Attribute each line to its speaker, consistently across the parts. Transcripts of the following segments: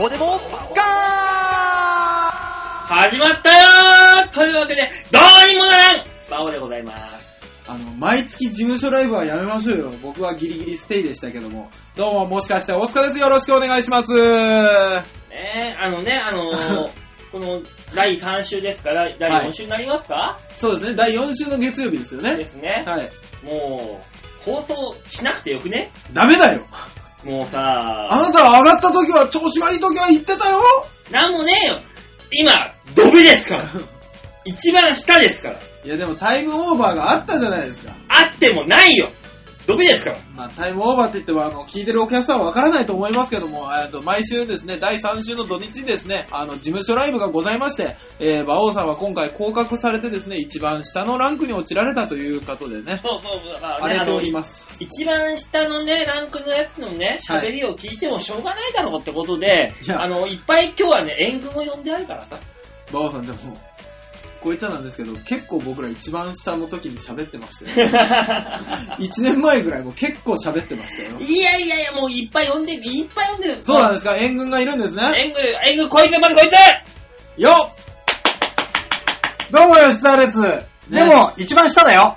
Speaker 1: こでもガ
Speaker 2: 始まったよーというわけで、どうにもならんバオでございます。
Speaker 3: あの、毎月事務所ライブはやめましょうよ。僕はギリギリステイでしたけども。どうも、もしかして、大塚です。よろしくお願いします。
Speaker 2: ねえ、あのね、あの ーこの、第3週ですから、第4週になりますか、
Speaker 3: そうですね、第4週の月曜日ですよ
Speaker 2: で
Speaker 3: ね。
Speaker 2: すね。
Speaker 3: はい。
Speaker 2: もう、放送しなくてよくね
Speaker 3: ダメだよ。
Speaker 2: もう
Speaker 3: あ
Speaker 2: さ
Speaker 3: なたは上がった時は、調子がいい時は言ってたよ。
Speaker 2: なんもねえよ今、ドブです から一番下ですから
Speaker 3: いや、でもタイムオーバーがあったじゃないですか。
Speaker 2: あってもないよドブですから
Speaker 3: まあ、タイムオーバーって言っても、あの、聞いてるお客さんはわからないと思いますけども、えーと、毎週ですね、第3週の土日にですね、あの、事務所ライブがございまして、えー、馬王さんは今回降格されてですね、一番下のランクに落ちられたということでね、
Speaker 2: そうそうそう、まあ
Speaker 3: 荒
Speaker 2: ね、
Speaker 3: れ
Speaker 2: あ
Speaker 3: てお
Speaker 2: の、
Speaker 3: ります。
Speaker 2: 一番下のね、ランクのやつのね、
Speaker 3: はい
Speaker 2: 喋りを聞いてもしょうがないだろうってことで、
Speaker 3: いや
Speaker 2: あの、いっぱい今日はね、援軍を呼んであるから さ。
Speaker 3: 馬王さん、でも、こういっちゃなんですけど、結構僕ら一番下の時に喋ってました よ。1年前ぐらいも結構喋ってましたよ。
Speaker 2: いやいやいや、もういっぱい呼んでる、いっぱい呼んでる。
Speaker 3: そうなん
Speaker 2: で
Speaker 3: ですか、援軍がいるんですね。
Speaker 2: 援軍、援軍、こいつまでこ いつ
Speaker 3: よっ
Speaker 1: どうも、吉沢です。でも、一番下だよ。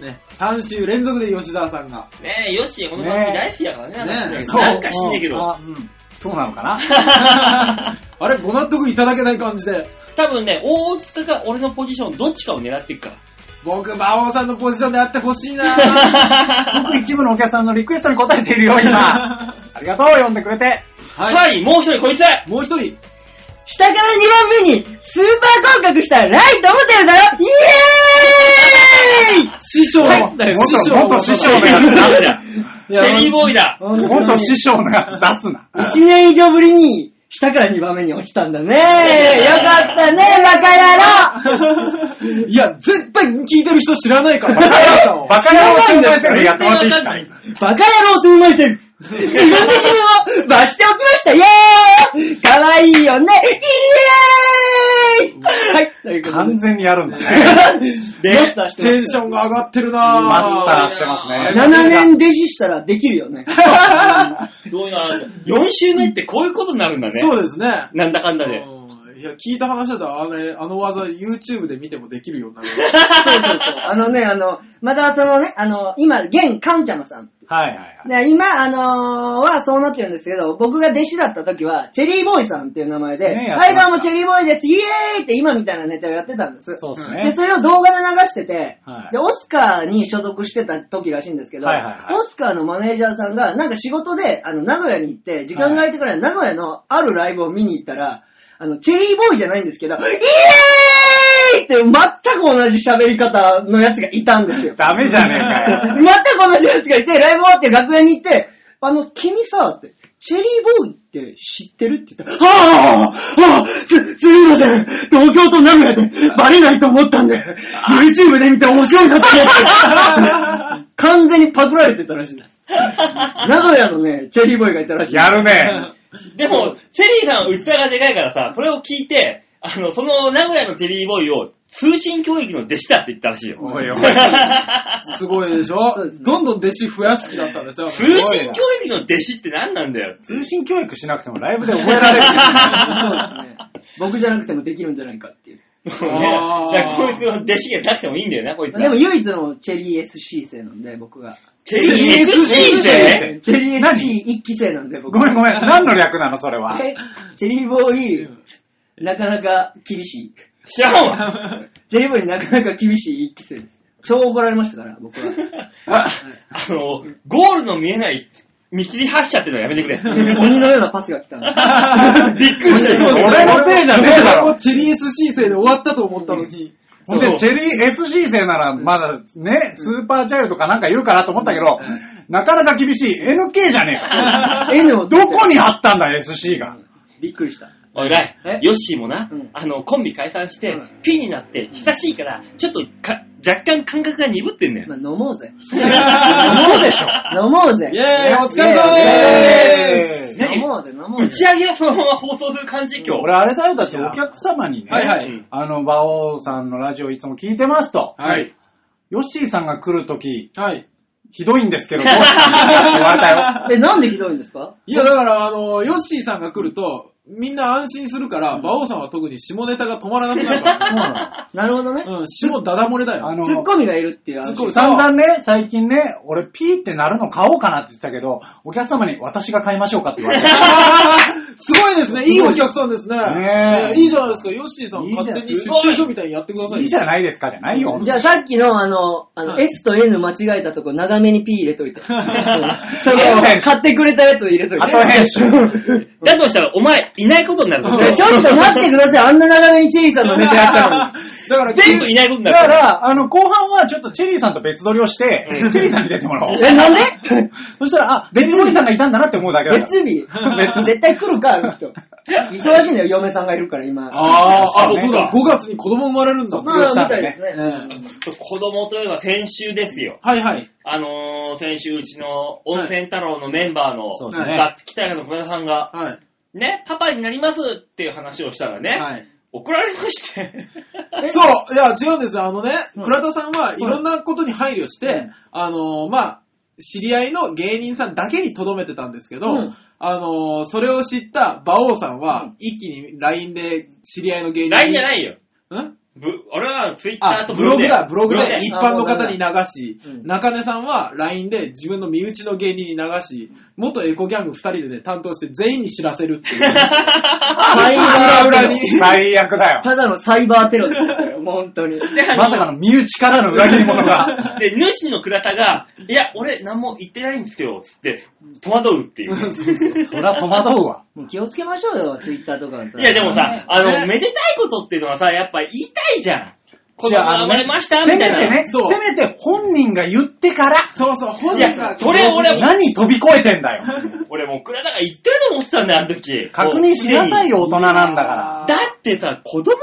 Speaker 3: ね、3週連続で吉沢さんが。
Speaker 2: ねえ、よし、この番組大好きだからね、
Speaker 3: ねえ
Speaker 2: 私ね
Speaker 3: そ う
Speaker 2: なんか知んねえけど。
Speaker 1: あうん。そうなのかな
Speaker 3: あれ、ご納得いただけない感じで。
Speaker 2: 多分ね、大塚か俺のポジション、どっちかを狙ってい くか
Speaker 3: 僕、馬王さんのポジションであってほしいな
Speaker 2: ら。
Speaker 1: 僕一部のお客さんのリクエストに応えているよ、今。
Speaker 3: は
Speaker 1: ありがとう、呼んでくれて。
Speaker 3: い。
Speaker 2: はい、もう一人こいつ
Speaker 3: もう一人。
Speaker 4: 下から2番目に、スーパー合格したらライトモデルだよイエーイ
Speaker 3: 師匠の
Speaker 1: 元、元師匠のやつ出すな。
Speaker 2: チェリー ボーイだ。
Speaker 1: 元師匠のやつ出すな。
Speaker 4: 1年以上ぶりに、下から2番目に落ちたん だねよかったね、バカ野郎
Speaker 3: いや、絶対聞いてる人知らないから、バ
Speaker 1: バカ野郎を考えてるやつ
Speaker 2: 全然
Speaker 1: ま
Speaker 2: わ
Speaker 1: で
Speaker 2: か
Speaker 1: い
Speaker 2: んない
Speaker 1: い。
Speaker 4: バカ野郎とうまいせん自分で自分を罰しておきましたイエーイかわいいよねイエーイはい、ということ
Speaker 1: 完
Speaker 4: で。
Speaker 1: 全にやるん だね。
Speaker 4: マスターして
Speaker 3: テン
Speaker 4: ます
Speaker 3: シ
Speaker 4: か
Speaker 3: ョンが上がってるな
Speaker 1: マスター
Speaker 2: し
Speaker 1: してて
Speaker 2: ま
Speaker 1: ます
Speaker 4: ら。
Speaker 1: す
Speaker 3: ね
Speaker 1: ね。
Speaker 4: 7年弟子したらできるよ ね。
Speaker 2: すごいな。4週目ってこういうことになるんだね。
Speaker 3: そうですね。
Speaker 2: なんだかんだで。
Speaker 3: うんいや、聞いた話だと、あれ、あの技、YouTube で見てもできるようになる。
Speaker 4: そうそうそう。あのね、あの、またそのね、あの、今、現カンちゃまさん。
Speaker 1: はいはいはい。
Speaker 4: で今、あのーはそうなってるんですけど、僕が弟子だった時は、チェリーボーイさんっていう名前で、
Speaker 1: ね
Speaker 4: はい、
Speaker 1: やってました
Speaker 4: どうもチェリーボーイです、イエーイって今みたいなネタをやってたんです。
Speaker 1: そうです
Speaker 4: で、
Speaker 1: ね。
Speaker 4: それを動画で流してて、
Speaker 1: はい
Speaker 4: で、オスカーに所属してた時らしいんですけど、
Speaker 1: はいはいはい
Speaker 4: オスカーのマネージャーさんが、なんか仕事で、あの、名古屋に行って、時間が空いてから名古屋のあるライブを見に行ったら、あの、チェリーボーイじゃないんですけど、イエーイって全く同じ喋り方のやつがいたんです よ。
Speaker 1: ダメじゃねえ
Speaker 4: 全
Speaker 1: か
Speaker 4: く同じやつがいて、ライブ終わって楽屋に行って、あの、君さ、って、チェリーボーイって知ってるって言ったら、ああああす、すみません東京と名古屋でバレないと思ったんで、YouTube で見て面白いなと思って。完全にパクられてたらしいです。名古屋のね、チェリーボーイがいたらしい。
Speaker 1: やる ね。
Speaker 2: でも、チェリーさんは器がでかいからさ、それを聞いて、あの、その名古屋のチェリーボーイを通信教育の弟子だって言ったらしいよ。
Speaker 1: おいおい。
Speaker 3: すごいでしょ
Speaker 4: そうですね
Speaker 3: どんどん弟子増やす気だったんですよ。
Speaker 2: 通信教育の弟子って何なんだよ。
Speaker 1: 通信教育しなくてもライブで覚えら れる。
Speaker 4: そうですね。僕じゃなくてもできるんじゃないかっていう。
Speaker 2: もうね、
Speaker 3: あー
Speaker 2: だからこいつの弟子がなくてもいいんだよな、こいつは。
Speaker 4: でも唯一のチェリー SC 生なんで、僕が。
Speaker 2: チェリー SC し
Speaker 1: え
Speaker 2: て
Speaker 4: チェリー
Speaker 1: 何
Speaker 4: SC 一期生なんで、僕
Speaker 1: ごめんごめん。何の略なのそれ は。
Speaker 4: えチェリーボーイ、なかなか厳しい。
Speaker 2: 知らんわ。
Speaker 4: チェリーボーイなかなか厳しい一期生です。超怒られましたから、僕 は。
Speaker 2: あの、ゴールの見えない見切り発車ってのはやめてくれ。
Speaker 4: 鬼のようなパスが来たん で。
Speaker 2: びっくりしたよ。
Speaker 1: 俺のせいじゃねえだ
Speaker 3: 俺も
Speaker 1: ろ。
Speaker 3: チェリー SC 生で終わったと思ったのに。
Speaker 1: ほんで、チェリー SC 生ならまだね、スーパーチャイルドかなんか言うかなと思ったけど、なかなか厳しい。NK じゃねえか。
Speaker 4: N を取
Speaker 1: ど
Speaker 4: って
Speaker 1: こにあったんだ、SC が。
Speaker 4: びっくりした。
Speaker 2: おい、ライ
Speaker 4: え、
Speaker 2: ヨッシーもな、
Speaker 4: うん
Speaker 2: あの、コンビ解散して
Speaker 4: うん、
Speaker 2: ピンになって、久しいから、ちょっとか、若干感覚が鈍ってんだ
Speaker 4: まあ、
Speaker 2: よ。
Speaker 4: 飲もうぜ。
Speaker 1: そうでしょ。
Speaker 4: 飲もうぜ。
Speaker 3: イェーイお疲れ様でーす
Speaker 2: イェーイ
Speaker 4: 飲もうぜ、飲も
Speaker 2: 打
Speaker 4: う
Speaker 2: ち
Speaker 4: ぜ。
Speaker 2: 上げはそのまま放送する感じ、今日。
Speaker 1: 俺、あれだよ、だってお客様にね、
Speaker 3: はいは
Speaker 2: う
Speaker 3: い。
Speaker 2: ん
Speaker 1: あの、馬王さんのラジオいつも聞いてますと、
Speaker 3: はい。
Speaker 1: ヨッシーさんが来るとき、
Speaker 3: はい。
Speaker 1: ひどいんですけど、どうですかって言われたよ。
Speaker 4: え、なんでひどいんですか
Speaker 3: いや、だから、あの、ヨッシーさんが来ると、みんな安心するから、馬王さんは特に下ネタが止まらなくなる か
Speaker 4: なるほどね。
Speaker 3: ら。うん、下ダダ漏れだ
Speaker 1: あ
Speaker 3: よ。
Speaker 1: の、
Speaker 4: ツッコミがいるっていう。
Speaker 3: ツッコミ
Speaker 1: 散々ね、最近ね、俺ピーってなるの買おうかなって言ってたけど、お客様に私が買いましょうかって言われ て。
Speaker 3: すごいですね。いいお客さんですね。
Speaker 1: ねえ
Speaker 3: えいいじゃないですか。ヨッシーさん勝手に出張所みたいにやってくださいよ。
Speaker 1: いいじゃないですかじゃないよ。
Speaker 4: じゃあさっきのあの、あの、
Speaker 3: はい
Speaker 4: S と N 間違えたとこ長めに P 入れ といて。うんそ
Speaker 1: 後
Speaker 4: れ
Speaker 1: 編
Speaker 4: を買ってくれたやつを入れといて。
Speaker 1: 後編集。
Speaker 2: だとしたら、お前、いないことになる
Speaker 4: えちょっと待ってください。あんな長めにチェリーさんのネタやったのに。
Speaker 3: だから、
Speaker 2: 全部いないことに
Speaker 1: だ
Speaker 2: な
Speaker 1: か
Speaker 2: る
Speaker 1: ら、あの、後半はちょっとチェリーさんと別撮りをして、チェリーさんに出てもらおう。
Speaker 4: え、なんで
Speaker 1: そしたら、あ、別森さんがいたんだなって思うだけだから。
Speaker 4: 別日
Speaker 1: 別日
Speaker 4: 絶対来るか、あの人。忙しいんだよ、嫁さんがいるから今。
Speaker 3: あーあ、
Speaker 1: そうね
Speaker 3: そうだ、5月に子供生まれるんだ。
Speaker 1: 卒業したん
Speaker 4: み
Speaker 1: だ
Speaker 4: たい
Speaker 1: ね
Speaker 4: ですね。
Speaker 3: ええ
Speaker 2: 子供といえば先週ですよ。
Speaker 3: はいはい。
Speaker 2: あのー、先週うちの温泉太郎のメンバーの、
Speaker 1: そう
Speaker 3: ですね
Speaker 2: ガッツ北谷の小田さんが、
Speaker 3: はい。
Speaker 2: ね、パパになりますっていう話をしたらね、
Speaker 3: はい
Speaker 2: 怒られまして。
Speaker 3: そう、いや、違うんです。あのね、
Speaker 4: うん
Speaker 3: 倉田さんはいろんなことに配慮して、
Speaker 4: うん
Speaker 3: あのーまあ、知り合いの芸人さんだけに留めてたんですけど、
Speaker 4: うん
Speaker 3: あのーそれを知った馬王さんは、一気に LINE で知り合いの芸人
Speaker 2: LINE じゃないいよ。
Speaker 3: ん
Speaker 2: ぶ俺はツイッタ
Speaker 3: あ
Speaker 2: ー、と
Speaker 3: ブログだ、ブログ
Speaker 2: ブロ
Speaker 3: で
Speaker 2: グ
Speaker 3: 一般の方に流し
Speaker 4: う、ん
Speaker 3: 中根さんは LINE で自分の身内の芸人に流し、元エコギャング二人でね、担当して全員に知らせるっていう。
Speaker 4: サイ
Speaker 3: 裏
Speaker 4: バー
Speaker 3: 裏
Speaker 4: テロ。
Speaker 3: に。
Speaker 1: 最悪だよ。
Speaker 4: ただのサイバーテロですよ、もう本 当に。
Speaker 2: であの
Speaker 1: まさかの身内からの裏切り者が。
Speaker 2: で、主の倉田が、いや、俺何も言ってないんですよ、つって、戸惑うっていう。
Speaker 1: そりゃ戸惑うわ。
Speaker 4: もう気をつけましょうよ、ツイッターとか
Speaker 2: いや、でもさ
Speaker 3: ね、
Speaker 2: あの、
Speaker 3: ね
Speaker 2: めでたいことっていうのはさ、やっぱ言いたいじゃん。子
Speaker 1: じ
Speaker 2: 供
Speaker 1: ゃあ
Speaker 2: が生まれました、
Speaker 1: せめ
Speaker 2: みたい
Speaker 1: て
Speaker 2: な。
Speaker 1: ね、
Speaker 3: そう
Speaker 1: せめて本人が言ってから、
Speaker 3: そうそう、本
Speaker 2: い
Speaker 3: 人
Speaker 2: や、
Speaker 3: が。
Speaker 2: それ俺も、
Speaker 1: 何飛び越えてんだよ。
Speaker 2: 俺もう倉田が言ってると思ってたんだよ、あの 時。
Speaker 1: 確認しなさい
Speaker 2: よ。
Speaker 1: よ、大人なんだから。
Speaker 2: だってさ、子供だよ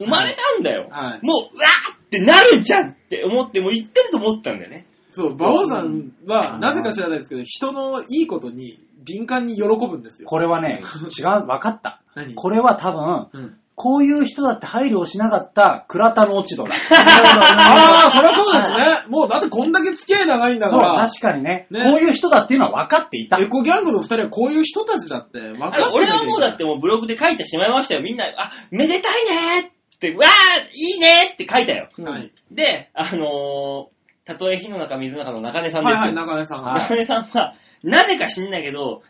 Speaker 2: 生まれたんだよ。
Speaker 3: はい
Speaker 2: もう、うわーってなるじゃんって思って、もう言ってると思ったんだよね。
Speaker 3: そう、馬王さん
Speaker 1: う
Speaker 3: は、
Speaker 1: ん
Speaker 3: なぜか知らないですけど、人のいいことに敏感に喜ぶんですよ。
Speaker 1: これはね、違う、分かった
Speaker 3: 何。
Speaker 1: これは多分、
Speaker 3: うん
Speaker 1: こういう人だって配慮をしなかった倉田の落ち度だ。
Speaker 3: ああ、そりゃそうですね。もうだってこんだけ付き合い長いんだ
Speaker 1: そう、
Speaker 3: から、
Speaker 1: 確かにね
Speaker 3: ね
Speaker 1: こういう人だっていうのは分かっていた。
Speaker 3: エコギャングの二人はこういう人たちだって分かっ
Speaker 2: あ
Speaker 3: てなきゃ
Speaker 2: の
Speaker 3: いけない
Speaker 2: 俺はもうだってもうブログで書いてしまいましたよ。みんな、あ、めでたいねーって、うわーいいねーって書いたよ。
Speaker 3: はい。
Speaker 2: で、あのー、たとえ火の中、水の中の中根さんです
Speaker 3: はい
Speaker 2: よ。
Speaker 3: はい、中根さん
Speaker 1: は
Speaker 3: が。
Speaker 2: 中根さんは、なぜか知んないけど、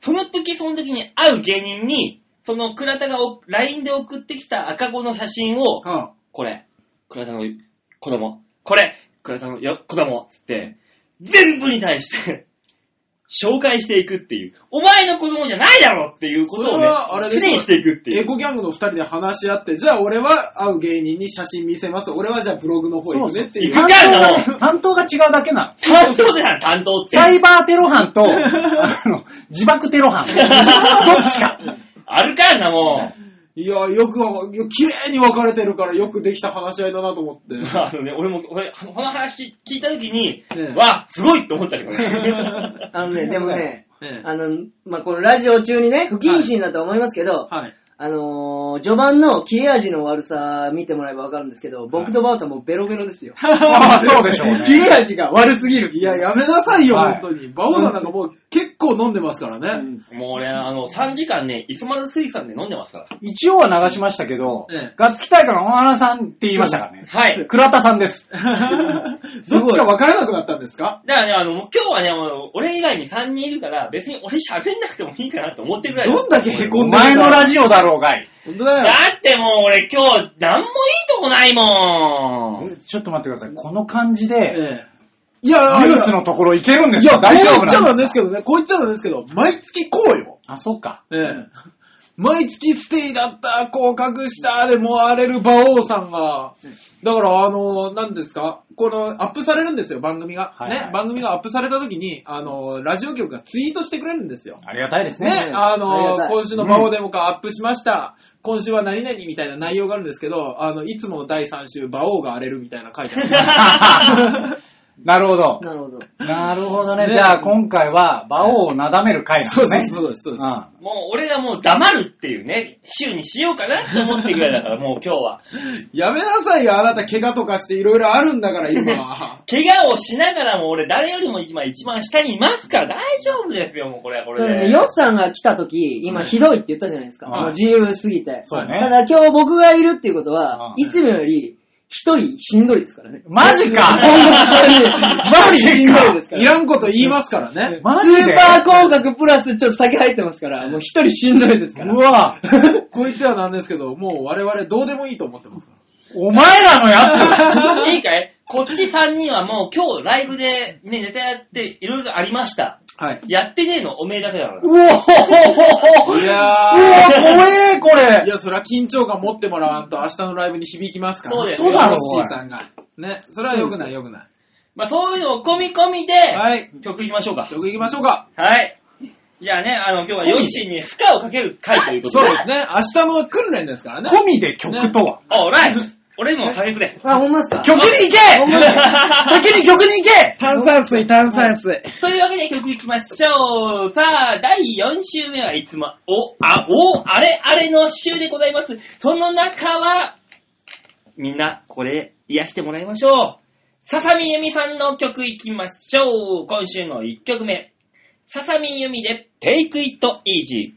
Speaker 2: その時その時に会う芸人に、その倉田がお LINE で送ってきた赤子の写真を、
Speaker 3: うん
Speaker 2: これ、倉田の子供、これ、倉田のよ子供、つって、全部に対して、 紹介していくっていう、お前の子供じゃないだろっていうこと
Speaker 3: そ
Speaker 2: を
Speaker 3: れ
Speaker 2: ね
Speaker 3: はあれ、です
Speaker 2: 常にしていくってい
Speaker 3: エ
Speaker 2: う。
Speaker 3: コギャングの二人で話し合って、じゃあ俺は会う芸人に写真見せます。俺はじゃあブログの方行くねっていう。
Speaker 2: そうそう行く
Speaker 1: 担当が
Speaker 2: いかん
Speaker 1: ね担当が違うだけなの。
Speaker 2: 担当でな、担当って。
Speaker 1: サイバーテロ犯と、あの、自爆テロ犯。どっちか。
Speaker 2: あるからな、もう。
Speaker 3: いや、よくわか、綺麗に分かれてるからよくできた話し合いだなと思って。
Speaker 2: あのね、俺も、俺、この話聞いたときに、
Speaker 3: ええ
Speaker 2: わあ、すごいって思ったけどね。
Speaker 4: あのね、でもね、
Speaker 3: ええ
Speaker 4: あの、まあ、このラジオ中にね、不謹慎だと思いますけど、
Speaker 3: はい。
Speaker 4: あのー、序盤の切れ味の悪さ見てもらえばわかるんですけど、僕とばあさんもうベロベロですよ。
Speaker 1: まあ、そうでしょう
Speaker 4: 切
Speaker 1: ね。
Speaker 4: れ味が悪すぎる。
Speaker 3: いや、やめなさいよ、
Speaker 1: はい
Speaker 3: 本当に。馬王さんなんかもう結構飲んでますから
Speaker 4: う
Speaker 3: ね。
Speaker 4: ん
Speaker 2: もう俺、あの、3時間ね、いつまで水産で飲んでますから。
Speaker 1: 一応は流しましたけど
Speaker 3: ええ、
Speaker 1: ガッツキ大会の小原さんって言いましたからね。
Speaker 2: はい。
Speaker 1: 倉田さんです。
Speaker 3: どっちか分からなくなったんですか
Speaker 2: だからね、あの、もう今日はね、もう俺以外に3人いるから、別に俺喋んなくてもいいかなと思ってるぐらい。
Speaker 3: どんだけへこ
Speaker 1: お
Speaker 3: んでる
Speaker 1: 前
Speaker 3: ん
Speaker 1: の
Speaker 3: だ
Speaker 1: ラジオだろうがい。
Speaker 3: 本当だよ。
Speaker 2: だってもう俺今日、なんもいいとこないもん。
Speaker 1: ちょっと待ってください。この感じ
Speaker 3: え
Speaker 1: で、
Speaker 3: えいや、い
Speaker 1: ニュー
Speaker 3: や
Speaker 1: スのところいけるんで
Speaker 3: い
Speaker 1: す
Speaker 3: や、
Speaker 1: か
Speaker 3: こう
Speaker 1: 大丈
Speaker 3: 言
Speaker 1: 夫
Speaker 3: っちゃな
Speaker 1: なん
Speaker 3: ん
Speaker 1: で
Speaker 3: です
Speaker 1: か
Speaker 3: けどね、こう言っちゃなんですけど、毎月こうよ。
Speaker 1: あ、そうか。
Speaker 3: ええ。毎月ステイだった、降格した、でもう荒れる馬王さんが、だからあの、何ですか、このアップされるんですよ、番組が。
Speaker 1: はいはい
Speaker 3: ね、番組がアップされた時に、あの、ラジオ局がツイートしてくれるんですよ。
Speaker 1: ありがたいです
Speaker 3: ね
Speaker 1: ね。、
Speaker 3: あ
Speaker 4: ありが
Speaker 3: の
Speaker 4: たい
Speaker 3: 今週の魔王デモカアップしました。今週は何々みたいな内容があるんですけど、あの、いつもの第3週、馬王が荒れるみたいな書いてある。
Speaker 5: なるほ ど。
Speaker 4: なるほど。
Speaker 5: なるほどね。
Speaker 3: ね
Speaker 5: じゃあ今回は、馬王をなだめる回なん
Speaker 3: そう
Speaker 5: です
Speaker 3: そう
Speaker 5: ね。
Speaker 3: そうです、そうです。
Speaker 5: あ
Speaker 2: もう俺らもう黙るっていうね、週にしようかなって思ってぐらいだから、もう今日は。
Speaker 3: やめなさいよ、あなた怪我とかしていろいろあるんだか ら、今。
Speaker 2: 怪我をしながらも俺誰よりも今一番下にいますから大丈夫ですよ、もうこれはこれで。
Speaker 4: ヨッさんが来た時、今ひどいって言ったじゃないですか。
Speaker 5: はい
Speaker 4: もう自由すぎて。
Speaker 5: そうね
Speaker 4: ただ今日僕がいるっていうことは
Speaker 5: は、い
Speaker 4: いつもより一人しんどいですからね。
Speaker 5: マジ
Speaker 4: 本
Speaker 5: か
Speaker 4: 当に一人しんどいですから
Speaker 3: い。らんこと言いますからね。
Speaker 5: マ
Speaker 4: ス
Speaker 5: ジ
Speaker 4: ー
Speaker 5: で
Speaker 4: パー広角プラスちょっと酒入ってますから、もう一人しんどいですから。
Speaker 5: うわ
Speaker 3: こう言ってはなんですけど、もう我々どうでもいいと思ってますか
Speaker 5: お前らのや
Speaker 2: いいかいこっち3人はもう今日ライブでね、ネタやっていろいろありました。
Speaker 3: ら。はい。
Speaker 2: やってねえのおめえだけだから
Speaker 5: つ。うおほほほ
Speaker 3: い
Speaker 5: ほうわ
Speaker 3: や
Speaker 5: 怖えこ
Speaker 3: ー。い
Speaker 5: れ
Speaker 3: や、それは緊張感持ってもらわんと明日のライブに響きますから。
Speaker 2: そうだよ
Speaker 5: そうだろ
Speaker 3: ヨッシ
Speaker 5: お
Speaker 3: ー
Speaker 5: い
Speaker 3: さんが。ね、それは良くない、良くない。
Speaker 2: まあそういうのを込み込みで、
Speaker 3: はい。
Speaker 2: 曲いきましょうか。
Speaker 3: 曲行きましょうか。
Speaker 2: はい。じゃあね、あの、今日はヨッシーに負荷をかける回ということ
Speaker 3: そう
Speaker 2: で。
Speaker 3: ですね。明日の訓練ですからね。
Speaker 5: 込みで曲とは。
Speaker 2: オーライ俺にも下げてくれ。
Speaker 4: あ、ほんまっすか
Speaker 5: 曲に行け
Speaker 4: ほんまっすか
Speaker 5: 先に曲に行け
Speaker 3: 炭酸水、炭酸水。
Speaker 2: というわけで曲いきましょう。さあ、第4週目はいつも、お、あ、お、あれあれの週でございます。その中は、みんな、これ、癒してもらいましょう。ささみゆみさんの曲いきましょう。今週の1曲目。ささみゆみで、Take It Easy。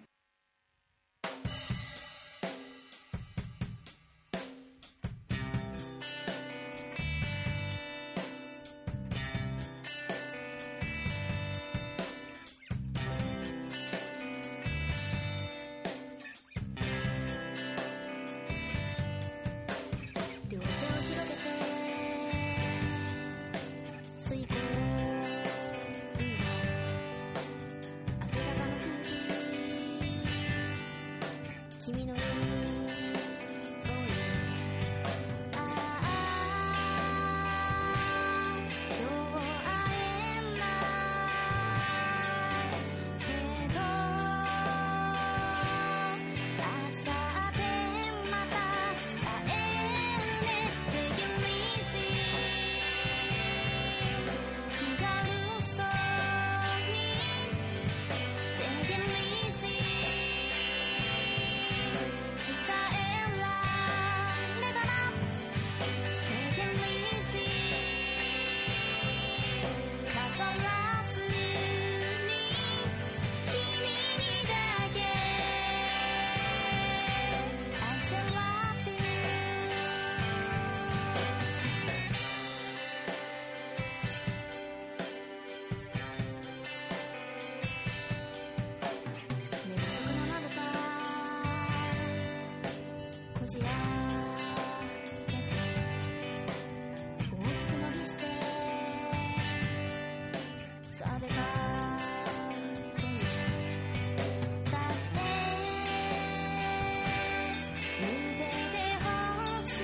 Speaker 6: 両手を広げて吸い込む明け方の空気君の匂いああ今日会えないけど明後日また会えるね Take me higher 気軽そうに Take me easy 伝えられたら Take me easy 飾らずに君にだけ I still love you 寝不足の窓がこじ開けて大きく伸びしてさあ出かけようだって見ててほしい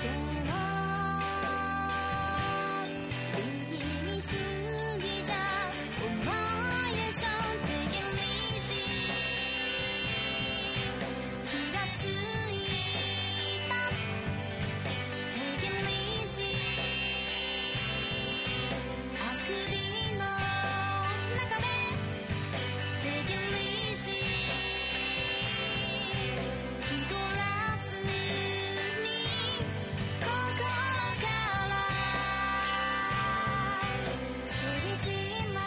Speaker 6: でも力みすぎじゃ重いでしょ Take it easy 気がついた Take it easy あくびの中で Take it easy 「気取らずに心から伝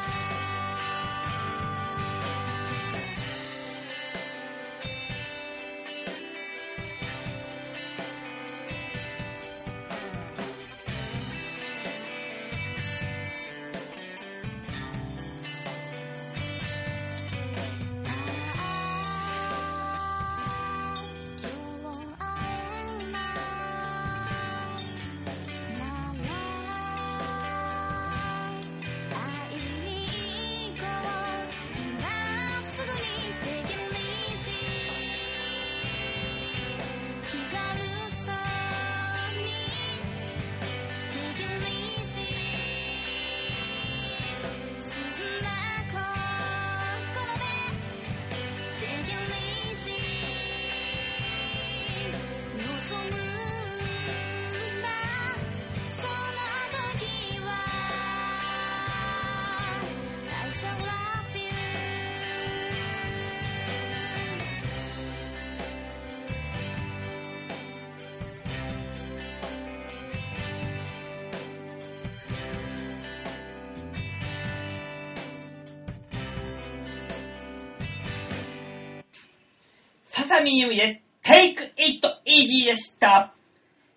Speaker 2: サミに入れ、Take It Easy でした。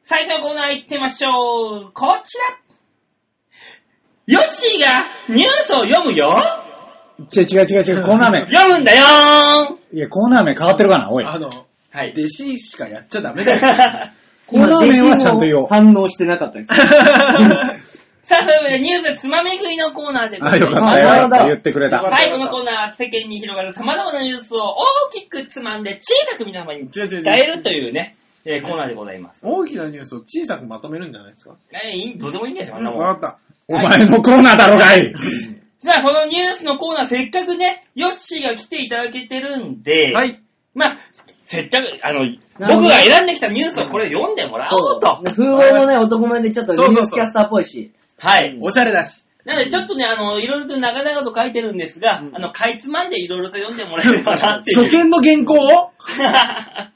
Speaker 2: 最初のコーナー行ってみましょう。こちら。ヨッシーがニュースを読むよ
Speaker 1: 違う違う違う違う、コーナー名。
Speaker 2: 読むんだよーん
Speaker 1: いや、コーナー名変わってるかな、おい。
Speaker 3: あの、
Speaker 2: はい。
Speaker 3: 弟子しかやっちゃダメだよ。
Speaker 1: コーナー名はちゃんと言おう
Speaker 4: 今反応してなかったです。
Speaker 2: さあ、ということでニュースつまみ食いのコーナーでござ
Speaker 1: あ、
Speaker 2: いま
Speaker 1: よ
Speaker 2: す。
Speaker 1: かったよ。
Speaker 4: あ
Speaker 1: よか
Speaker 4: なるほど
Speaker 1: った言ってくれた。
Speaker 2: はい、このコーナーは世間に広がる様々なニュースを大きくつまんで小さく皆様に
Speaker 3: 違う違う
Speaker 2: 伝
Speaker 3: 違う
Speaker 2: えるというね、えーコーナーでございます。
Speaker 3: 大きなニュースを小さくまとめるんじゃないですか。
Speaker 2: えーいいどうでもいいんだよ、そ
Speaker 3: わ
Speaker 2: んなもん
Speaker 3: かった。
Speaker 1: お前のコーナーだろがい。
Speaker 2: じゃあ、このニュースのコーナー、せっかくね、ヨッシーが来ていただけてるんで、
Speaker 3: はい。
Speaker 2: まあ、せっかく、あの、
Speaker 4: なるほ
Speaker 2: 僕
Speaker 4: ど
Speaker 2: が選んできたニュースをこれ読んでもらおうと。
Speaker 4: 風貌もね、男前でちょっとニュースキャスターっぽいし。
Speaker 2: はい。
Speaker 3: おしゃれだし。
Speaker 2: なので、ちょっとね、あの、いろいろと長々と書いてるんですが、
Speaker 4: うん
Speaker 2: あの、かいつまんでいろいろと読んでもらえればな っていう。
Speaker 3: 初見の原稿を
Speaker 1: あ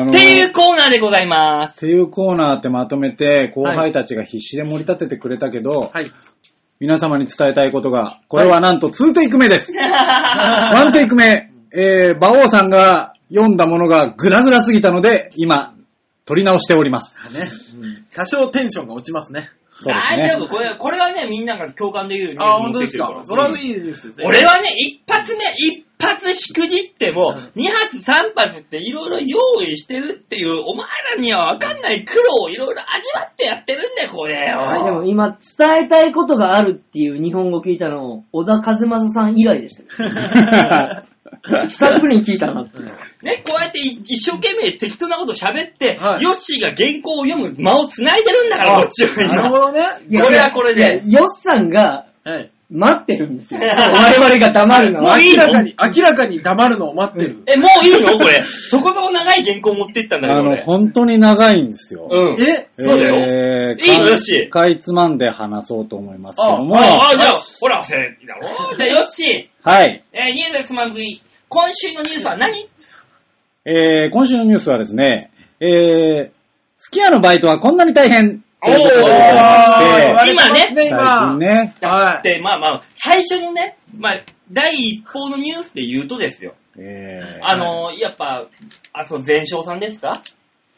Speaker 1: の
Speaker 2: っていうコーナーでございます。
Speaker 1: っていうコーナーってまとめて、後輩たちが必死で盛り立ててくれたけど、
Speaker 3: はい。
Speaker 1: 皆様に伝えたいことが、これはなんと2テイク目 です。
Speaker 2: は
Speaker 1: 1テイク目、えー、馬王さんが読んだものがグダグダすぎたので、今、取り直しております。
Speaker 3: ね。多少テンションが落ちますね。
Speaker 1: そうです
Speaker 2: 大
Speaker 1: ね
Speaker 2: 丈。夫、これ、これはね、みんなが共感できるニュース
Speaker 3: ああ、
Speaker 2: 持
Speaker 3: 本当
Speaker 2: ってき
Speaker 3: で
Speaker 2: て
Speaker 3: す
Speaker 2: る
Speaker 3: か。それは
Speaker 2: うん
Speaker 3: いいニュースですね。
Speaker 2: 俺はね、一発目、一発しくじっても、二発三発っていろいろ用意してるっていう、お前らにはわかんない苦労をいろいろ味わってやってるんだよ、これよ。
Speaker 4: はい、でも今、伝えたいことがあるっていう日本語聞いたの、小田和正さん以来でした よ。久しぶりに聞いたなって。
Speaker 2: ね、こうやってい一生懸命適当なこと喋って、
Speaker 3: はい
Speaker 2: ヨッシーが原稿を読む間を繋いでるんだから、こっちは
Speaker 3: なるほ
Speaker 2: 今。
Speaker 3: どね。
Speaker 4: いや
Speaker 2: これはこれで
Speaker 4: いやヨッさんが
Speaker 3: はい。
Speaker 4: 待ってるんですよ。我々が黙るの
Speaker 3: も
Speaker 4: は
Speaker 3: う。
Speaker 2: いい
Speaker 3: 明
Speaker 2: の
Speaker 3: らかに、明らかに黙るのを待ってる。
Speaker 2: え、もういいのこれ。そこそこ長い原稿を持ってったんだけ
Speaker 1: あ
Speaker 2: ど、
Speaker 1: の、
Speaker 2: 俺。
Speaker 1: 本当に長いんですよ。
Speaker 2: うん。
Speaker 3: え
Speaker 2: そうだ
Speaker 1: よ
Speaker 2: よいいのよし
Speaker 1: かいつまんで話そうと思いますけども、
Speaker 2: ああ、じゃあ、ほら、せーだ ろ。じゃあ、ヨッシー、
Speaker 1: はい。
Speaker 2: えーニュースつまんぐい。今週のニュースは何
Speaker 1: えー、今週のニュースはですね、えー、スキヤのバイトはこんなに大変ということでございま
Speaker 2: お
Speaker 1: し
Speaker 2: ー
Speaker 1: て
Speaker 2: 今ね
Speaker 3: 言
Speaker 1: 最近
Speaker 3: われてますね、
Speaker 1: ね、
Speaker 2: だ
Speaker 3: は
Speaker 2: っ
Speaker 3: い
Speaker 2: て、まあまあ、最初のね、まあ、第一報のニュースで言うとですよ。
Speaker 1: えー、
Speaker 2: あの、やっぱ、あ、そう、前哨さんですか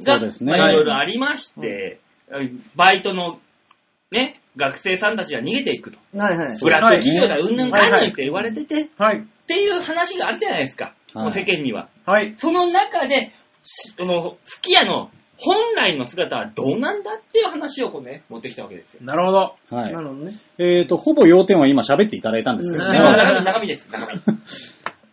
Speaker 2: が
Speaker 1: そうですね
Speaker 2: まあ、
Speaker 1: はい
Speaker 2: いろいろありまして、バイトの、ね、学生さんたちが逃げていくと。
Speaker 4: はいはい。
Speaker 2: ブラック企業だ、うんぬんかん
Speaker 3: は
Speaker 2: ぬ
Speaker 3: い
Speaker 2: んって言われてて、っ
Speaker 3: 今ね。はい。
Speaker 2: ていう話があるじゃないですか。
Speaker 1: はい
Speaker 2: もう世間には。
Speaker 3: はい。
Speaker 2: その中で、しあの、すき家の本来の姿はどうなんだっていう話をこうね、持ってきたわけですよ。
Speaker 3: なるほど。
Speaker 1: はい
Speaker 4: な。るほどね。
Speaker 1: えーと、ほぼ要点は今喋っていただいたんですけど
Speaker 3: うん
Speaker 2: で
Speaker 1: ね。
Speaker 2: も中身中身です、中身。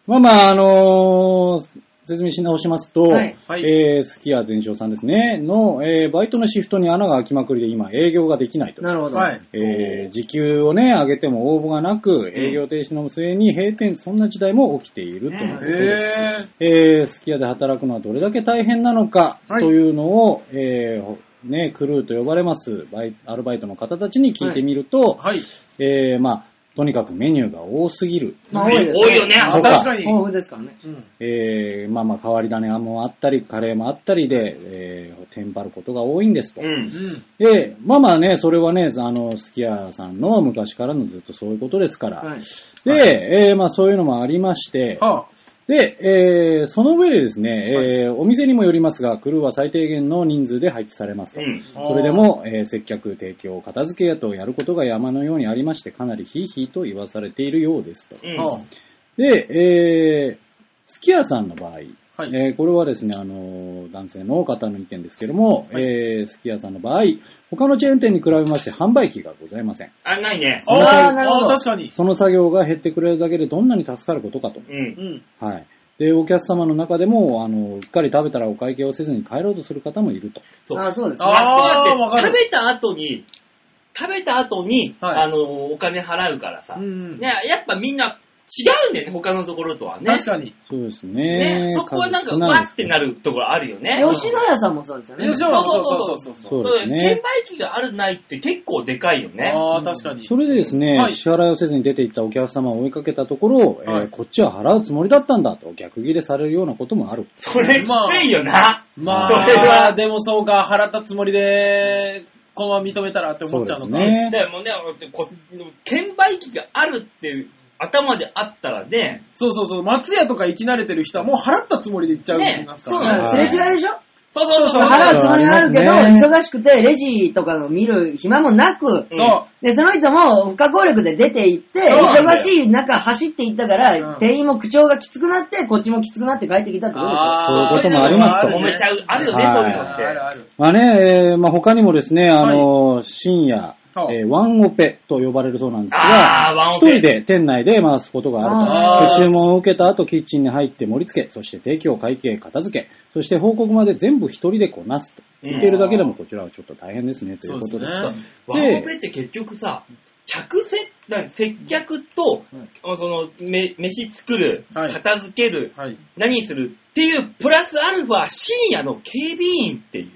Speaker 1: まあまあ、あのー説明し直しますと、
Speaker 4: はい
Speaker 3: はい
Speaker 1: えー、スキヤ全勝さんですね、の、えーバイトのシフトに穴が開きまくりで今営業ができないと。
Speaker 4: なるほど。
Speaker 3: はい。
Speaker 1: えー時給をね、上げても応募がなく、営業停止の末に閉店、そんな時代も起きているということです。
Speaker 3: えー。
Speaker 1: えー、スキヤで働くのはどれだけ大変なのか
Speaker 3: はい
Speaker 1: というのを、えーね、クルーと呼ばれますバイアルバイトの方たちに聞いてみると、
Speaker 3: はい。
Speaker 1: えーまあ、とにかくメニューが多すぎる、
Speaker 4: まあ多いです
Speaker 2: 多いよね、あ
Speaker 3: あ
Speaker 1: そうか
Speaker 3: 確かに。
Speaker 4: 豊富ですからね。
Speaker 3: うん
Speaker 1: えーまあまあ変わり種もあったり、カレーもあったりで、えー、テンパることが多いんです と。
Speaker 2: うん。
Speaker 3: うん。
Speaker 1: で、まあまあね、それはね、あの、スキヤさんの昔からのずっとそういうことですから。
Speaker 4: はい。
Speaker 1: で、えーまあそういうのもありまして、
Speaker 3: は
Speaker 1: で、えーその上でですね、えーお店にもよりますが、クルーは最低限の人数で配置されますと。
Speaker 2: うん。
Speaker 3: あ
Speaker 1: それでも、えー接客、提供、片付けやとやることが山のようにありまして、かなりヒーヒーと言わされているようですと。
Speaker 2: うん。
Speaker 3: は
Speaker 1: で、えー、スキヤさんの場合、
Speaker 3: あはい。
Speaker 1: えーこれはですね、あのー男性の方の意見ですけども、
Speaker 3: はい
Speaker 1: えースキヤさんの場合、他のチェーン店に比べまして販売機がございません。
Speaker 2: あ、ないね。
Speaker 3: あ
Speaker 4: あ
Speaker 3: あ
Speaker 4: ーなるほど
Speaker 3: あー確かに。
Speaker 1: その作業が減ってくれるだけでどんなに助かることかと。
Speaker 2: うん。
Speaker 3: ん。
Speaker 1: はい。で、お客様の中でも、あの、うっかり食べたらお会計をせずに帰ろうとする方もいると。
Speaker 2: そう。
Speaker 4: あ、そうですね。
Speaker 2: あ
Speaker 3: あ
Speaker 2: そ
Speaker 3: あ、
Speaker 2: うだ
Speaker 3: わ
Speaker 2: って
Speaker 3: か
Speaker 2: 食
Speaker 3: る。
Speaker 2: べた後に、食べた後に、
Speaker 3: はい
Speaker 2: あの、お金払うからさ。
Speaker 3: うん。
Speaker 2: ね、やっぱみんな違うんだよね、他のところとはね。
Speaker 3: 確かに。
Speaker 1: そうです
Speaker 2: ね
Speaker 1: ね。
Speaker 2: そこはなんか、
Speaker 1: 数少
Speaker 2: わ
Speaker 1: いで
Speaker 2: っ
Speaker 1: す
Speaker 2: てなるところあるよね。
Speaker 4: 吉野家さんもそうですよね。
Speaker 3: よいしょ
Speaker 2: そう
Speaker 3: そ
Speaker 2: そうう
Speaker 3: そうそう
Speaker 1: そ
Speaker 3: そうう。
Speaker 1: ですね
Speaker 2: 券売機があるないって結構でかいよね。
Speaker 3: ああ、確かに。
Speaker 1: それでですね、
Speaker 3: はい
Speaker 1: 支払いをせずに出て行ったお客様を追いかけたところ、えー
Speaker 3: はい
Speaker 1: こっちは払うつもりだったんだと、逆ギレされるようなこともある。
Speaker 2: それきついよな。
Speaker 3: まあ、
Speaker 2: それは
Speaker 3: でもそうか、払ったつもりで、このまま認めたらって思っちゃうのか。
Speaker 1: そうですね
Speaker 2: だよもうね、こ券売機があるって頭であったらね、
Speaker 3: そうそうそう、松屋とか行き慣れてる人はもう払ったつもりで行っちゃう人いますから
Speaker 2: ね
Speaker 3: ね。
Speaker 4: すれ違いでしょ
Speaker 2: そうそうそう、
Speaker 4: 払うつもりはあるけど、
Speaker 1: あります
Speaker 4: 忙しくてレジとかを見る暇もなく、
Speaker 2: うん
Speaker 3: そう。
Speaker 4: で、その人も不可抗力で出て行って、
Speaker 2: そうなんだ
Speaker 4: 忙
Speaker 2: よ
Speaker 4: しい中走って行ったから、
Speaker 3: うん
Speaker 4: 店員も口調がきつくなって、こっちもきつくなって帰ってきたってことでしょ
Speaker 1: ーそういうこともありますと
Speaker 2: 揉めちゃう。あるよね、
Speaker 1: はい
Speaker 2: そういうの
Speaker 3: ある
Speaker 2: っ
Speaker 3: ある。
Speaker 1: まあね、えーまあ、他にもですね、あの、深夜、
Speaker 3: はい
Speaker 1: えーワンオペと呼ばれるそうなんです
Speaker 2: あ
Speaker 1: が
Speaker 2: ーワン、オ
Speaker 1: 一
Speaker 2: ペ
Speaker 1: 人で店内で回すことがあると。
Speaker 3: あー
Speaker 1: 注文を受けた後、キッチンに入って盛り付け、そして提供、会計、片付け、そして報告まで全部一人でこなすと。
Speaker 2: うん
Speaker 1: 聞いてるだけでもこちらはちょっと大変ですね、とい
Speaker 3: そう
Speaker 1: う
Speaker 3: で
Speaker 1: こ
Speaker 3: す
Speaker 1: とで
Speaker 3: ね
Speaker 1: す。。
Speaker 2: て。ワンオペって結局さ、客接、な接客と、その、め飯作る、
Speaker 3: はい
Speaker 2: 片付ける、
Speaker 3: はい。
Speaker 2: 何するっていう、プラスアルファ深夜の警備員っていう。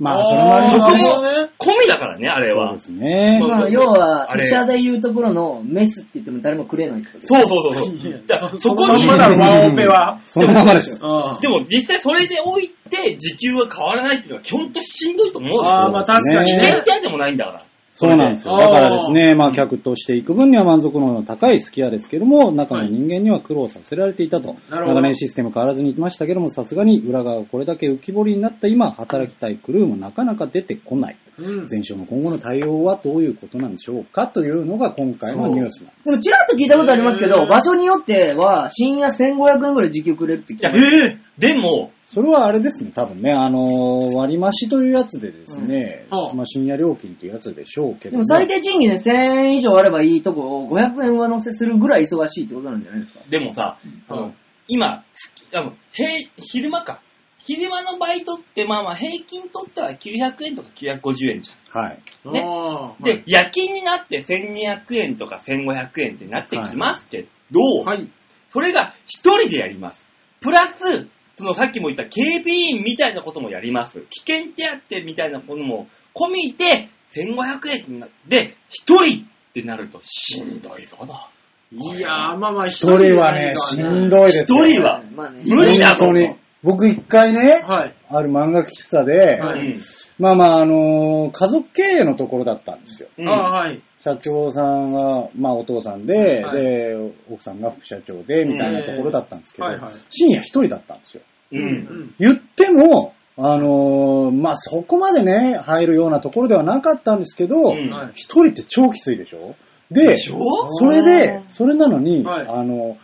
Speaker 1: まあ、それもあります
Speaker 2: そこ
Speaker 1: ね。
Speaker 2: も込みだからね、あれ
Speaker 1: そう
Speaker 2: は
Speaker 1: で。すね
Speaker 2: ま。あ
Speaker 4: まあ、要
Speaker 2: あ
Speaker 4: は、
Speaker 2: れ
Speaker 4: 医者で言うところのメスって言っても誰もくれないってこと
Speaker 2: そうそうそう
Speaker 3: い
Speaker 2: そ
Speaker 3: や
Speaker 2: う。だから
Speaker 3: そ
Speaker 2: そこに
Speaker 3: そ、のまんまだろワンオペは
Speaker 1: そのままですよ。
Speaker 3: あ
Speaker 2: でも実際それで置いて時給は変わらないっていうのは、きょんとしんどいと思うよ。
Speaker 3: あー、まあ確か
Speaker 1: ー
Speaker 2: 危
Speaker 1: ね
Speaker 3: に
Speaker 2: 険
Speaker 3: ね
Speaker 2: っ。てあでもないんだから。
Speaker 1: そうなんですよ。
Speaker 3: それ
Speaker 1: だ
Speaker 3: で
Speaker 1: からですね、まあ客として行く分には満足度の高いすき家ですけども、中の人間には苦労させられていたと。
Speaker 3: なるほど
Speaker 1: 長年システム変わらずにいましたけども、さすがに裏側これだけ浮き彫りになった今、働きたいクルーもなかなか出てこない。
Speaker 3: うん
Speaker 1: 全省の今後の対応はどういうことなんでしょうかというのが今回のニュースなんで
Speaker 4: でも、ちらっと聞いたことありますけ
Speaker 3: へ
Speaker 4: ど、
Speaker 3: ー
Speaker 4: 場所によっては、深夜1500円ぐらい時給くれるって聞い
Speaker 2: いや、
Speaker 4: た。
Speaker 2: えーでも、
Speaker 1: す。それはあれですね、多分ね、あのー割増しというやつでですね、
Speaker 3: うんはあ
Speaker 1: まあ深夜料金というやつでしょうけ
Speaker 4: で
Speaker 1: ど
Speaker 4: も、
Speaker 1: も、
Speaker 4: 最低賃金で1000円以上あればいいとこを500円上乗せするぐらい忙しいってことなんじゃないですか。
Speaker 2: でもさ、あの今、月あの平昼間か。昼間のバイトって、まあまあ平均取ったら900円とか950円じゃ
Speaker 1: はい。
Speaker 2: ね
Speaker 3: あ
Speaker 2: ん。
Speaker 3: ー
Speaker 2: で、夜勤になって1200円とか1500円ってなってきますけど、
Speaker 3: はい。
Speaker 2: それが一人でやります。プラス、そのさっきも言った警備員みたいなこともやります。危険手当みたいなものも込みで、1500円で一人ってなるとしんどいぞだ。
Speaker 3: いやー、まあまあ一
Speaker 1: それはね、しんどいですよ。
Speaker 2: 一人は
Speaker 4: まあね。
Speaker 2: 無理だぞと。
Speaker 1: 本当に。僕一回ね、
Speaker 3: はい。
Speaker 1: ある漫画喫茶で、
Speaker 3: は
Speaker 2: う
Speaker 3: い
Speaker 2: ん
Speaker 1: まあまあ、あのー家族経営のところだったんですよ。
Speaker 2: うん
Speaker 3: ああ、はい。
Speaker 1: 社長さんが、まあお父さんで、
Speaker 3: はい
Speaker 1: で、奥さんが副社長で、みたいなところだったんですけど、
Speaker 3: ええはいはい
Speaker 1: 深夜一人だったんですよ。
Speaker 2: う。
Speaker 3: うんん。
Speaker 1: 言っても、あのーまあそこまでね、入るようなところではなかったんですけど、
Speaker 2: うん
Speaker 3: はい
Speaker 1: 一人って超きついでしょで、
Speaker 2: でしょ
Speaker 1: それで、それなのに、
Speaker 3: はい
Speaker 1: あの、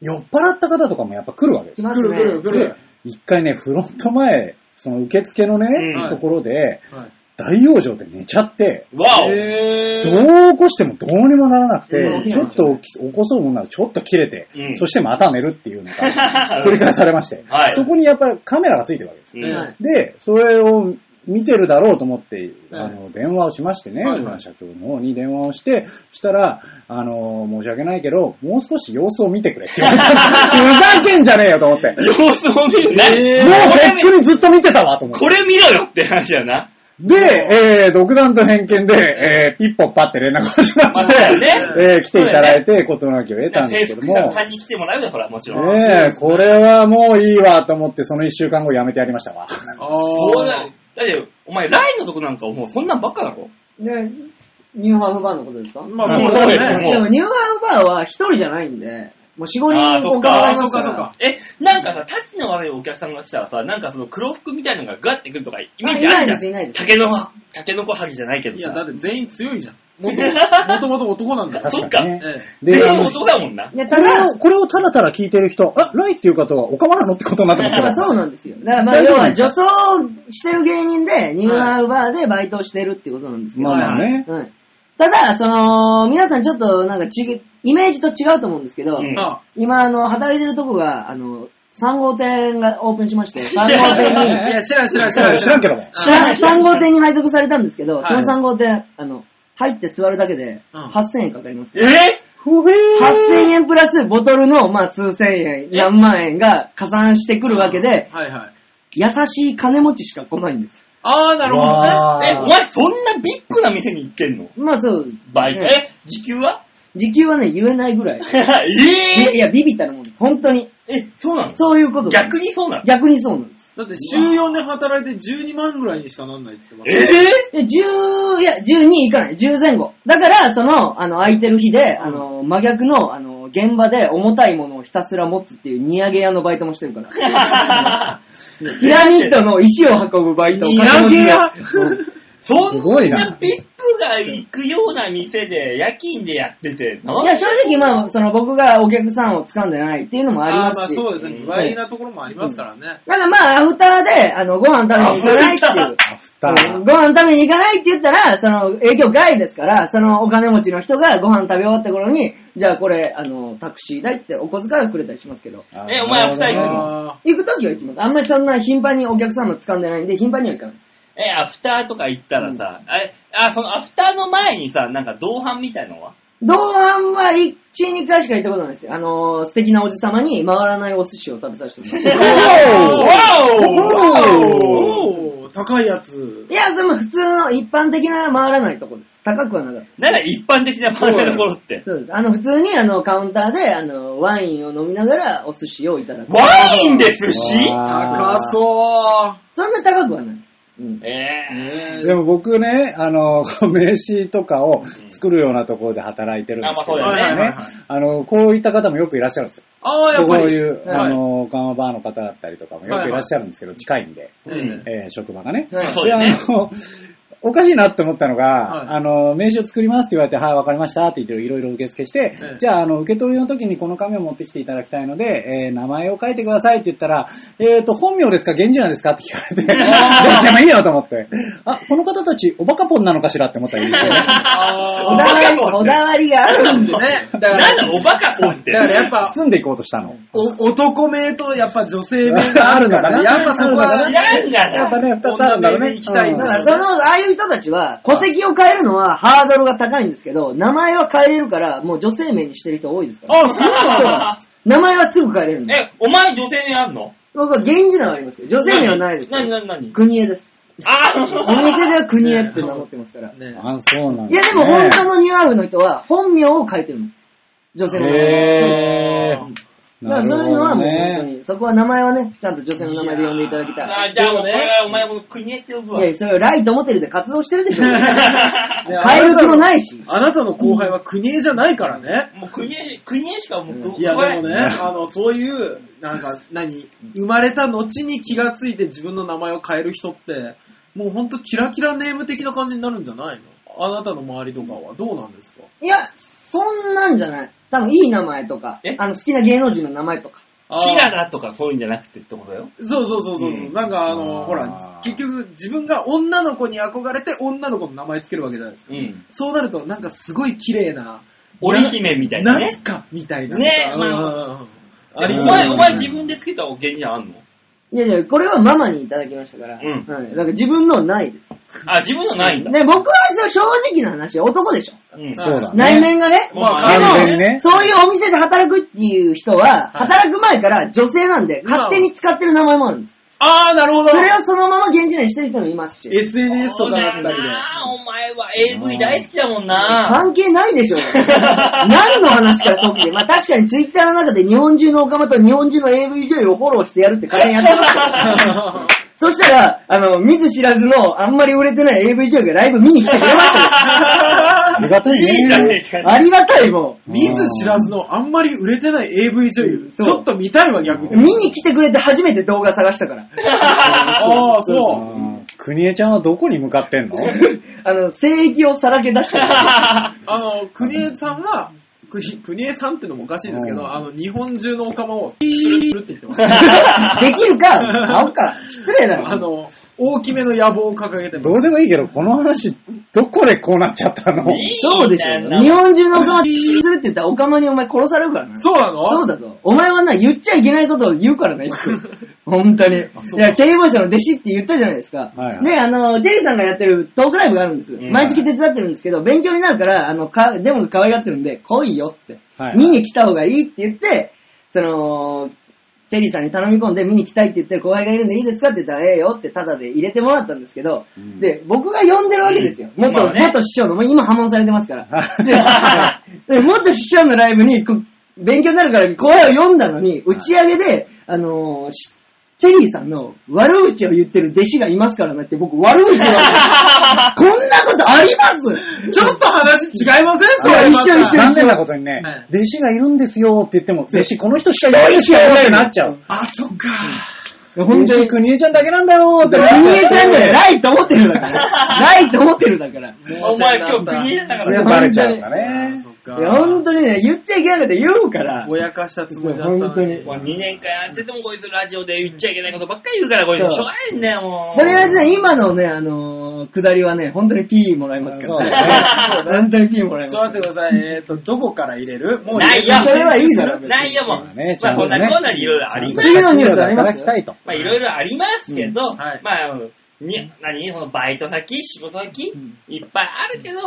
Speaker 1: 酔っ払った方とかもやっぱ来るわけですよ
Speaker 4: 来ま
Speaker 3: 来
Speaker 4: す
Speaker 3: る
Speaker 4: ね。
Speaker 3: 来る来
Speaker 1: で
Speaker 3: る。、
Speaker 1: 一回ね、フロント前、その受付のね、
Speaker 2: うん
Speaker 1: ところで、
Speaker 3: はい。
Speaker 1: 大養生で寝ちゃって、
Speaker 2: わお
Speaker 3: え
Speaker 1: どう起こしてもどうにもならなくて、
Speaker 3: うん
Speaker 1: ちょっと起き起こそうもんならちょっと切れて、
Speaker 2: うん
Speaker 1: そしてまた寝るっていうの が繰り返されまして、
Speaker 2: はい
Speaker 1: そこにやっぱりカメラがついてるわけですよ。
Speaker 2: うん
Speaker 3: はい
Speaker 1: で、それを見てるだろうと思って、あ
Speaker 3: は
Speaker 1: の、電話をしましてね、
Speaker 3: はいはい
Speaker 1: 今の社長の方に電話をして、したら、あの、申し訳ないけど、もう少し様子を見てくれって言われたふざけんじゃねえよと思って。
Speaker 2: 様子を見るな。
Speaker 1: もうとっくにずっと見てたわと思って
Speaker 2: こ。れ見ろよって話だな。
Speaker 1: で、えー、独断と偏見で、えー、ピッポッパって連絡をしま
Speaker 2: まあ
Speaker 1: し
Speaker 2: そうだよね
Speaker 1: て、 えー、来ていただいて、事なきを得たんですけ
Speaker 2: 制
Speaker 1: ど
Speaker 2: 服
Speaker 1: も、
Speaker 2: さんに来てもらうよ、ほら、もちろん。
Speaker 1: ねえ、これはもういいわと思って、その一週間後やめてやりましたわ。
Speaker 3: あ
Speaker 2: そうだよ
Speaker 3: あ。
Speaker 2: だって、お前、ラインのとこなんかもうそんなんばっかだろ。
Speaker 4: で、ニューハーフバーのことですか
Speaker 3: まあ
Speaker 2: も
Speaker 3: そうう
Speaker 2: そうで
Speaker 3: で
Speaker 2: すす
Speaker 3: ね。
Speaker 2: も
Speaker 4: でも
Speaker 2: う。
Speaker 4: ニューハーフバーは一人じゃないんで、もう4、
Speaker 2: あー
Speaker 4: 5人
Speaker 2: そ
Speaker 4: お
Speaker 2: っ
Speaker 4: か
Speaker 2: か
Speaker 4: わりますから。
Speaker 3: そうかそうか
Speaker 2: え、なんかさ、立ちの悪いお客さんが来たらさ、なんかその黒服みたいのがガッてくるとか、イメージあるじゃん。
Speaker 4: あいないですい
Speaker 2: 竹の葉、竹の子はぎじゃないけど
Speaker 3: い
Speaker 2: さ。
Speaker 3: や、だって全員強いじゃん。もともと男なんだよ。
Speaker 1: 確かにね。
Speaker 3: え
Speaker 2: 全
Speaker 1: で、あ
Speaker 2: 員
Speaker 1: の、
Speaker 2: 男だもんな。
Speaker 4: いや、
Speaker 1: こ
Speaker 4: た
Speaker 1: れ
Speaker 4: だ、
Speaker 1: を、これをただただ聞いてる人、あ、ライっていう方はおかまなのってことになってますか
Speaker 4: まあ
Speaker 1: ら。
Speaker 4: そうなんですよ。だからまあ、
Speaker 1: 大丈
Speaker 4: 要
Speaker 1: 夫なん
Speaker 4: は
Speaker 1: で
Speaker 4: 女
Speaker 1: す
Speaker 4: 装してる芸人で、ニューハーフバーでバイトをしてるってことなんですよ。
Speaker 1: まあまあね。
Speaker 4: はい。ただ、その、皆さんちょっとなんかちぐ、イメージと違うと思うんですけど、
Speaker 2: うん
Speaker 3: えあ
Speaker 4: 今、あの、働いてるとこが、あの、3号店がオープンしまして、
Speaker 3: あ
Speaker 4: 3号店
Speaker 3: い
Speaker 4: に、
Speaker 3: や、知らん知らん知
Speaker 1: 知ら
Speaker 3: らん
Speaker 1: ん知らんけども。
Speaker 4: 知らん3号店に配属されたんですけど、
Speaker 3: はい
Speaker 4: その3号店、あの、入って座るだけで、
Speaker 3: うん
Speaker 4: 8000円かかります。
Speaker 2: えぇ
Speaker 1: ふへ
Speaker 4: 8000円プラスボトルの、まあ、数千円、何万円が加算してくるわけで、
Speaker 3: はいはい。
Speaker 4: 優しい金持ちしか来ないんです
Speaker 3: ああ、なるほどね。
Speaker 2: え、お前そんなビッグな店に行ってんの
Speaker 4: よ。まあそう。
Speaker 2: バイト。え、
Speaker 4: ね
Speaker 2: 時給は
Speaker 4: 時給はね、言えないぐらい。
Speaker 2: え
Speaker 4: いや、ビビったらもんです。本当に。
Speaker 2: ぇえ、そうなの
Speaker 4: そういうこと
Speaker 2: 逆
Speaker 4: に
Speaker 2: にそうなの
Speaker 4: 逆にそうなんです。
Speaker 3: だって週4で働いて12万ぐらいにしかなんないって言って
Speaker 2: え
Speaker 3: ま
Speaker 2: ぇ
Speaker 3: す。
Speaker 4: で10、いや、12いかない。10前後。だから、その、あの、空いてる日で、あの、真逆の、あの、現場で重たいものをひたすら持つっていう荷上げ屋のバイトもしてるから。 ピラミッドの石を運ぶバイトを掛け持ち
Speaker 3: 荷
Speaker 4: で
Speaker 3: 上げ屋
Speaker 4: うん
Speaker 2: そ
Speaker 1: す
Speaker 2: ん
Speaker 1: ごい
Speaker 2: な
Speaker 1: な
Speaker 2: ビップが行くような店で夜勤でやってて、なん
Speaker 4: いや、正直まあ、その僕がお客さんを掴んでないっていうのもあり
Speaker 3: あ
Speaker 4: ま
Speaker 3: ーまあ
Speaker 4: すし。
Speaker 3: そうですね。
Speaker 2: うん
Speaker 3: 意外なところもありますからね。
Speaker 4: なんかまあ、アフターで、あの、ご飯食べに行かないっていう。
Speaker 1: アフター。
Speaker 4: ご飯食べに行かないって言ったら、その、影響外ですから、そのお金持ちの人がご飯食べ終わった頃に、じゃあこれ、あの、タクシー代ってお小遣いをくれたりしますけど。
Speaker 1: あ
Speaker 2: えお前アフター行くの
Speaker 3: あ
Speaker 4: 行くときは行きます。あんまりそんな頻繁にお客さんも掴んでないんで、頻繁には行かないです。
Speaker 2: え、アフターとか行ったらさ、あれあ、そのアフターの前にさ、なんか同伴みたいのは
Speaker 4: 同伴は1、2回しか行ったことないですよ。あの、素敵なおじさまに回らないお寿司を食べさせてもらって。
Speaker 3: ー
Speaker 1: おー
Speaker 3: おー高いやつ。
Speaker 4: いや、それも普通の一般的な回らないとこです。高くはなかっ
Speaker 2: な
Speaker 4: た。
Speaker 2: んか一般的なパンのところって。
Speaker 4: そうです。あの、普通にあの、カウンターで、あの、ワインを飲みながらお寿司をいただく。
Speaker 2: ワインで寿司
Speaker 1: あ
Speaker 3: 高
Speaker 1: ー
Speaker 3: そ
Speaker 4: そんな高くはない。
Speaker 2: え
Speaker 3: う。
Speaker 2: ー。
Speaker 3: ねえ
Speaker 1: でも僕ね、あの、名刺とかを作るようなところで働いてるんですけど、
Speaker 2: あまあそうだよね
Speaker 3: はいはいはい
Speaker 1: あの、こういった方もよくいらっしゃるんですよ。
Speaker 3: ああ、やっ
Speaker 1: こ
Speaker 3: ぱ
Speaker 1: う
Speaker 3: り。
Speaker 1: いう、
Speaker 3: はい
Speaker 1: あの、オカマバーの方だったりとかもよくいらっしゃるんですけど、近いんで、
Speaker 2: うん
Speaker 3: ええ
Speaker 1: えー職場がね。
Speaker 4: はい
Speaker 2: そうだよ
Speaker 1: で、
Speaker 2: ね
Speaker 1: あの、 おかしいなって思ったのが、
Speaker 3: はい
Speaker 1: あの、名刺を作りますって言われて、はい、わかりましたって言って、いろいろ受付して、
Speaker 3: ええ
Speaker 1: じゃあ、あの、受け取りの時にこの紙を持ってきていただきたいので、えー名前を書いてくださいって言ったら、えっ、と、本名ですか源氏なんですかって聞かれて、 どっちでもいいよと思って、あ、この方たち、おバカポンなのかしらって思ったりして、ね、
Speaker 4: こ
Speaker 3: あ
Speaker 4: だ
Speaker 3: あ。
Speaker 4: わり、こだわりがあるんで。
Speaker 3: ね、だか
Speaker 2: なん
Speaker 3: ら、
Speaker 2: だおバカさんって。
Speaker 3: だから やっぱ、
Speaker 1: 包んでいこうとしたの。
Speaker 3: お男名とやっぱ女性名があるから、
Speaker 1: あるのかな
Speaker 3: やっぱそこ
Speaker 2: 知
Speaker 3: は、
Speaker 2: らんが
Speaker 1: やっぱね、
Speaker 2: な。
Speaker 1: 二つあるんだろう
Speaker 3: 女名
Speaker 1: ね。
Speaker 3: で行きたいん
Speaker 4: だ
Speaker 3: だ
Speaker 4: からその、ああいう人たちは、戸籍を変えるのはハードルが高いんですけど、名前は変えれるから、もう女性名にしてる人多いですから。
Speaker 3: あ、そうなんだ。
Speaker 4: 名前はすぐ変えれるん で。
Speaker 2: え、お前女性名あんの
Speaker 4: 僕は源氏名はありますよ。女性名はないですよ。
Speaker 2: 何何何何
Speaker 4: 国江です。
Speaker 2: あ
Speaker 4: お店では国江って名乗ってますから。
Speaker 3: ね
Speaker 1: あ、そうなん
Speaker 4: いや
Speaker 1: だ、ね。
Speaker 4: でも本当のニュアーフの人は本名を書いてるんです。女性の名前。
Speaker 1: へー
Speaker 4: だからそういうのはも
Speaker 1: なる
Speaker 4: う本
Speaker 1: ほ
Speaker 4: 当
Speaker 1: どね
Speaker 4: に、そこは名前はね、ちゃんと女性の名前で呼んでいただきたい。
Speaker 2: あじゃあもうこれはお前も国へって呼ぶ
Speaker 4: い
Speaker 2: わ。
Speaker 4: や、それはライトモテルで活動してるでしょ。
Speaker 3: ね
Speaker 4: 変える気もないし。
Speaker 3: あなたの後輩は国枝じゃないからね。
Speaker 2: もう国へ、国へしかもう、
Speaker 3: いや、でもね、
Speaker 1: ね
Speaker 3: あの、そういう、なんか、何、生まれた後に気がついて自分の名前を変える人って、もうほんとキラキラネーム的な感じになるんじゃないのあなたの周りとかはどうなんですか
Speaker 4: いや、そんなんじゃない。多分いい名前とか
Speaker 2: え、
Speaker 4: あの好きな芸能人の名前とか。
Speaker 2: キララとかそういうんじゃなくてってことだよ。
Speaker 3: そうそうそうそうそう、
Speaker 2: うん
Speaker 3: なんかあ
Speaker 1: あ
Speaker 3: の、
Speaker 1: ー
Speaker 3: ほら、結局自分が女の子に憧れて女の子の名前つけるわけじゃないですか。
Speaker 2: うん。
Speaker 3: そうなると、なんかすごい綺麗な、
Speaker 2: 織姫みたいなね
Speaker 3: 夏。かみたいな。
Speaker 2: ね
Speaker 3: うんうんうんうんあり
Speaker 2: え
Speaker 3: そ
Speaker 2: お
Speaker 3: う
Speaker 2: 前、お前自分でつけたお芸人あんの
Speaker 4: いやいや、これはママにいただきましたから。
Speaker 2: うん
Speaker 4: はい。だから自分のないです。
Speaker 2: あ、自分のないんだ。
Speaker 4: ね、僕はそう正直な話、男でしょ。
Speaker 2: うん。
Speaker 1: そうだね。
Speaker 4: 内面がね。
Speaker 2: まあ
Speaker 1: 完全にね。
Speaker 4: そういうお店で働くっていう人は、働く前から女性なんで、勝手に使ってる名前もあるんです。
Speaker 3: あー、なるほど。
Speaker 4: それをそのまま現地内にしてる人もいますし。
Speaker 3: SNS とかだったりで。
Speaker 2: お前は AV 大好きだもんな。
Speaker 4: 関係ないでしょ。何の話からそうきて。まあ確かにツイッターの中で日本中のオカマと日本中の AV 女優をフォローしてやるって仮にやってます。 そしたら、あの、見ず知らずのあんまり売れてない AV 女優がライブ見に来てくれます
Speaker 1: ありがたいね。
Speaker 2: いいじゃねえか
Speaker 4: よ。ありがたいもん。
Speaker 3: 見ず知らずのあんまり売れてない AV 女優。
Speaker 4: そう
Speaker 3: ちょっと見たいわ、逆に。
Speaker 4: 見に来てくれて初めて動画探したから。
Speaker 3: ああ、そう。
Speaker 1: う。国枝ちゃんはどこに向かってんの
Speaker 4: あの、性域をさらけ出した から。
Speaker 3: あの、国枝さんは、国国枝さんってのもおかしいですけ
Speaker 1: うん
Speaker 3: ど、あの、日本中のオカマを、ピーって言ってます。あ
Speaker 4: できるか、青か、失礼だろ。
Speaker 3: の、大きめの野望を掲げて
Speaker 1: ど
Speaker 3: ま
Speaker 1: う
Speaker 3: す。
Speaker 1: でもいいけど、この話、どこでこうなっちゃったの
Speaker 4: そうでし
Speaker 2: いいんだ
Speaker 4: ょ。
Speaker 2: よ
Speaker 4: 日本中のおかまするって言ったら、おかまにお前殺されるからな。
Speaker 3: そうなの
Speaker 4: そうだぞ。お前はな、言っちゃいけないことを言うからな、よ く本当に。い
Speaker 3: そう
Speaker 4: や、チェリーボーイさんの弟子って言ったじゃないですか。
Speaker 1: はいはい
Speaker 4: ね、あの、チェリーさんがやってるトークライブがあるんです。
Speaker 2: ん
Speaker 4: 毎月手伝ってるんですけど、勉強になるから、あの、か、でも可愛がってるんで、来いよって。
Speaker 1: はい
Speaker 4: 見に来た方がいいって言って、その、チェリーさんに頼み込んで見に来たいって言ってる後輩がいるんでいいですかって言ったら、ええよってタダで入れてもらったんですけど、
Speaker 1: うん
Speaker 4: で、僕が呼んでるわけですよ。
Speaker 2: うん
Speaker 4: 元、
Speaker 2: まあね
Speaker 4: 元師匠の、もう今破門されてますから。で、で元師匠のライブに、こ勉強になるから、声を読んだのに、打ち上げで、あのーしチェリーさんの悪口を言ってる弟子がいますからねって、僕悪口を言われてこんなことありま
Speaker 3: ますちょっと話違いませんそれ。
Speaker 4: いや一緒一緒
Speaker 1: 残念なことにね、
Speaker 3: はい
Speaker 1: 弟子がいるんですよって言っても、弟子この人しかいないですよってなっちゃう。
Speaker 3: あ、そっか。
Speaker 1: 弟子国枝ちゃんだけなんだよーってなっちゃう。
Speaker 4: 国枝ちゃんじゃない、ライと思ってるんだから。ライと思ってるんだから。
Speaker 2: お前今日国枝だか
Speaker 1: す
Speaker 2: ら。
Speaker 1: ぐバレちゃうんだ
Speaker 3: あ
Speaker 1: ね。
Speaker 3: そっ
Speaker 4: いや、
Speaker 3: か。
Speaker 4: 本当にね、言っちゃいけないこと言うから。
Speaker 3: ぼやかしたつもりだったの。
Speaker 4: 本当に。
Speaker 2: もう2年間やっててもこいつラジオで言っちゃいけないことばっかり言うから、こいつ。し
Speaker 4: そう
Speaker 2: ょうがないんだよ、もう。
Speaker 4: とりあえずね、今のね、あのー、下りはね、本当に P もらいますか
Speaker 1: そう
Speaker 4: らね。
Speaker 3: だね
Speaker 4: 本当に P もらいます
Speaker 3: ちょっと待
Speaker 4: から。
Speaker 3: ってください。えっ、と、どこから入れるもう
Speaker 2: な
Speaker 3: 入れ
Speaker 2: いよ。
Speaker 4: それはいいだろ
Speaker 2: ないよ、もう。
Speaker 1: そうだね
Speaker 2: まあ、こんなコーナーにいろいろあります。
Speaker 4: 次のニュースあります
Speaker 1: 働きたいと。
Speaker 2: まあ、いろいろありますけど、
Speaker 3: んはい
Speaker 2: まあ、に、何このバイト先、仕事先、いっぱいあるけど、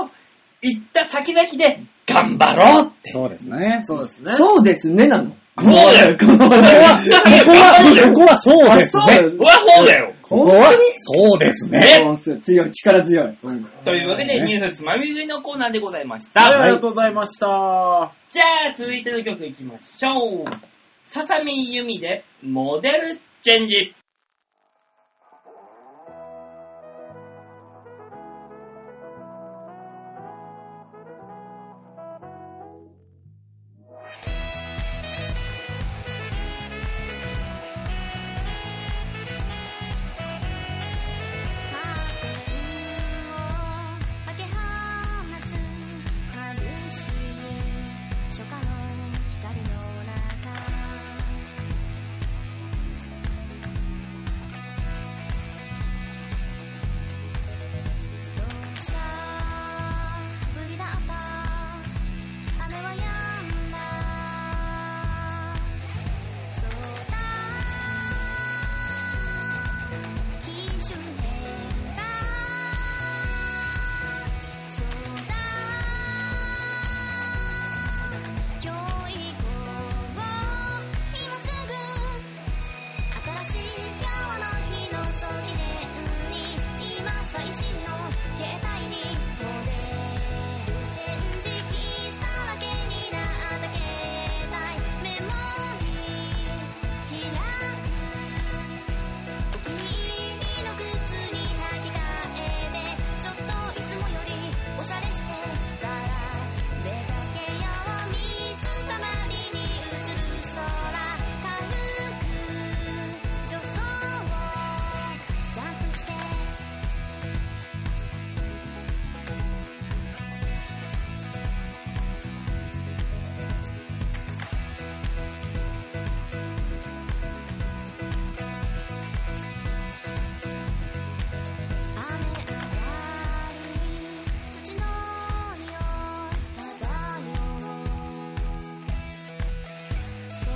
Speaker 2: 行った先々で頑張ろうって。
Speaker 1: そうです ね。
Speaker 3: そうですね。
Speaker 4: そうですね、なの。
Speaker 2: こうだよ。こ
Speaker 1: ここは、ここは、ここはそうです
Speaker 4: そうだよ
Speaker 1: ね。
Speaker 2: こはこうだよ。
Speaker 1: ここは、そうですね。
Speaker 2: ね
Speaker 4: もうす強い、力強い。
Speaker 2: というわけ
Speaker 1: ね
Speaker 2: で、ニュースつまみ食いのコーナーでございまし
Speaker 3: はい、
Speaker 2: た。
Speaker 3: ありがとうございました。
Speaker 2: じゃあ、続いての曲いきましょう。ささみゆみで、モデルチェンジ。
Speaker 6: カーテンを開け放つ春しい初夏の光の中読者ぶりだった雨は止んだそうだ「きしゅねがそだ」「教育を今すぐ」「新しい今日の日の総記念に」「今最新の携帯にモデルチェンジ」「キスだらけになった携帯メモリー」「開く」お気に入りの靴に履き替えてちょっといつもよりおしゃれしてさあ出かけよう水たまりに映る空軽く助走をジャンプして雨上がり土の匂い漂うそう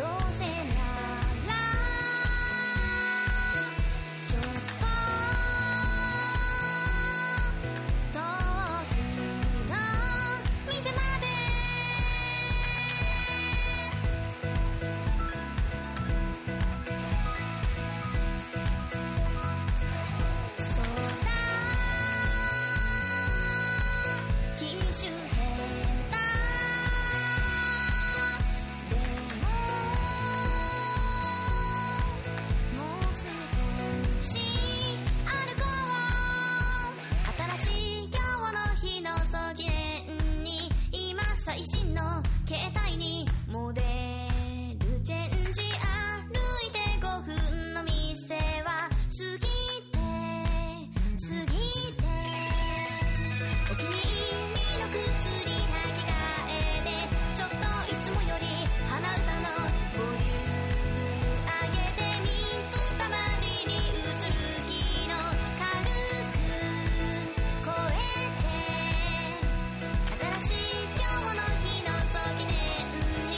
Speaker 6: だどうせならちょっと遠くの店までそうだ機種変だでももう少し歩こう新しい今日の日の草原に今最新の携帯にモデルチェンジ歩いて5分の店は過ぎて過ぎてお気に入りの靴に履き替えてちょっといつもより鼻歌のボリューム上げて水たまりに映る昨日軽く超えて新しい今日の日の総記念に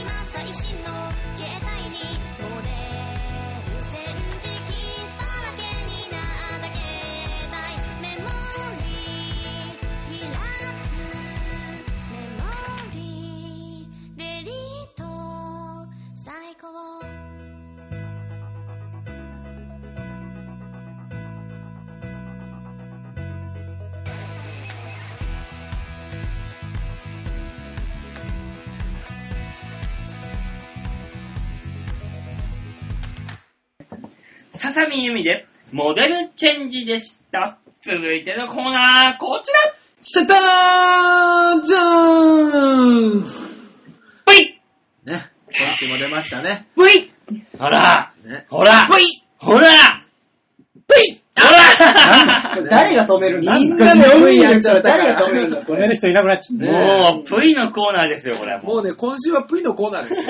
Speaker 6: 今最新の携帯にモデルチェンジキスだらけになった携帯メモリー開くメモリーデリート最高
Speaker 2: ささみゆみで、モデルチェンジでした。続いてのコーナー、こちら
Speaker 3: シャッターじゃーん
Speaker 2: ぷい
Speaker 3: ね、今週も出ましたね。
Speaker 2: ぷいほら
Speaker 3: ね。
Speaker 2: ほら
Speaker 3: ぷい
Speaker 2: ほらぷいほ
Speaker 4: 誰が止めるんだ
Speaker 3: みんな
Speaker 4: な
Speaker 3: で
Speaker 4: んか
Speaker 3: 読みや
Speaker 4: やっ
Speaker 3: っ
Speaker 4: ち
Speaker 3: ち
Speaker 4: ゃ
Speaker 3: ゃ
Speaker 4: う
Speaker 3: ったから
Speaker 4: 誰が止めるんだ
Speaker 1: 止める人いなくなっちゃった。
Speaker 2: ら もう、ぷいのコーナーですよ、これはもう。
Speaker 3: もうね、今週はプイのコーナ ーです。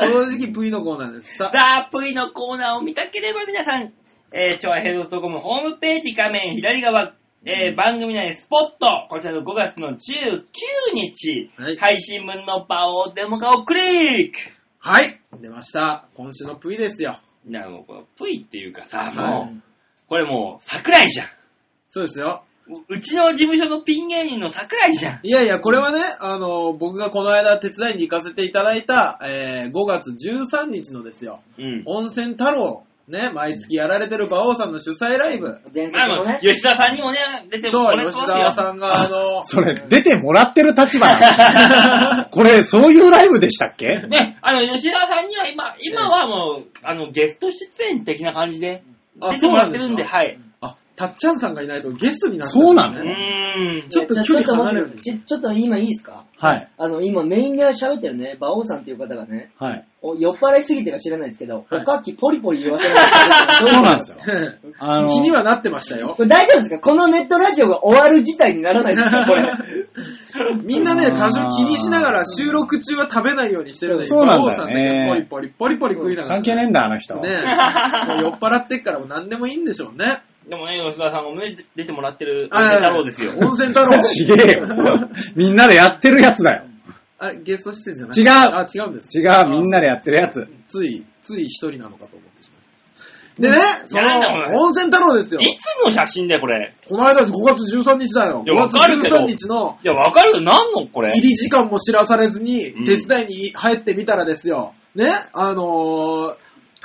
Speaker 3: 正直プイのコーナーです。さあ、
Speaker 2: さあ、プイのコーナーを見たければ皆さん、えー、超ヘイドットコムホームページ画面左側、えー、番組内スポット、こちらの5月の19日、
Speaker 3: はい
Speaker 2: 配信分の場をデモ化をクリック
Speaker 3: はい出ました。今週のプイですよ。
Speaker 2: なあ、もうこのプイっていうかさ、
Speaker 3: は
Speaker 2: も、
Speaker 3: いう
Speaker 2: これもう桜井じゃん。
Speaker 3: そうですよ。
Speaker 2: ううちの事務所のピン芸人の桜井じゃん。
Speaker 3: いやいや、これはね、あの、僕がこの間手伝いに行かせていただいた、えー、5月13日のですよ、
Speaker 2: うん。
Speaker 3: 温泉太郎、ね、毎月やられてる馬王さんの主催ライブ。
Speaker 4: 前
Speaker 2: まあま
Speaker 4: 作の
Speaker 2: あ、
Speaker 4: ね。
Speaker 2: 吉田さんにもね、出ても
Speaker 3: そう、
Speaker 2: らってますよ。
Speaker 3: 吉沢さんが、あの、
Speaker 1: それ、出てもらってる立場な のこれ、そういうライブでしたっけ
Speaker 2: ね、あの、吉田さんには今、今はもう、あの、ゲスト出演的な感じで、
Speaker 3: あ
Speaker 2: 出てもらってるんで、
Speaker 3: そうなんですか
Speaker 2: はい。
Speaker 3: あ、たっちゃんさんがいないとゲストになっちゃ
Speaker 1: そうなの
Speaker 2: う
Speaker 1: う
Speaker 2: ーん。
Speaker 3: ちょっと距離離れるんです
Speaker 4: ちょっと待ってちょっと今いいですか
Speaker 1: はい。
Speaker 4: あの、今メインが喋ってるね、馬王さんっていう方がね、
Speaker 1: はい。
Speaker 4: お酔っ払いすぎてか知らないですけど、
Speaker 3: はい
Speaker 4: おかきポリポリ言わせない
Speaker 1: そうなん ですよ。あの、
Speaker 3: 気にはなってましたよ
Speaker 4: こ。れ大丈夫ですかこのネットラジオが終わる事態にならないですか これ。
Speaker 3: みんなね、
Speaker 1: あー
Speaker 3: 多少気にしながら収録中は食べないようにしてるんで、
Speaker 1: そうなんだよね
Speaker 3: 馬王さんだけポリポリポリポリ食いながら。
Speaker 1: 関係ねえんだ、あの人。
Speaker 3: ねもう酔っ払ってっからもう何でもいいんでしょうね。
Speaker 2: でもね、吉田さんもね、出てもらってる、
Speaker 3: あ
Speaker 2: 太郎ですよ。
Speaker 3: 温泉太 郎。
Speaker 1: ちげえよ。 みんなでやってるやつだよ。
Speaker 3: あ、ゲスト出演じゃない
Speaker 1: 違う
Speaker 3: あ、違うんです。
Speaker 1: 違う、みんなでやってるやつ。
Speaker 3: つい、つい一人なのかと思ってしまう。でね、そ
Speaker 2: なんだこれ
Speaker 3: の、温泉太郎ですよ。
Speaker 2: いつの写真だよ、これ。
Speaker 3: この間5月13日だよ。
Speaker 2: いや
Speaker 3: 5月
Speaker 2: わかるけど
Speaker 3: 13日の
Speaker 2: いや、わかるよ。何のこれ。
Speaker 3: 入り時間も知らされずに
Speaker 2: うん、
Speaker 3: 手伝いに入ってみたらですよ。ね、あのー、
Speaker 2: あ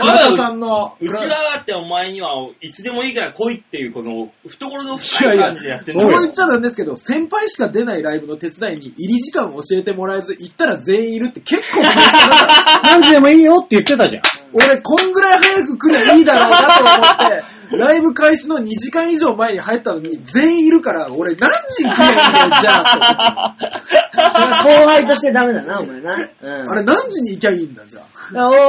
Speaker 3: 倉田さんの、
Speaker 2: うちはだってお前にはいつでもいいから来いっていうこの懐の深い
Speaker 3: いや
Speaker 2: 感
Speaker 3: い
Speaker 2: じでやってんだ
Speaker 3: こ
Speaker 2: よ
Speaker 3: う言っちゃなんですけど、先輩しか出ないライブの手伝いに入り時間を教えてもらえず、行ったら全員いるって結構プレッシャーだった。
Speaker 1: 何時でもいいよって言ってたじゃん。
Speaker 3: 俺、こんぐらい早く来ればいいだろうなと思って、ライブ開始の2時間以上前に入ったのに、全員いるから、俺何時に来ればいいんだよ、じゃあって
Speaker 4: それ後輩としてダメだな、お前な。うん。
Speaker 3: あれ、何時に行きゃいいんだ、じゃあ。
Speaker 4: お俺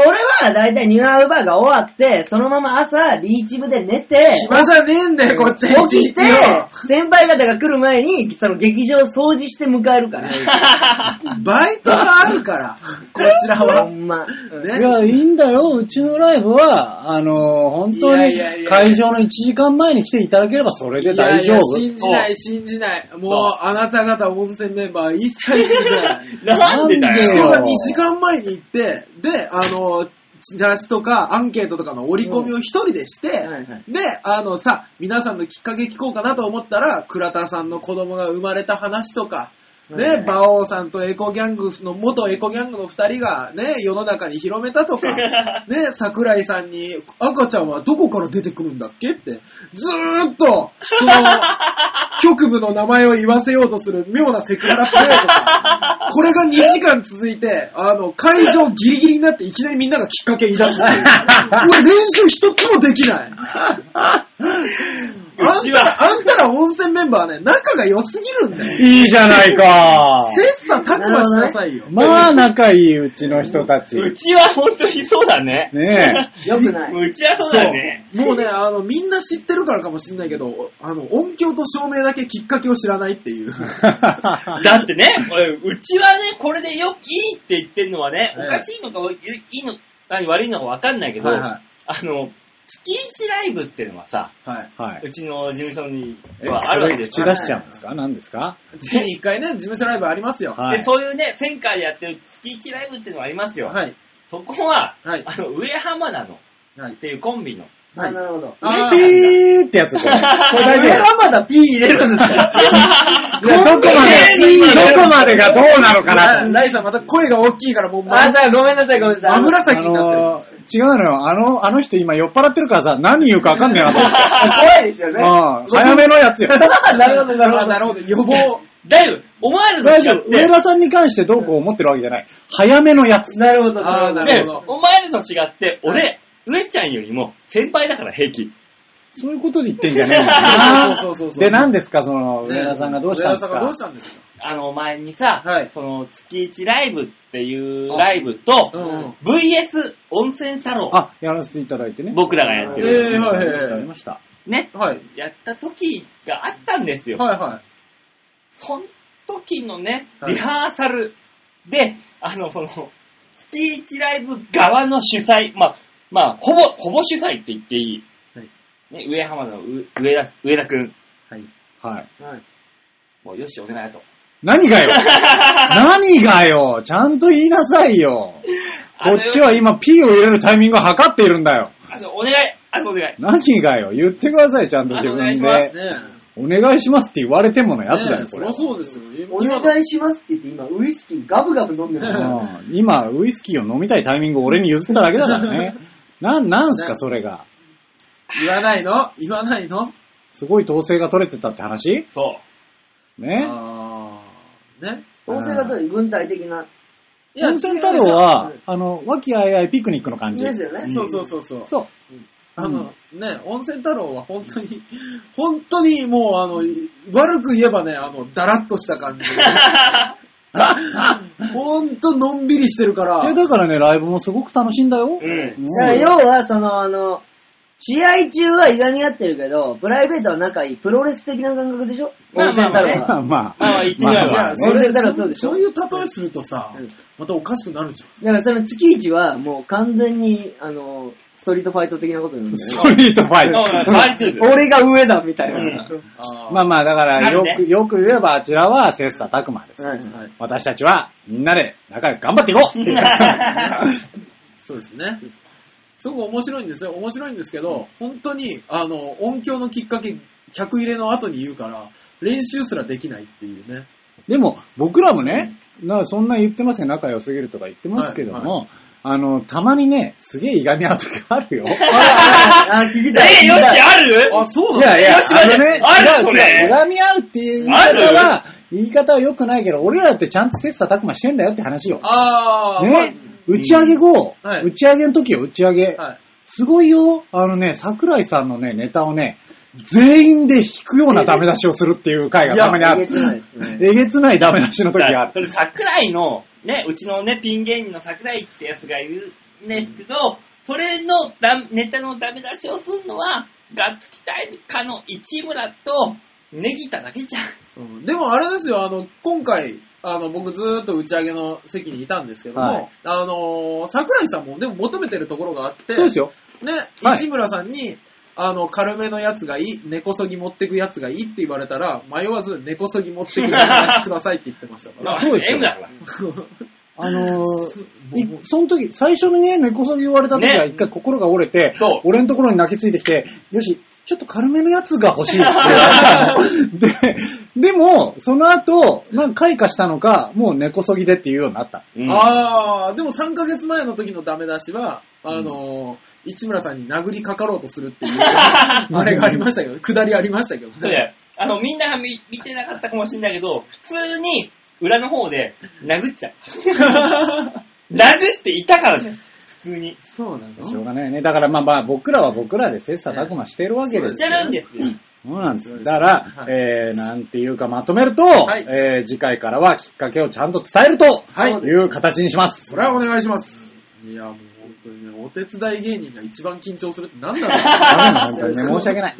Speaker 4: はだいたいニューアウバーが終わって、そのまま朝、ビーチ部で寝て、
Speaker 3: 暇じゃねえんだよ、こっちは一
Speaker 4: 起き
Speaker 3: 日
Speaker 4: て
Speaker 3: よ。、
Speaker 4: 先輩方が来る前に、その劇場を掃除して迎えるから。
Speaker 3: バイトがあるから、こちら
Speaker 4: ほ
Speaker 3: は。
Speaker 4: んま。
Speaker 1: い
Speaker 3: ね。
Speaker 1: や、いいんだよ。うちのライブは、あの、本当
Speaker 3: いやいやい
Speaker 1: に
Speaker 3: や
Speaker 1: 会場の1時間前に来ていただければそれで大丈夫。
Speaker 3: 信じない、信じない。もう、あなた方温泉メンバー一切信じない。
Speaker 2: なんでだ
Speaker 1: なん
Speaker 3: 人
Speaker 1: で
Speaker 2: よ。
Speaker 3: が2時間前に行って、で、あの、チラシとかアンケートとかの折り込みを一人でして、
Speaker 4: うんはいはい
Speaker 3: で、あのさ、皆さんのきっかけ聞こうかなと思ったら、倉田さんの子供が生まれた話とか、
Speaker 4: はいはい
Speaker 3: ね、馬王さんとエコギャングの、元エコギャングの二人がね、世の中に広めたと か、ね、桜井さんに、赤ちゃんはどこから出てくるんだっけって、ずーっと、そ の、局部の名前を言わせようとする妙なセクハラプレイとか、これが2時間続いて、あの、会場ギリギリになっていきなりみんながきっかけ言い出すっていう。俺練習一つもできない。あん
Speaker 2: ちは
Speaker 3: た、あんたら温泉メンバーね、仲が良すぎるんだよ。
Speaker 1: いいじゃないか。
Speaker 3: 切磋琢磨しなさいよ。
Speaker 1: まあ、仲いいうちの人 たち。
Speaker 2: う
Speaker 1: ね
Speaker 2: ちは本当にそうだね。
Speaker 1: え。
Speaker 4: よくないう
Speaker 2: ちはそうだね。
Speaker 3: もうね、あの、みんな知ってるからかもしんないけど、あの、音響と照明だけきっかけを知らないっていう。
Speaker 2: だってね、俺うちはね、これでよ、いいって言ってんのはね、お
Speaker 3: ええ
Speaker 2: かしいのか、いいのか、悪いのかわかんないけど、
Speaker 3: はいは
Speaker 2: あの、月一ライブっていうのはさ、
Speaker 3: はい。
Speaker 1: はい。
Speaker 2: うちの事務所に
Speaker 1: え、
Speaker 2: はあるわけです
Speaker 1: 口
Speaker 2: よ。
Speaker 1: 出しちゃうんですか何ですか
Speaker 3: 月に一回ね、事務所ライブありますよ。
Speaker 1: はい
Speaker 2: で、。そういうね、センカーでやってる月一ライブっていうのはありますよ。
Speaker 3: はい。
Speaker 2: そこは、
Speaker 3: はい
Speaker 2: あの、上浜なの
Speaker 3: はい
Speaker 2: っ。ていうコンビの。
Speaker 3: は
Speaker 4: あ
Speaker 3: い
Speaker 4: な。るほど。
Speaker 3: あ
Speaker 1: ピ
Speaker 3: ー
Speaker 1: ーってやつ。これ大丈夫。
Speaker 4: まだ P 入れるんですか
Speaker 1: いやどこまで、どこまでがどうなのかな
Speaker 3: ラ
Speaker 1: と。
Speaker 3: ライさんまた声が大きいからもう、ま
Speaker 4: あ、さあ、ごめんなさい、ごめんなさい。
Speaker 3: 真紫
Speaker 1: あ
Speaker 3: になっ
Speaker 1: のー、違うのよ。あの、あの人今酔っ払ってるからさ、何言うかわかんねえなと思って。
Speaker 4: 怖いです よね。
Speaker 1: うん早めのやつよ。
Speaker 4: なるほど、
Speaker 3: てる。
Speaker 4: なる
Speaker 3: あ
Speaker 4: ほど
Speaker 3: な。るほど。予防。
Speaker 2: だいぶ、お前らと
Speaker 1: 大丈
Speaker 2: 違っ
Speaker 1: 夫。上
Speaker 2: て、
Speaker 1: 田さんに関してどうこう思ってるわけじゃない。早めのやつ。
Speaker 4: なるほど、なる
Speaker 3: あ
Speaker 4: ほ
Speaker 3: ー
Speaker 4: ど
Speaker 3: な。
Speaker 2: ね
Speaker 3: るほど。
Speaker 2: お前らと違って、俺、上ちゃんよりも先輩だから平気。
Speaker 1: そういうことで言ってんじゃねえんだな
Speaker 3: そうそうそうそう
Speaker 1: で、何ですか、その、上田さんがどうしたんです
Speaker 3: 上田さんがど
Speaker 1: か
Speaker 3: うしたんですか
Speaker 2: あの、前にさ、
Speaker 3: はい
Speaker 2: その、月一ライブっていうライブと、
Speaker 3: うんうん
Speaker 2: VS 温泉太郎、
Speaker 1: あ、やらせていただいてね。
Speaker 2: 僕らがやって
Speaker 3: え
Speaker 2: る、
Speaker 3: ー、はいはい
Speaker 1: や
Speaker 3: はい
Speaker 1: りました。
Speaker 2: ね、
Speaker 3: はい。
Speaker 2: やった時があったんですよ。
Speaker 3: はいは
Speaker 2: その時のね、
Speaker 3: はい
Speaker 2: リハーサルで、あの、その、月一ライブ側の主催、まあ、まあ、ほぼ、ほぼ主催って言っていい。
Speaker 3: はい
Speaker 2: ね、上浜田のう上田、上田くん。
Speaker 3: い。はい。
Speaker 1: はい。
Speaker 3: はい。
Speaker 2: もうよし、お願いと。
Speaker 1: 何が よ何がよちゃんと言いなさいよこっちは今 P を入れるタイミングを測っているんだよ
Speaker 2: あの、お願い、あの、お願い。
Speaker 1: 何がよ言ってください、ちゃんと自
Speaker 2: お願
Speaker 1: 分
Speaker 2: いします
Speaker 1: で。
Speaker 3: ね
Speaker 1: お願いしますって言われてものやつだよ、
Speaker 3: ね
Speaker 1: こ
Speaker 3: そ
Speaker 1: れ
Speaker 3: りゃ。そうですよ。今
Speaker 4: お願いしますって言って今、ウイスキーガブガブ飲んでる
Speaker 3: う
Speaker 4: から。
Speaker 1: うん今、ウイスキーを飲みたいタイミングを俺に譲っただけだから ね。なん、なんすか、それが。
Speaker 3: 言わないの言わないの
Speaker 1: すごい統制が取れてたって話
Speaker 2: そう。
Speaker 1: ね。
Speaker 3: あーね。
Speaker 4: どうせだと軍隊的な。
Speaker 3: いや
Speaker 1: 温泉太郎は
Speaker 4: 違うでし、
Speaker 1: あの、和気あいあいピクニックの感じ。
Speaker 4: です
Speaker 3: 違
Speaker 4: よ
Speaker 3: う
Speaker 4: ね
Speaker 3: でし。ょそうそうそうそう。
Speaker 1: そう。
Speaker 3: あの、ね、温泉太郎は本当に、 本当にもうあの、悪く言えばね、あの、だらっとした感じ で。ほんとのんびりしてるから。
Speaker 1: え、だからね、ライブもすごく楽しいんだよ。
Speaker 2: うん
Speaker 4: だから要は、その、あの、試合中はいがみ合ってるけど、プライベートは仲いい、プロレス的な感覚でしょ
Speaker 2: まあ
Speaker 4: 温泉太
Speaker 1: ま
Speaker 4: 郎は。
Speaker 1: あま
Speaker 2: まあ
Speaker 1: あ。
Speaker 2: 言ってみれば
Speaker 3: い
Speaker 1: まあ
Speaker 3: や、
Speaker 1: ね
Speaker 3: そ
Speaker 4: 温
Speaker 3: れ
Speaker 4: 泉太郎
Speaker 3: そ
Speaker 4: そううでしょ
Speaker 3: そういう例えするとさ
Speaker 4: うん、
Speaker 3: またおかしくなるじゃん。
Speaker 4: だからその月一はもう完全に、あの、ストリートファイト的なことなんだ
Speaker 1: ス
Speaker 4: よ
Speaker 1: トリートファイ
Speaker 2: まあまあ
Speaker 1: ト。
Speaker 2: 変わりつつ
Speaker 4: 俺が上だみたいな。
Speaker 1: まあまあ、だから、
Speaker 2: なる
Speaker 1: よ
Speaker 2: ね
Speaker 1: く、よく言えば、あちらは切磋琢磨です。
Speaker 4: はい
Speaker 3: はい、
Speaker 1: 私たちは、みんなで仲良く頑張っていこ うっていう
Speaker 3: そうですね。すごく面白いんですよ。面白いんですけど、本当に、あの、音響のきっかけ、100入れの後に言うから、練習すらできないっていうね。
Speaker 1: でも、僕らもね、なそんな言ってますけど、仲良すぎるとか言ってますけども、あの、たまにね、すげえいがみ合う時ある よ。
Speaker 4: あ、聞き
Speaker 2: え、
Speaker 4: たい。聞き
Speaker 2: よし、
Speaker 4: たい
Speaker 2: ある
Speaker 1: そう
Speaker 2: だ
Speaker 1: いやいや、
Speaker 2: よし待
Speaker 1: あ
Speaker 2: って
Speaker 1: のね、
Speaker 2: あるそれ
Speaker 1: 違う違う、いがみ合うっていう言い方は、言い方は良くないけど、俺らだってちゃんと切磋琢磨してんだよって話よ。
Speaker 3: あー、
Speaker 1: ね、打ち上げ後、
Speaker 3: はい
Speaker 1: 打ち上げの時よ、打ち上げ。
Speaker 3: まあはい。
Speaker 1: すごいよ。あのね、桜井さんのね、ネタをね、全員で弾くようなダメ出しをするっていう回がたまにあ
Speaker 4: えげ
Speaker 1: る。
Speaker 4: つないですね。
Speaker 1: えげつないダメ出しの時があ
Speaker 2: だ
Speaker 1: る
Speaker 2: そ。れ桜井の、ね、うちのね、ピン芸人の桜井ってやつがいるんですけど、それのダネタのダメ出しをするのは、ガッツキ大家の市村とネギタだけじゃん。
Speaker 3: うんでもあれですよ、あの、今回、あの、僕ずーっと打ち上げの席にいたんですけども、
Speaker 1: はい
Speaker 3: あのー桜井さんもでも求めてるところがあって、
Speaker 1: そうですよ。
Speaker 3: ね、
Speaker 1: はい
Speaker 3: 市村さんに、あの、軽めのやつがいい、根こそぎ持ってくやつがいいって言われたら、迷わず根こそぎ持ってくやつくださいって言ってましたから。
Speaker 1: そうですよ
Speaker 2: M だから。
Speaker 1: あ の
Speaker 3: す
Speaker 1: ー、い
Speaker 3: もう
Speaker 1: その時、最初にね、根こそぎ言われた時は
Speaker 2: ね
Speaker 1: 一回心が折れて、
Speaker 2: そう
Speaker 1: 俺のところに泣きついてきて、よし、ちょっと軽めのやつが欲しいって言われたの。で、でも、その後、なんか開花したのか、もう根こそぎでっていうようになった。
Speaker 3: あー、でも3ヶ月前の時のダメ出しは、あのー市村さんに殴りかかろうとす るっていう、あれがありましたけど、下りありましたけど
Speaker 2: そう
Speaker 3: ね。
Speaker 2: だよ。あの、みんなが見見てなかったかもしれないけど、普通に裏の方で殴っちゃう。殴っていたからじゃん。普通に。
Speaker 3: そうなの
Speaker 1: しょうがないよね。だからまあまあ、僕らは僕らで切磋琢磨してるわけで
Speaker 2: し
Speaker 1: す
Speaker 2: て
Speaker 1: よ。
Speaker 2: るんですよ。
Speaker 1: そうなんで。
Speaker 3: そうですす
Speaker 1: だから、
Speaker 3: はい
Speaker 1: えー、なんていうかまとめると、
Speaker 3: はい
Speaker 1: えー、次回からはきっかけをちゃんと伝えると、
Speaker 3: はい
Speaker 1: いう形にします。
Speaker 3: それはお願いします。いや、もう本当にね、お手伝い芸人が一番緊張するって何なんだ
Speaker 1: ダメだ
Speaker 3: ろう
Speaker 1: ね本当にね申し訳ない。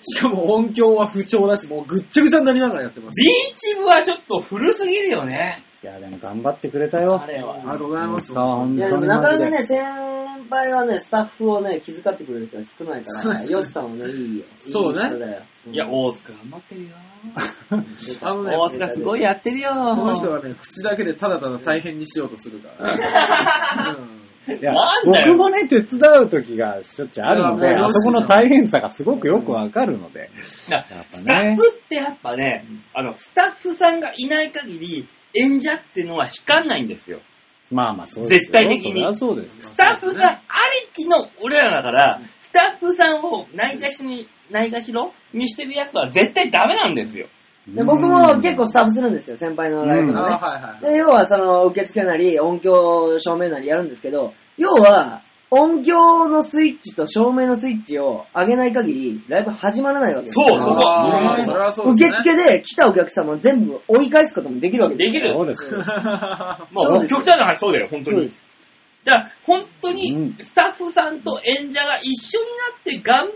Speaker 3: しかも音響は不調だし、もうぐっちゃぐちゃになりながらやってまし
Speaker 2: ビーチ部はちょっと古すぎるよね。
Speaker 1: いや、でも頑張ってくれたよ
Speaker 2: あ。れ
Speaker 3: た。あ
Speaker 2: は
Speaker 3: り。がとうございます。
Speaker 1: さあ本
Speaker 4: いや、で
Speaker 1: 当
Speaker 4: も
Speaker 1: に
Speaker 4: な
Speaker 1: マ
Speaker 4: かな
Speaker 1: ジ
Speaker 4: か
Speaker 1: で。
Speaker 4: ね、先輩はね、スタッフをね、気遣ってくれる人は少ない
Speaker 3: 少
Speaker 4: か
Speaker 3: な
Speaker 4: ら、
Speaker 3: い
Speaker 4: ヨシさんはね、いいよ。
Speaker 3: そうね
Speaker 4: いい人だよ。
Speaker 2: いや、大塚頑張ってるよ。
Speaker 3: あのね、
Speaker 2: 大塚すごいやってるよ。
Speaker 3: この人はね、口だけでただただ大変にしようとするから。 うん
Speaker 1: いや
Speaker 2: なんだよ
Speaker 1: 僕もね、手伝う時がしょっちゅうあるの
Speaker 3: い
Speaker 1: で、
Speaker 3: やもう
Speaker 1: あそこの大変さがすごくよくわかるので。
Speaker 2: だ
Speaker 1: やっぱ
Speaker 2: スタッ
Speaker 1: ね
Speaker 2: フってやっぱね、あの、スタッフさんがいない限り、演者ってのは光んないんですよ。
Speaker 1: まあまあ、そうですよ。
Speaker 2: 絶対的
Speaker 1: そ
Speaker 2: に
Speaker 1: りゃそうですよ。
Speaker 2: スタッフさんありきの俺らだから、スタッフさんをないがしに、ないがしろにしてるやつは絶対ダメなんですよ。
Speaker 4: で僕も結構スタッフするんですよ、先輩のライ
Speaker 1: う
Speaker 3: あー
Speaker 4: ブ
Speaker 1: ん
Speaker 4: のね。
Speaker 3: はいはいはい。
Speaker 4: で、要はその、受付なり、音響照明なりやるんですけど、要は、音響のスイッチと照明のスイッチを上げない限り、ライブ始まらないわけですよ
Speaker 2: そう、ここ。
Speaker 3: あー
Speaker 2: うん
Speaker 3: それはそうで
Speaker 4: 受
Speaker 3: すね。
Speaker 4: 付で来たお客様を全部追い返すこともできるわけです
Speaker 2: できる
Speaker 1: そうです。
Speaker 2: ま
Speaker 4: そう
Speaker 2: あ、
Speaker 4: です
Speaker 2: 極端な話そうだよ、本当
Speaker 4: そうで
Speaker 2: に
Speaker 4: す。
Speaker 2: だから、本当
Speaker 1: うん
Speaker 2: に、スタッフさんと演者が一緒になって頑張っ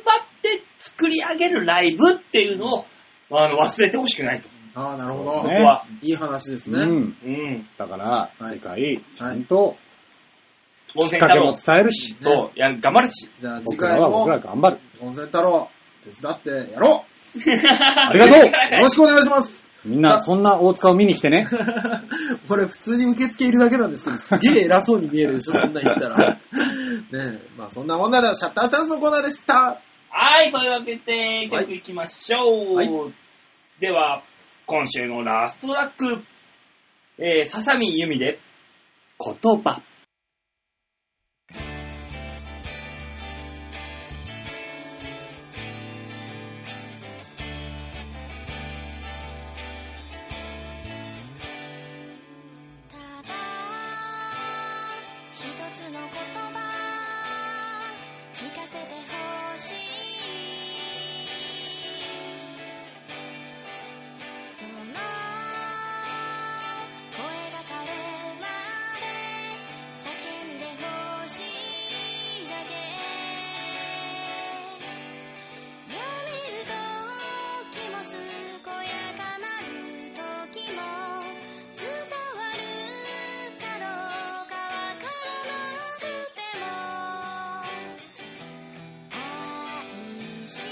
Speaker 2: て作り上げるライブっていうのを、あの、忘れてほしくないと。
Speaker 3: ああ、なる
Speaker 2: こ
Speaker 3: ほど
Speaker 2: こ。は。
Speaker 3: いい話です
Speaker 1: う
Speaker 3: ね。
Speaker 1: ん。
Speaker 2: うん。
Speaker 1: だから、
Speaker 3: はい
Speaker 1: 次回、ちゃんと、きっ
Speaker 2: 温泉
Speaker 1: か
Speaker 2: 太
Speaker 1: け
Speaker 2: 郎
Speaker 1: も伝えるし、
Speaker 2: と、いや、頑張るし。
Speaker 3: じゃあ次
Speaker 1: 僕ら
Speaker 3: 回
Speaker 1: は僕
Speaker 3: も
Speaker 1: ら、が頑張 る。
Speaker 3: 温泉太郎、手伝ってやろ
Speaker 2: あ
Speaker 1: りがとう
Speaker 3: うよろしくお願いします
Speaker 1: みんな、そんな大塚を見に来て ね。
Speaker 3: 俺普通に受付いるだけなんですけど、すげえ偉そうに見えるでしょ、そんなん言っ たら。ねえ、まあそんな女でシャッターチャンスのコーナーでした。
Speaker 2: はい、というわけで、曲いきましょう。
Speaker 3: はい
Speaker 2: では、今週のラストラック、えー、ささみゆみで、言葉。
Speaker 6: ただ一つの言葉聞かせてほしいその声が枯れまで叫んでほしいだけ夜見る時も健やかなる時も伝わるかどうかわからなくても愛して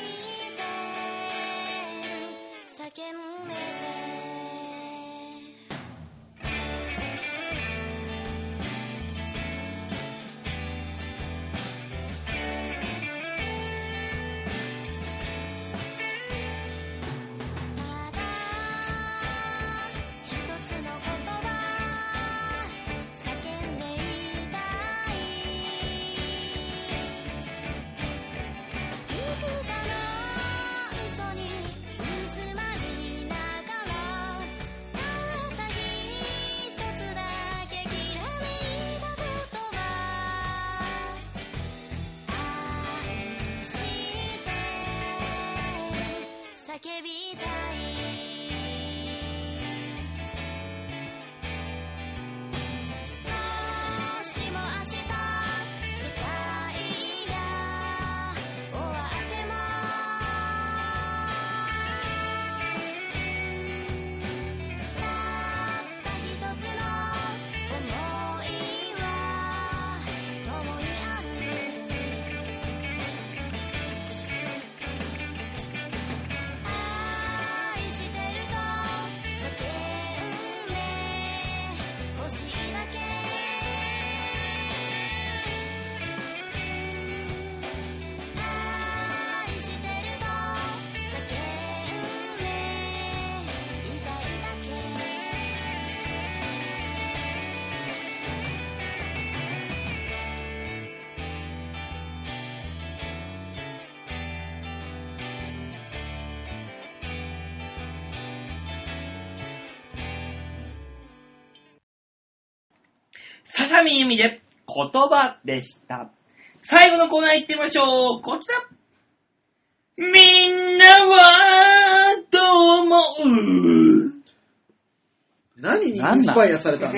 Speaker 6: 叫んでてただ「ひとつの言葉叫んでいたい」「幾多の嘘に盗まれながら」「たったひとつだけきらめいたことは愛して」叫びたいもしも明日世界が終わってもたった一つの想いは共にある愛してると叫んで欲しいだけ愛してると叫んでいたいだけ
Speaker 2: ささみゆみで、言葉でした。最後のコーナー行ってみましょう。こちら。みんなは、どう思う
Speaker 3: 何にインスパイアされ たの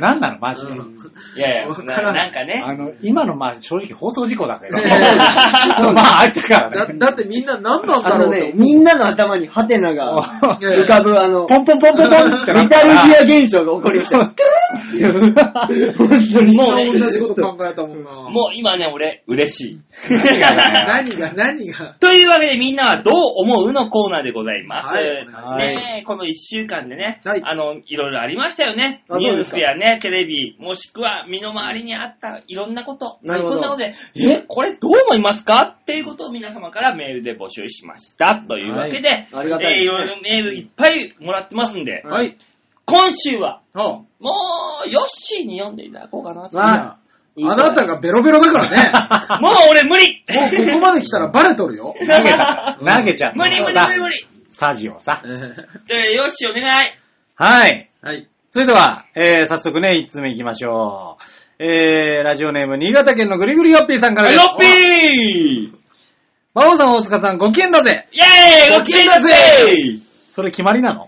Speaker 1: なんなの、マジで。
Speaker 3: うん
Speaker 2: いやいや
Speaker 3: わからん
Speaker 2: な、なんかね。
Speaker 1: あの、今の、まあ、正直放送事故だけど、
Speaker 3: ね
Speaker 1: ち
Speaker 3: え
Speaker 1: ょっと まあ、あったから
Speaker 3: だ
Speaker 1: ね。
Speaker 3: だってみんな何なんだ
Speaker 4: あ
Speaker 3: ろ
Speaker 4: の
Speaker 3: う
Speaker 4: ね
Speaker 3: と、
Speaker 4: みんなの頭にハテナが
Speaker 3: いやいや
Speaker 4: 浮かぶ、あ の、
Speaker 1: ポンポンポンポンポンってな
Speaker 4: メ
Speaker 1: った
Speaker 4: タル
Speaker 1: ら
Speaker 4: ギア現象が起こりました。 本当に。
Speaker 2: もうね
Speaker 3: 同じこと考えたもんな。
Speaker 2: もう今ね、俺、嬉し い。
Speaker 3: 何が何が
Speaker 2: というわけでみんなはどう思うのコーナーでございます。
Speaker 3: はい
Speaker 2: ねえこの1週間でね、
Speaker 3: はい
Speaker 2: あの、いろいろありましたよね。
Speaker 4: あ
Speaker 2: ニ
Speaker 4: そう
Speaker 2: ュ
Speaker 4: で
Speaker 2: ー
Speaker 4: すか
Speaker 2: スやね、テレビ、もしくは身の回りにあったいろんなこと。
Speaker 3: なるほど
Speaker 2: こんなことで、え、これどう思いますかっていうことを皆様からメールで募集しました。というわけで、
Speaker 4: ありがたい
Speaker 2: えーいろいろメールいっぱいもらってますんで、
Speaker 3: はい。
Speaker 2: 今週は、
Speaker 3: あ
Speaker 2: もう、ヨッシーに読んでいただこうかなと。
Speaker 3: あ
Speaker 4: いいね
Speaker 3: なたがベロベロだか らね。
Speaker 2: もう俺無理
Speaker 3: もうここまで来たらバレとるよ。
Speaker 1: 投げた。投げちゃった。
Speaker 2: 無理無理無理無理
Speaker 1: サジをさ
Speaker 3: え。ー
Speaker 2: じゃあヨッシーお願い
Speaker 1: はい。
Speaker 3: はい。
Speaker 1: それでは、えー、早速ね、一つ目行きましょう。えー、ラジオネーム、新潟県のぐりぐりよっぴーさんからです。
Speaker 2: よっぴーイェーイ
Speaker 1: バオさん、大塚さん、ご機嫌だぜ
Speaker 2: ご機嫌だぜ
Speaker 1: それ決まりなの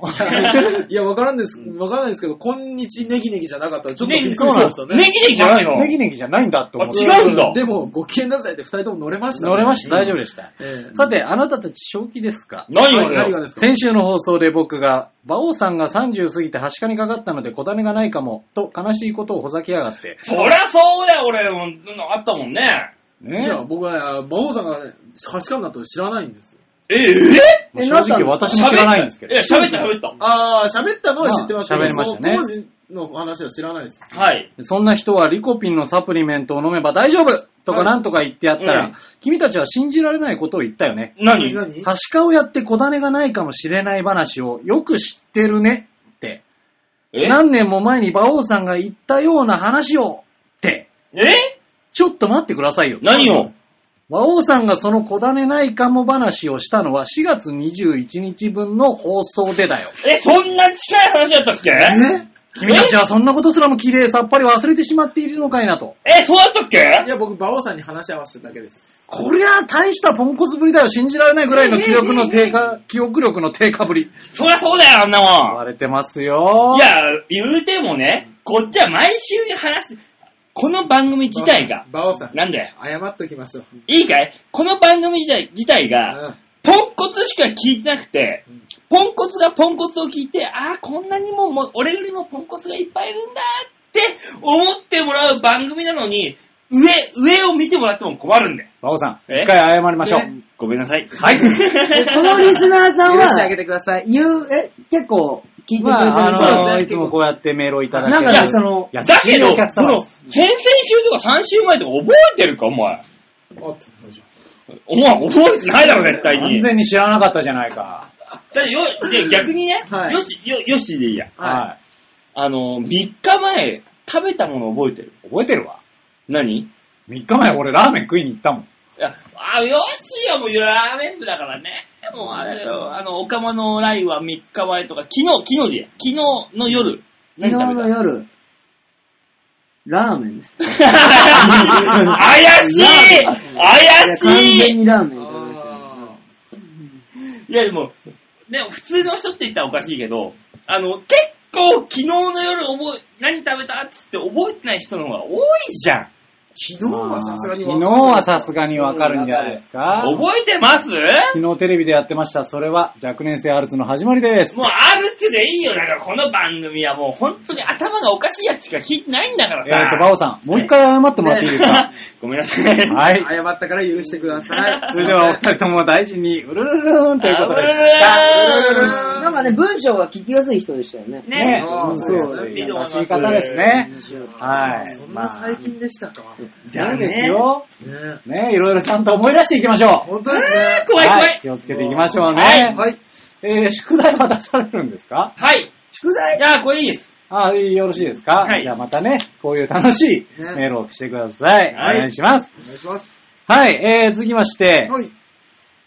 Speaker 3: いや、わからんです、わからないですけど、こんにちネギネギじゃなかったら、ちょっと
Speaker 2: ネギ
Speaker 3: び
Speaker 2: ネギ
Speaker 3: っくりしましたね。
Speaker 2: じ ゃないの
Speaker 1: ネギネギじゃないんだって思って。
Speaker 2: あ違うんだ
Speaker 3: でも、ご機嫌なさいって二人とも乗れました、
Speaker 1: 乗れました。大丈夫でした。
Speaker 3: ええ
Speaker 1: さて、あなたたち正気ですか
Speaker 2: 何
Speaker 3: はい
Speaker 2: をだ
Speaker 3: 何が
Speaker 2: よ
Speaker 3: ですか
Speaker 1: 先週の放送で僕が、馬王さんが30過ぎてはしかにかかったので小種がないかも、と悲しいことをほざきやがって。
Speaker 2: そりゃそうだよ、俺。ほんとあったもんね。
Speaker 1: ね
Speaker 3: じゃあ僕はね、あ馬王さんがね、はしかになったの知らないんですよ。
Speaker 2: ええ
Speaker 1: まあ正直私も知らないんですけど
Speaker 2: いや、。喋った、喋った。
Speaker 3: あー、喋ったのは知ってましたけど、
Speaker 1: まあ喋りましたね
Speaker 3: その当時の話は知らないです。
Speaker 2: はい。
Speaker 1: そんな人はリコピンのサプリメントを飲めば大丈夫とか
Speaker 3: はい
Speaker 1: なんとか言ってやったら、
Speaker 2: うん
Speaker 1: 君たちは信じられないことを言ったよね。
Speaker 2: 何
Speaker 3: 何
Speaker 1: はしかをやって小種がないかもしれない話をよく知ってるねって。
Speaker 2: え
Speaker 1: 何年も前に馬王さんが言ったような話をって。
Speaker 2: え
Speaker 1: ちょっと待ってくださいよ。
Speaker 2: 何を
Speaker 1: 馬王さんがその小種ないかも話をしたのは4月21日分の放送でだよ。
Speaker 2: え、そんな近い話だったっけ
Speaker 1: 君たちはそんなことすらも綺麗さっぱり忘れてしまっているのかいなと。
Speaker 2: え、そうだったっけ
Speaker 3: いや、僕、馬王さんに話し合わせただけです。
Speaker 1: こりゃ大したポンコツぶりだよ。信じられないぐらいの記憶の低下、記憶力の低下ぶり。
Speaker 2: そりゃそうだよ、あんな
Speaker 1: 言
Speaker 2: も
Speaker 1: われてますよ。
Speaker 2: ん。いや、言うてもね、こっちは毎週話す、この番組自体が、
Speaker 3: 馬王さん、
Speaker 2: なんだよ。
Speaker 3: 謝っときましょう。
Speaker 2: いいかいこの番組自体自体が、
Speaker 3: うん
Speaker 2: ポンコツしか聞いてなくて、ポンコツがポンコツを聞いて、ああ、こんなにももう俺よりもポンコツがいっぱいいるんだって思ってもらう番組なのに、上、上を見てもらっても困るんだよ。
Speaker 1: 馬王さん、
Speaker 2: え
Speaker 1: 一回謝りましょう。
Speaker 3: ね
Speaker 2: ごめんなさい。
Speaker 1: はい。
Speaker 4: えこのリスナーさん
Speaker 3: 許してあげ
Speaker 4: は、
Speaker 3: てください。
Speaker 4: 言う、え、結構聞いてくれてる
Speaker 1: まあ、あ
Speaker 3: そう
Speaker 1: の、
Speaker 3: で
Speaker 1: い
Speaker 3: す
Speaker 1: つ
Speaker 3: ね
Speaker 1: もこうやってメールをい ただ
Speaker 4: ないん
Speaker 1: て
Speaker 4: か
Speaker 1: る
Speaker 4: ね、その、
Speaker 1: 優
Speaker 2: だけ
Speaker 1: しい
Speaker 2: ど、
Speaker 1: お客
Speaker 2: そ
Speaker 1: 様
Speaker 2: の
Speaker 1: で
Speaker 2: 先々週とか3週前とか覚えてるか、お前。
Speaker 3: あった、そうしよ
Speaker 2: お前覚えてないだろ、絶対
Speaker 1: す完
Speaker 2: に。
Speaker 1: 全に知らなかったじゃないか。
Speaker 2: だってよ、で逆にね、
Speaker 3: はい
Speaker 2: よし、よ、よしでいいや。
Speaker 3: はい
Speaker 1: は
Speaker 2: あの、3日前、食べたもの覚えてる。
Speaker 1: い。覚えてるわ。
Speaker 2: 何
Speaker 1: 3日前俺ラーメン食いに行ったもん。
Speaker 2: いやあ、よしよ、もうラーメン部だからね。もうあれだよ、あの、おかまのライは3日前とか、昨日、昨日で、昨日の夜。
Speaker 4: 昨
Speaker 2: 何食べた
Speaker 4: 日の夜、ラーメンです。
Speaker 2: 怪しい怪
Speaker 4: いや完
Speaker 2: し
Speaker 4: 全
Speaker 2: い
Speaker 4: にラーメン
Speaker 3: う
Speaker 4: いただきましたね
Speaker 3: あ
Speaker 2: いや、でも、ね、普通の人って言ったらおかしいけど、あの、結構昨日の夜覚え、何食べたっつって覚えてない人の方が多いじゃん。
Speaker 3: ー昨日はさすがに
Speaker 1: 昨日はさすがにわかるんじゃないですか。
Speaker 2: 覚えてます
Speaker 1: 昨日テレビでやってました。それは若年性アルツの始まりです。
Speaker 2: もうあるってでいいよ。だからこの番組はもう本当に頭がおかしいやつしか聞いてないんだから
Speaker 1: え
Speaker 2: さ。
Speaker 1: ーと、バオさん、もう一回謝ってもらっていいですか
Speaker 2: ごめんなさい。
Speaker 1: は
Speaker 3: 謝
Speaker 1: い。
Speaker 3: ったから許してくださ い。
Speaker 1: それではお二人とも大事に、うるるるーんということで。
Speaker 2: あ
Speaker 4: なんかね、文章が聞きやすい人でしたよね。
Speaker 2: ね
Speaker 1: ね
Speaker 3: あー
Speaker 1: そう
Speaker 3: そう
Speaker 1: 優
Speaker 2: です
Speaker 1: し
Speaker 2: ね
Speaker 1: い方ですね。はい。
Speaker 3: そんな最近でしたか。
Speaker 1: じゃあですよ。
Speaker 3: ね
Speaker 1: ねいろいろちゃんと思い出していきましょう。
Speaker 3: 本当ですね。
Speaker 2: 怖い怖い。
Speaker 1: は気をつけていきましょうね。
Speaker 3: はい。
Speaker 1: えー、宿題は出されるんですか
Speaker 2: はい。
Speaker 4: 宿題
Speaker 2: じゃあこれいいです。
Speaker 1: あーよろしいですか、
Speaker 2: はい
Speaker 1: じゃあまたね、こういう楽しい
Speaker 3: ね
Speaker 1: メールをしてください。
Speaker 2: はい
Speaker 1: お願いします。
Speaker 3: お願いします。
Speaker 1: はい、えー、続きまして、
Speaker 3: はい。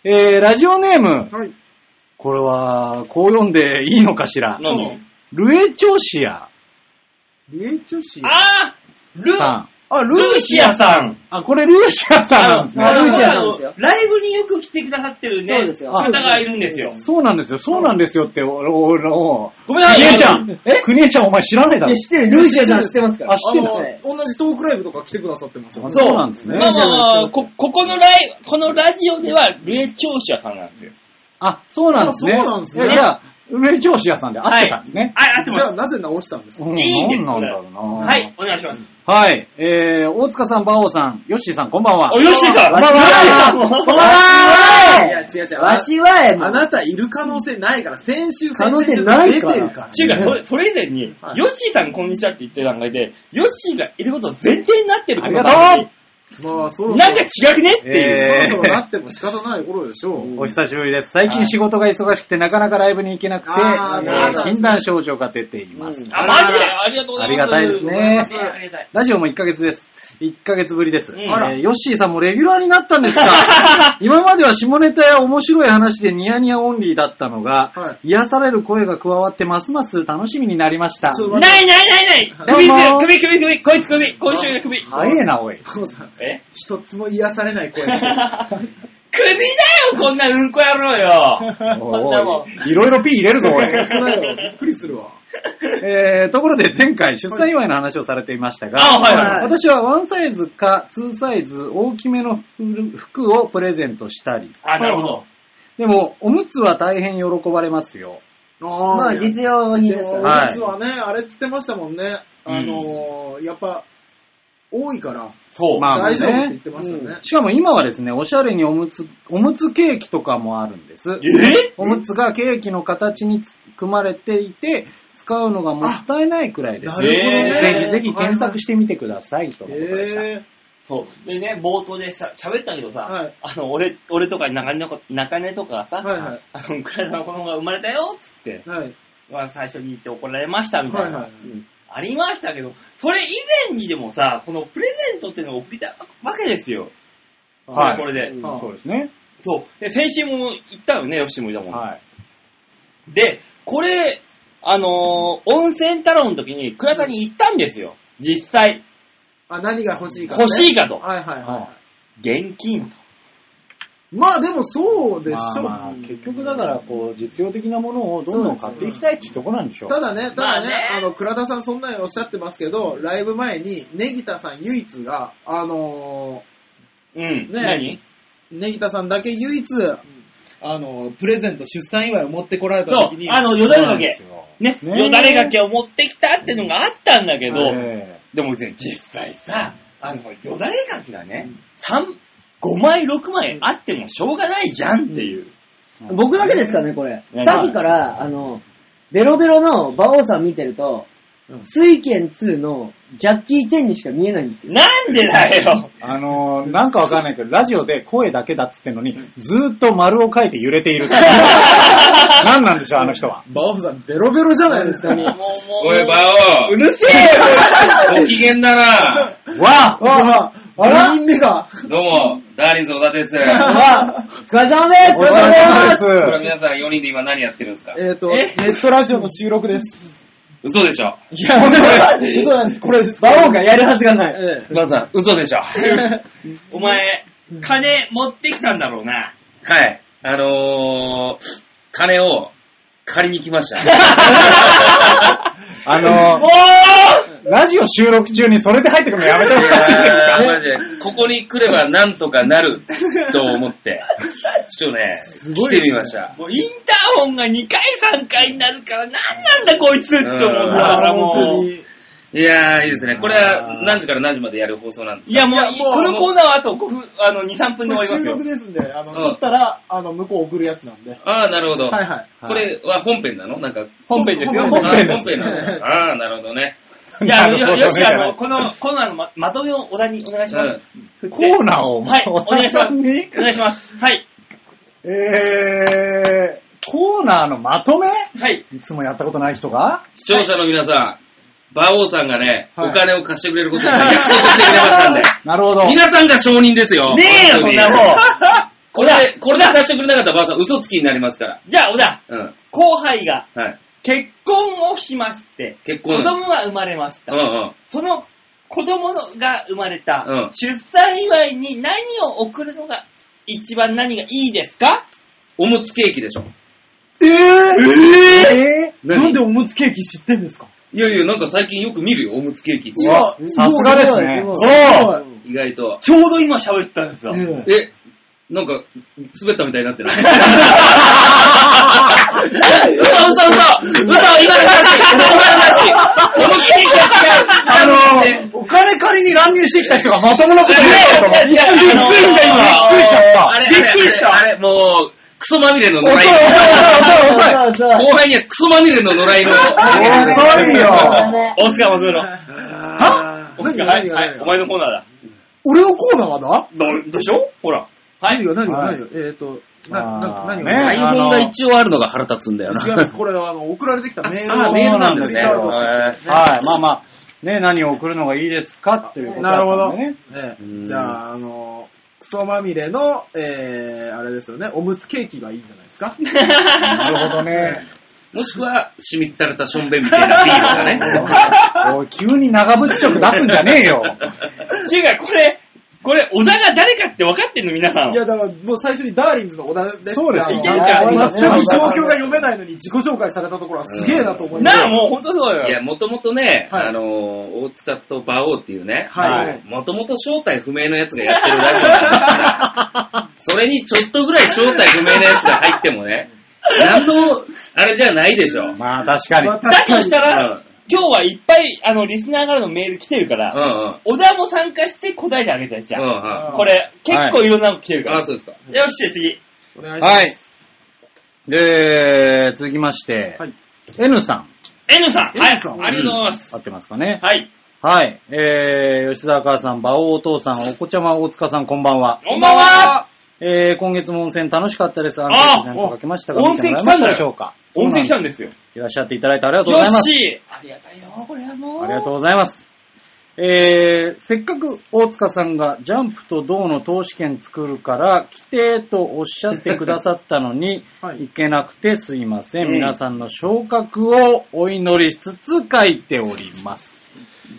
Speaker 1: えー、ラジオネーム、
Speaker 3: はい。
Speaker 1: これは、こう読んでいいのかしら。
Speaker 2: 何
Speaker 1: ルエチョシア
Speaker 3: ルエチョシー。
Speaker 2: あール、
Speaker 1: さん。
Speaker 3: あ、
Speaker 2: ルーシアさん。
Speaker 1: あ、これルーシアさんなんですね。
Speaker 4: あの
Speaker 1: ルーシア
Speaker 4: さ
Speaker 2: あ
Speaker 4: ん
Speaker 2: のライブによく来てくださってるね、
Speaker 4: そうですよ
Speaker 2: 方がいるんですよ。
Speaker 1: そうなんですよ、そうなんですよって、お、お、お、
Speaker 2: ごめんなさい
Speaker 1: 国枝ちゃん。え国枝ちゃんお前知らないだろ
Speaker 4: いや、。知ってる。ルーシアさん知ってますから。
Speaker 1: あ知ってんの
Speaker 4: はい
Speaker 3: 同じトークライブとか来てくださってますよね。
Speaker 1: そうなんですね
Speaker 2: まあまあまあ、こ、ここのライこのラジオでは、ルエチョーシアさんなんですよ。
Speaker 1: あ、そうなんですね。
Speaker 3: あそうなんですね
Speaker 1: いやじゃあ、ルエチョシアさんで合ってたんですね。
Speaker 2: はい、合って
Speaker 3: じゃあ
Speaker 2: ま
Speaker 3: なぜ直したんですか
Speaker 1: うん
Speaker 2: いいんです
Speaker 1: なんなんだろうな。
Speaker 2: す。はい、。お願いします。
Speaker 1: はい。えー、大塚さん、馬王さん、ヨッシーさん、こんばんは。
Speaker 2: お、ヨッシーさん
Speaker 1: こんばんは。こんばん
Speaker 4: はい
Speaker 3: いや、違う違う。
Speaker 4: わしはえ、も
Speaker 3: あ
Speaker 4: う
Speaker 3: なたいる可能性ないから、先週、
Speaker 4: 可能性
Speaker 3: 先
Speaker 4: な
Speaker 3: 々週
Speaker 4: い
Speaker 3: 出
Speaker 4: から
Speaker 3: てるから。
Speaker 2: っていうか、それそれ以前に、
Speaker 3: はい
Speaker 2: ヨッシーさんこんにちはって言ってた段階で、ヨッシーがいることを前提になってる
Speaker 1: ありがとう
Speaker 2: この番組
Speaker 3: まあ、そろそろ
Speaker 2: なんか違くねっていう。
Speaker 3: そろ
Speaker 1: えー
Speaker 3: そろなっても仕方ない頃でしょう。
Speaker 1: お久しぶりです。最近仕事が忙しくてなかなかライブに行けなくて、
Speaker 3: あー
Speaker 1: えー
Speaker 3: そうなんですね
Speaker 1: 禁断症状が出ています。
Speaker 2: あ、マジでありがとうございます。
Speaker 1: ありがたいですね
Speaker 2: ありがとうございます
Speaker 1: ラジオも1ヶ月です。1ヶ月ぶりです。
Speaker 2: うん
Speaker 1: えーヨッシーさんもレギュラーになったんですか 今までは下ネタや面白い話でニヤニヤオンリーだったのが、
Speaker 3: は
Speaker 1: 癒される声が加わってますます楽しみになりました。
Speaker 3: ちょっと待
Speaker 2: ないないないない首
Speaker 1: どうも
Speaker 2: 首首首首こいつ首今週が首
Speaker 1: 早えな、おい。
Speaker 3: そうさん、
Speaker 2: え
Speaker 3: 一つも癒されない声
Speaker 2: 首だよこんなうんこ野郎よ こんなも
Speaker 1: お
Speaker 2: ん
Speaker 1: いいろいろ P 入れるぞ、 おい。
Speaker 3: び っくりするわ。
Speaker 1: えー、ところで前回出産祝いの話をされていましたが、
Speaker 2: あはいはい
Speaker 1: 私はワンサイズかツーサイズ大きめの服をプレゼントしたり、
Speaker 2: あ、なるほど。
Speaker 1: でもおむつは大変喜ばれますよ。
Speaker 3: あ
Speaker 4: まあ、実用に
Speaker 3: で
Speaker 4: です
Speaker 3: も、
Speaker 4: よ
Speaker 1: はい
Speaker 3: 実はね、あれっつってましたもんね。あのー、やっぱ、多いから、
Speaker 2: そう。
Speaker 1: まあ
Speaker 3: 大丈夫って
Speaker 1: ね
Speaker 3: 言ってましたね。
Speaker 1: しかも今はですね、おしゃれにおむつ、おむつケーキとかもあるんです。
Speaker 2: え
Speaker 1: おむつがケーキの形に組まれていて、使うのがもったいないくらいです。
Speaker 3: なるほどね。
Speaker 2: えー
Speaker 1: ぜひぜひ検索
Speaker 3: し
Speaker 1: してみてください、とのことでした。
Speaker 3: え
Speaker 2: そう。でね、冒頭でさ、喋ったけどさ、
Speaker 3: はい
Speaker 2: あの、俺、俺とか中根のこ中根とかがさ、
Speaker 3: はいはい
Speaker 2: あの、倉田の子供が生まれたよっつって
Speaker 3: ー、、はい。
Speaker 2: まあ、最初に言って怒られましたみたいな、
Speaker 3: はいはいはい
Speaker 2: うんありましたけど、それ以前にでもさ、このプレゼントっていうのを送りたわけですよ。
Speaker 1: はい
Speaker 2: これで。
Speaker 3: あ
Speaker 1: そうですね。
Speaker 2: そう。で、先週も言ったよね、吉もいたもん。
Speaker 1: はい。
Speaker 2: で、これ、あのー温泉太郎の時に倉田に行ったんですよ。実際、
Speaker 3: あ、何が欲しいか、ね。
Speaker 2: 欲しいかと。
Speaker 3: はいはいはい。
Speaker 2: 現金と。
Speaker 3: まあでもそうでしょ。
Speaker 1: まあまあ結局だからこう実用的なものをどんどん買っていきたいっていうところなんでしょう。
Speaker 3: ただね、た
Speaker 2: まあ
Speaker 3: だね、
Speaker 2: ね
Speaker 3: あ、の、倉田さんそんなにおっしゃってますけど、ライブ前に、ネギタさん唯一が、あの
Speaker 2: うん。
Speaker 3: ね
Speaker 2: 何
Speaker 3: ー、ネギタさんだけ唯一、あのー、プレゼント、出産祝いを持ってこられた
Speaker 2: そう
Speaker 3: 時に、、
Speaker 2: あの、よだれがけ。ね、
Speaker 1: ね
Speaker 2: よだれがけを持ってきたってのがあったんだけど、
Speaker 1: え
Speaker 2: でもね実際さ、あの、よだれがけがね、三5枚、6枚あってもしょうがないじゃんっていう。
Speaker 1: うん
Speaker 4: 僕だけですからね、これ。
Speaker 2: ね
Speaker 4: さっきから、あの、ベロベロの馬王さん見てると
Speaker 3: う、ん
Speaker 4: 水剣2のジャッキー・チェンにしか見えないんですよ。
Speaker 2: なんでだよ
Speaker 1: あのー、なんかわかんないけど、ラジオで声だけだっつってんのに、ずーっと丸を書いて揺れている っていう。何なんでしょう、あの人は。
Speaker 3: バオフさんベロベロじゃないですか、ね、
Speaker 2: もう、もう、
Speaker 7: おい、バ
Speaker 2: うるせえ
Speaker 7: オご機嫌だな
Speaker 1: わあ
Speaker 3: わあ、
Speaker 1: あら
Speaker 3: あ人目が、
Speaker 7: どうも、ダーリンズ小田です。こ
Speaker 4: あお疲れ様で
Speaker 1: お疲れ様です
Speaker 7: れ皆さん4人で今何やってるんですか
Speaker 3: えっ、と、ネットラジオの収録です。
Speaker 7: 嘘でしょ
Speaker 3: い や、本当です嘘なんです、これです。
Speaker 4: 馬王がやるはずがない。
Speaker 3: え
Speaker 7: バオさん、嘘でしょ
Speaker 2: お前、金持ってきたんだろうな。
Speaker 7: はい。あのー、金を借りに来ました。
Speaker 1: あ
Speaker 2: も
Speaker 1: の
Speaker 2: う
Speaker 1: ー、ラジオ収録中にそれで入ってくるのやめてもらっていいです
Speaker 7: いやー
Speaker 1: か
Speaker 7: マジで、ここに来ればなんとかなると思って、ちょっとね、来てみました。
Speaker 2: もうインターホンが2回3回になるからなんなんだこいつって思
Speaker 7: う
Speaker 2: うんんだからも
Speaker 3: 本当
Speaker 2: う。
Speaker 3: に。
Speaker 7: いやー、いいですね。これは何時から何時までやる放送なんです
Speaker 2: い
Speaker 7: か
Speaker 2: やもう、
Speaker 3: いやもう
Speaker 2: このコーナーはあと5分、あの、2、3分で終わりま
Speaker 3: 収
Speaker 2: す よ
Speaker 3: 録。ですんで、あの、
Speaker 7: うん
Speaker 3: 撮ったら、あの、向こう送るやつなんで。は
Speaker 7: ああ、なるほ
Speaker 3: い
Speaker 7: ど。
Speaker 3: はい。
Speaker 7: これは本編なのなんか、
Speaker 2: 本編ですよ。
Speaker 1: 本編
Speaker 7: あ
Speaker 1: です
Speaker 7: ー本編なんだああ、なるほどね。
Speaker 2: じゃあ、
Speaker 1: なるほ
Speaker 2: よ
Speaker 1: どね
Speaker 2: よし、あの、このコーナーのままとめを小田にお願いします。振って
Speaker 1: コーナーを、
Speaker 2: はい、お願いします。
Speaker 1: お前に
Speaker 2: お願いします。はい、
Speaker 1: えー、コーナーのまとめ
Speaker 2: はい。
Speaker 1: いつもやったことない人が
Speaker 7: 視聴者の皆さん、馬王さんがね、
Speaker 3: はい
Speaker 7: お金を貸してくれることを約束してくれましたんで、
Speaker 1: なるほど。
Speaker 7: 皆さんが承認ですよ。
Speaker 2: ねえよ、
Speaker 7: 本
Speaker 2: こ
Speaker 7: 当
Speaker 2: ん
Speaker 7: に
Speaker 2: なもん。
Speaker 7: これで、これで貸してくれなかったら馬王さん嘘つきになりますから。
Speaker 2: じゃあ、小田、
Speaker 7: うん。
Speaker 2: 後輩が
Speaker 7: はい。
Speaker 2: 結婚をしまして、
Speaker 7: 結
Speaker 2: 子
Speaker 7: 婚。
Speaker 2: 供が生まれまし
Speaker 7: う
Speaker 2: た
Speaker 7: ん。うん。
Speaker 2: その子供が生まれた、
Speaker 7: うん
Speaker 2: 出産祝いに何を贈るのが一番何がいいですか
Speaker 7: おむつケーキでしょ。
Speaker 3: ええ
Speaker 1: え
Speaker 3: ー、なんでおむつケーキ知ってんですか
Speaker 7: いやいや、なんか最近よく見るよ、おむつケーキって
Speaker 1: ー、うわさすがですね。
Speaker 4: そう
Speaker 1: そう
Speaker 7: 意外と。
Speaker 2: ちょうど今喋ったんですよ。
Speaker 3: え
Speaker 7: え、なんか、滑ったみたいになってない 嘘嘘嘘嘘今の話今の話おむつケーキは違う
Speaker 1: あ
Speaker 7: 違うんですね
Speaker 1: のお金借りに乱入してきた人がまともなこと言うのかと思って。びっ
Speaker 7: いやいや
Speaker 1: くりした、今。びっくりしちゃった。
Speaker 7: あれ、
Speaker 1: びっくりした。
Speaker 7: あれ、あれもう、クソまみれの野良
Speaker 1: 遅い、遅い、遅い、遅い。
Speaker 4: そうそうそ
Speaker 7: 犬。
Speaker 4: う。
Speaker 7: 後輩にはクソまみれの野良犬を。
Speaker 1: 遅いよ。
Speaker 2: 大塚松村。
Speaker 7: あ
Speaker 2: 大塚、
Speaker 3: 何
Speaker 2: はい、
Speaker 3: が
Speaker 2: は
Speaker 3: 何
Speaker 2: い、
Speaker 3: が
Speaker 2: お前のコーナーだ。
Speaker 3: 俺のコーナーがだ
Speaker 2: ど、でしょほら。はい
Speaker 3: 何。が何が
Speaker 1: はい
Speaker 3: 何がえっと、な、な、
Speaker 1: あー
Speaker 3: 何
Speaker 1: ね
Speaker 3: が
Speaker 7: 台本が一応あるのが腹立つんだよな。
Speaker 3: 違います。これは、あの、送られてきたメールを。
Speaker 7: あ、メールなんですね。
Speaker 3: メールを
Speaker 1: はい、まあまあ、ね、何を送るのがいいですかっていうこと
Speaker 3: なるほ
Speaker 1: だったんで
Speaker 3: ど。ね
Speaker 1: ね。
Speaker 7: うん
Speaker 3: じゃあ、あの、クソまみれの、えー、あれですよね、おむつケーキがいいんじゃないですか。
Speaker 1: なるほどね。
Speaker 7: もしくは、しみったれたしょんべんみたいなビールがね。
Speaker 1: おい、急に長物色出すんじゃねえよ。
Speaker 2: 違うこれ、これ、小田が誰かって分かってんの皆さん。
Speaker 3: いや、だから、もう最初にダーリンズの小田です
Speaker 1: そうです
Speaker 3: よ
Speaker 1: よ
Speaker 2: いけるか
Speaker 3: 全
Speaker 1: い
Speaker 3: く
Speaker 1: いです
Speaker 3: 状況が読めないのに自己紹介されたところはすげえなと思いまし
Speaker 2: な
Speaker 3: た。
Speaker 2: あ、もうほんとそうよ。
Speaker 7: いや、もともとね、
Speaker 3: はい
Speaker 7: あのー、大塚と馬王っていうね、
Speaker 3: はい
Speaker 7: もともと正体不明のやつがやってるラジオなんですから、それにちょっとぐらい正体不明なやつが入ってもね、何の、あれじゃないでしょ。うん。
Speaker 1: まあ確かに。
Speaker 3: まあ
Speaker 2: だ
Speaker 3: 確か
Speaker 2: と
Speaker 3: に
Speaker 2: したら、
Speaker 7: う
Speaker 2: 今日はいっぱい、あの、リスナーからのメール来てるから、
Speaker 7: んうん。
Speaker 2: 小田も参加して答えてあげたいじゃ
Speaker 7: うん
Speaker 2: ん。
Speaker 7: うん。
Speaker 2: これ、結構いろんなの来てるから。
Speaker 7: あ、そうですか。
Speaker 2: よし、次。
Speaker 3: お願いします。
Speaker 1: はい。で、続きまして、
Speaker 3: はい
Speaker 1: N さん、
Speaker 2: N さん。はい、
Speaker 3: さん
Speaker 2: ありがとうございます。
Speaker 1: 合ってますかね。
Speaker 2: はい。
Speaker 1: はい。えー、吉沢母さん、馬王お父さん、お子ちゃま大塚さん、こんばんは。
Speaker 2: こんばんは
Speaker 1: えー、今月も温泉楽しかったです。あ
Speaker 2: あ
Speaker 1: の、なんかけましたが、
Speaker 2: お
Speaker 1: 見てもらいましたでしょうか。
Speaker 2: 温泉
Speaker 1: そう
Speaker 2: 来た
Speaker 1: なん
Speaker 2: んですよ。よ
Speaker 1: ですいらっしゃっていただいてありがとうございます。
Speaker 2: しありがたいよ、これはもう。
Speaker 1: ありがとうございます。えー、せっかく大塚さんがジャンプと銅の投資券作るから来てとおっしゃってくださったの に、
Speaker 3: はい
Speaker 1: い、けなくてすいません,、
Speaker 2: うん
Speaker 1: 皆さんの昇格をお祈りしつつ書いております。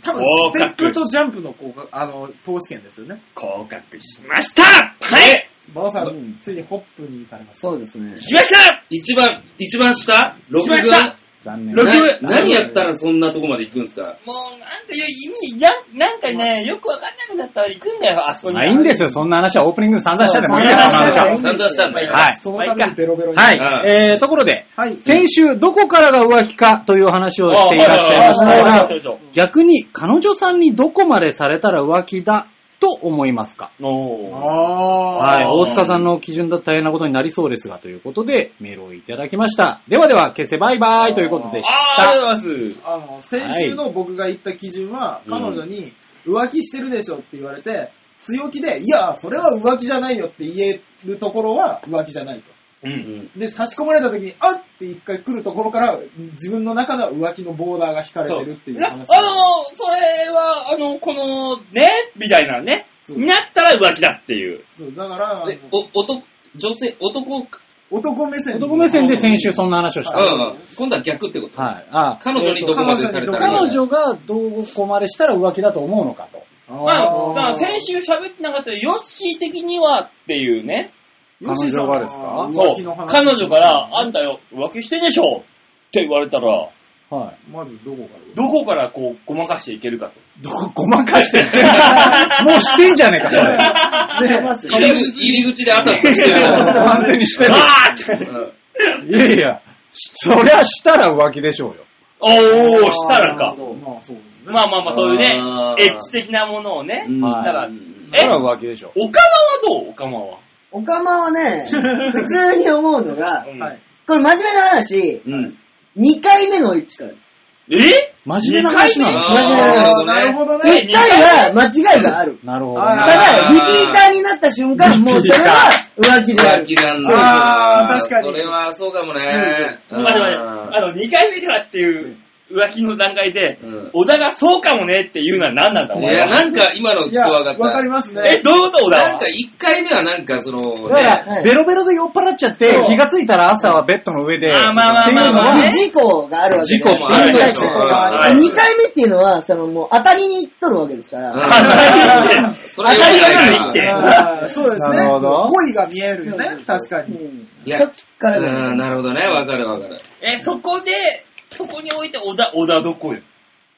Speaker 3: 多分、
Speaker 2: 合
Speaker 3: ス
Speaker 2: 格
Speaker 3: ペックとジャンプのこう、あの、投資券ですよね。
Speaker 2: 合格しましたはい
Speaker 3: 馬尾さん、
Speaker 4: うん
Speaker 3: ついにホップに行かれました。
Speaker 4: そうですね。
Speaker 2: 来ました
Speaker 7: 一番、一番下
Speaker 2: 来
Speaker 7: 録
Speaker 2: ました
Speaker 7: 画
Speaker 1: 残念
Speaker 2: 録
Speaker 1: な。
Speaker 7: な
Speaker 2: 画
Speaker 7: 何やったらそんなとこまで行くんですか
Speaker 2: もう、なんかよ、意味、なんなんかね、よくわかんなくなったら行くんだよ、あそこに。
Speaker 1: まあいいんですよ、そんな話はオープニングで散々したでもういいや、
Speaker 2: そう
Speaker 1: この話は。
Speaker 7: 散々したんだよ。
Speaker 1: はい
Speaker 3: そのためにベロベロに。
Speaker 1: はい、
Speaker 7: はい
Speaker 1: えー、ところで、
Speaker 3: はい。
Speaker 1: 先週どこからが浮気かという話をしていらっしゃいました
Speaker 2: あはいはいはい
Speaker 1: が
Speaker 2: はいはい、
Speaker 1: 逆に彼女さんにどこまでされたら浮気だと思いますか
Speaker 3: あ
Speaker 2: おー。
Speaker 3: あ。
Speaker 1: はい、大塚さんの基準だと大変なことになりそうですが、ということでメールをいただきました。ではでは、消せバイバイということでし
Speaker 2: あー、あり
Speaker 1: た。
Speaker 2: がとうございます。
Speaker 3: あの、先週の僕が言った基準は、
Speaker 7: うん
Speaker 3: 彼女に浮気してるでしょって言われて、強気で、いや、それは浮気じゃないよって言えるところは浮気じゃないと。
Speaker 2: う。
Speaker 7: うんん。
Speaker 3: で、差し込まれた時に、あっって一回来るところから、自分の中の浮気のボーダーが引かれ
Speaker 2: そう
Speaker 3: てるっていう
Speaker 2: なあ
Speaker 3: 話。
Speaker 2: の、それは、あの、この、ね、みたいなね、
Speaker 3: そう
Speaker 2: になったら浮気だっていう。
Speaker 3: そうだから、あ
Speaker 7: で
Speaker 3: の、
Speaker 7: お、男、女性、男、
Speaker 3: 男目線
Speaker 1: 男目線で先週そん
Speaker 3: な。
Speaker 1: な話をし
Speaker 7: う
Speaker 1: た。
Speaker 7: ん
Speaker 1: はい。
Speaker 7: うん。今度は逆ってこと。
Speaker 1: あ
Speaker 7: 彼女にどこまでされたらい
Speaker 1: 彼
Speaker 7: いの
Speaker 1: 女がどこまでしたら浮気だと思うのかと。
Speaker 2: まあ、だか
Speaker 3: あ
Speaker 2: ら先週喋ってなかったら、ヨッシー的にはっていうね。
Speaker 3: 吉井さんは
Speaker 1: 彼女がですか
Speaker 2: そう
Speaker 3: 浮気の。話
Speaker 2: 彼女から、あんたよ、浮気してんでしょって言われたら、
Speaker 1: はい。
Speaker 3: まずどこから
Speaker 2: どこからこう、ごまかしていけるかと。
Speaker 1: どこごまかして るもうしてんじゃねえか、それ。
Speaker 3: で、まず、
Speaker 7: 入り口入り口であたふたしてる。
Speaker 1: 完全にしてる。
Speaker 2: あーっ て。
Speaker 1: いやいや、そりゃしたら浮気でしょうよ。
Speaker 2: おー、したらか。
Speaker 3: まあそうですね。
Speaker 2: まあまあまあ、そういうね
Speaker 7: あ、ー
Speaker 2: エッジ的なものをね、
Speaker 7: うん
Speaker 2: したら、
Speaker 1: し
Speaker 2: え
Speaker 1: たら浮気でしょう。
Speaker 2: おかまはどうおかまは。
Speaker 4: おかまはね、普通に思うのが、
Speaker 2: うん
Speaker 3: はい。
Speaker 4: これ真面目な話、
Speaker 7: うん。
Speaker 4: 2回目の位置からです。
Speaker 2: え
Speaker 1: 真面目な話な
Speaker 7: 二
Speaker 1: の
Speaker 7: 回
Speaker 4: 真面
Speaker 7: 目
Speaker 4: 目な
Speaker 3: あ
Speaker 4: 話
Speaker 3: ーなるほど
Speaker 2: え
Speaker 3: ね。
Speaker 4: 1回は間違いがある。
Speaker 1: なるほど
Speaker 3: あ
Speaker 4: た
Speaker 1: な。
Speaker 7: ー
Speaker 4: だ、リピーターになった瞬間、もうそれは浮気であ
Speaker 7: 浮
Speaker 4: る
Speaker 7: 気。なんだ
Speaker 3: あー確かに
Speaker 7: それはそうかもね。
Speaker 2: 待って待って、あの、2回目からっていう浮気の段階で、
Speaker 7: うん
Speaker 2: 小田がそうかもねっていうのは何なんだ、
Speaker 7: い
Speaker 2: 俺
Speaker 7: や、
Speaker 2: は。
Speaker 7: なんか今の
Speaker 3: い
Speaker 7: 聞
Speaker 3: や、
Speaker 7: こわかった。
Speaker 3: わかります
Speaker 2: え、
Speaker 3: ね。
Speaker 2: どういうこと小田は
Speaker 7: なんか一回目はなんかその、
Speaker 1: だか
Speaker 7: ね、
Speaker 1: ら、ベロベロで酔っ払っちゃって、気がついたら朝はベッドの上で、
Speaker 2: あーまあまあまあまあ
Speaker 1: っていうのは
Speaker 4: 事故があるわけ
Speaker 7: 事故もあ
Speaker 4: で
Speaker 7: るで
Speaker 4: し
Speaker 7: しょ。
Speaker 4: ょ。
Speaker 2: は
Speaker 7: はい
Speaker 2: い
Speaker 4: 2回目っていうのは、そのもう当たりにいっとるわけですから。
Speaker 7: うん
Speaker 2: 当たり前から言っ
Speaker 7: そよくない
Speaker 2: て。
Speaker 3: あーそうですね。
Speaker 1: なるほど
Speaker 3: 恋が見えるよね。確かに。
Speaker 7: いや
Speaker 4: さっきからじゃ
Speaker 7: うん、
Speaker 4: ない。
Speaker 7: なるほどね。わかるわかる。
Speaker 2: え、そこで、そこに置いて小田、小田どこよ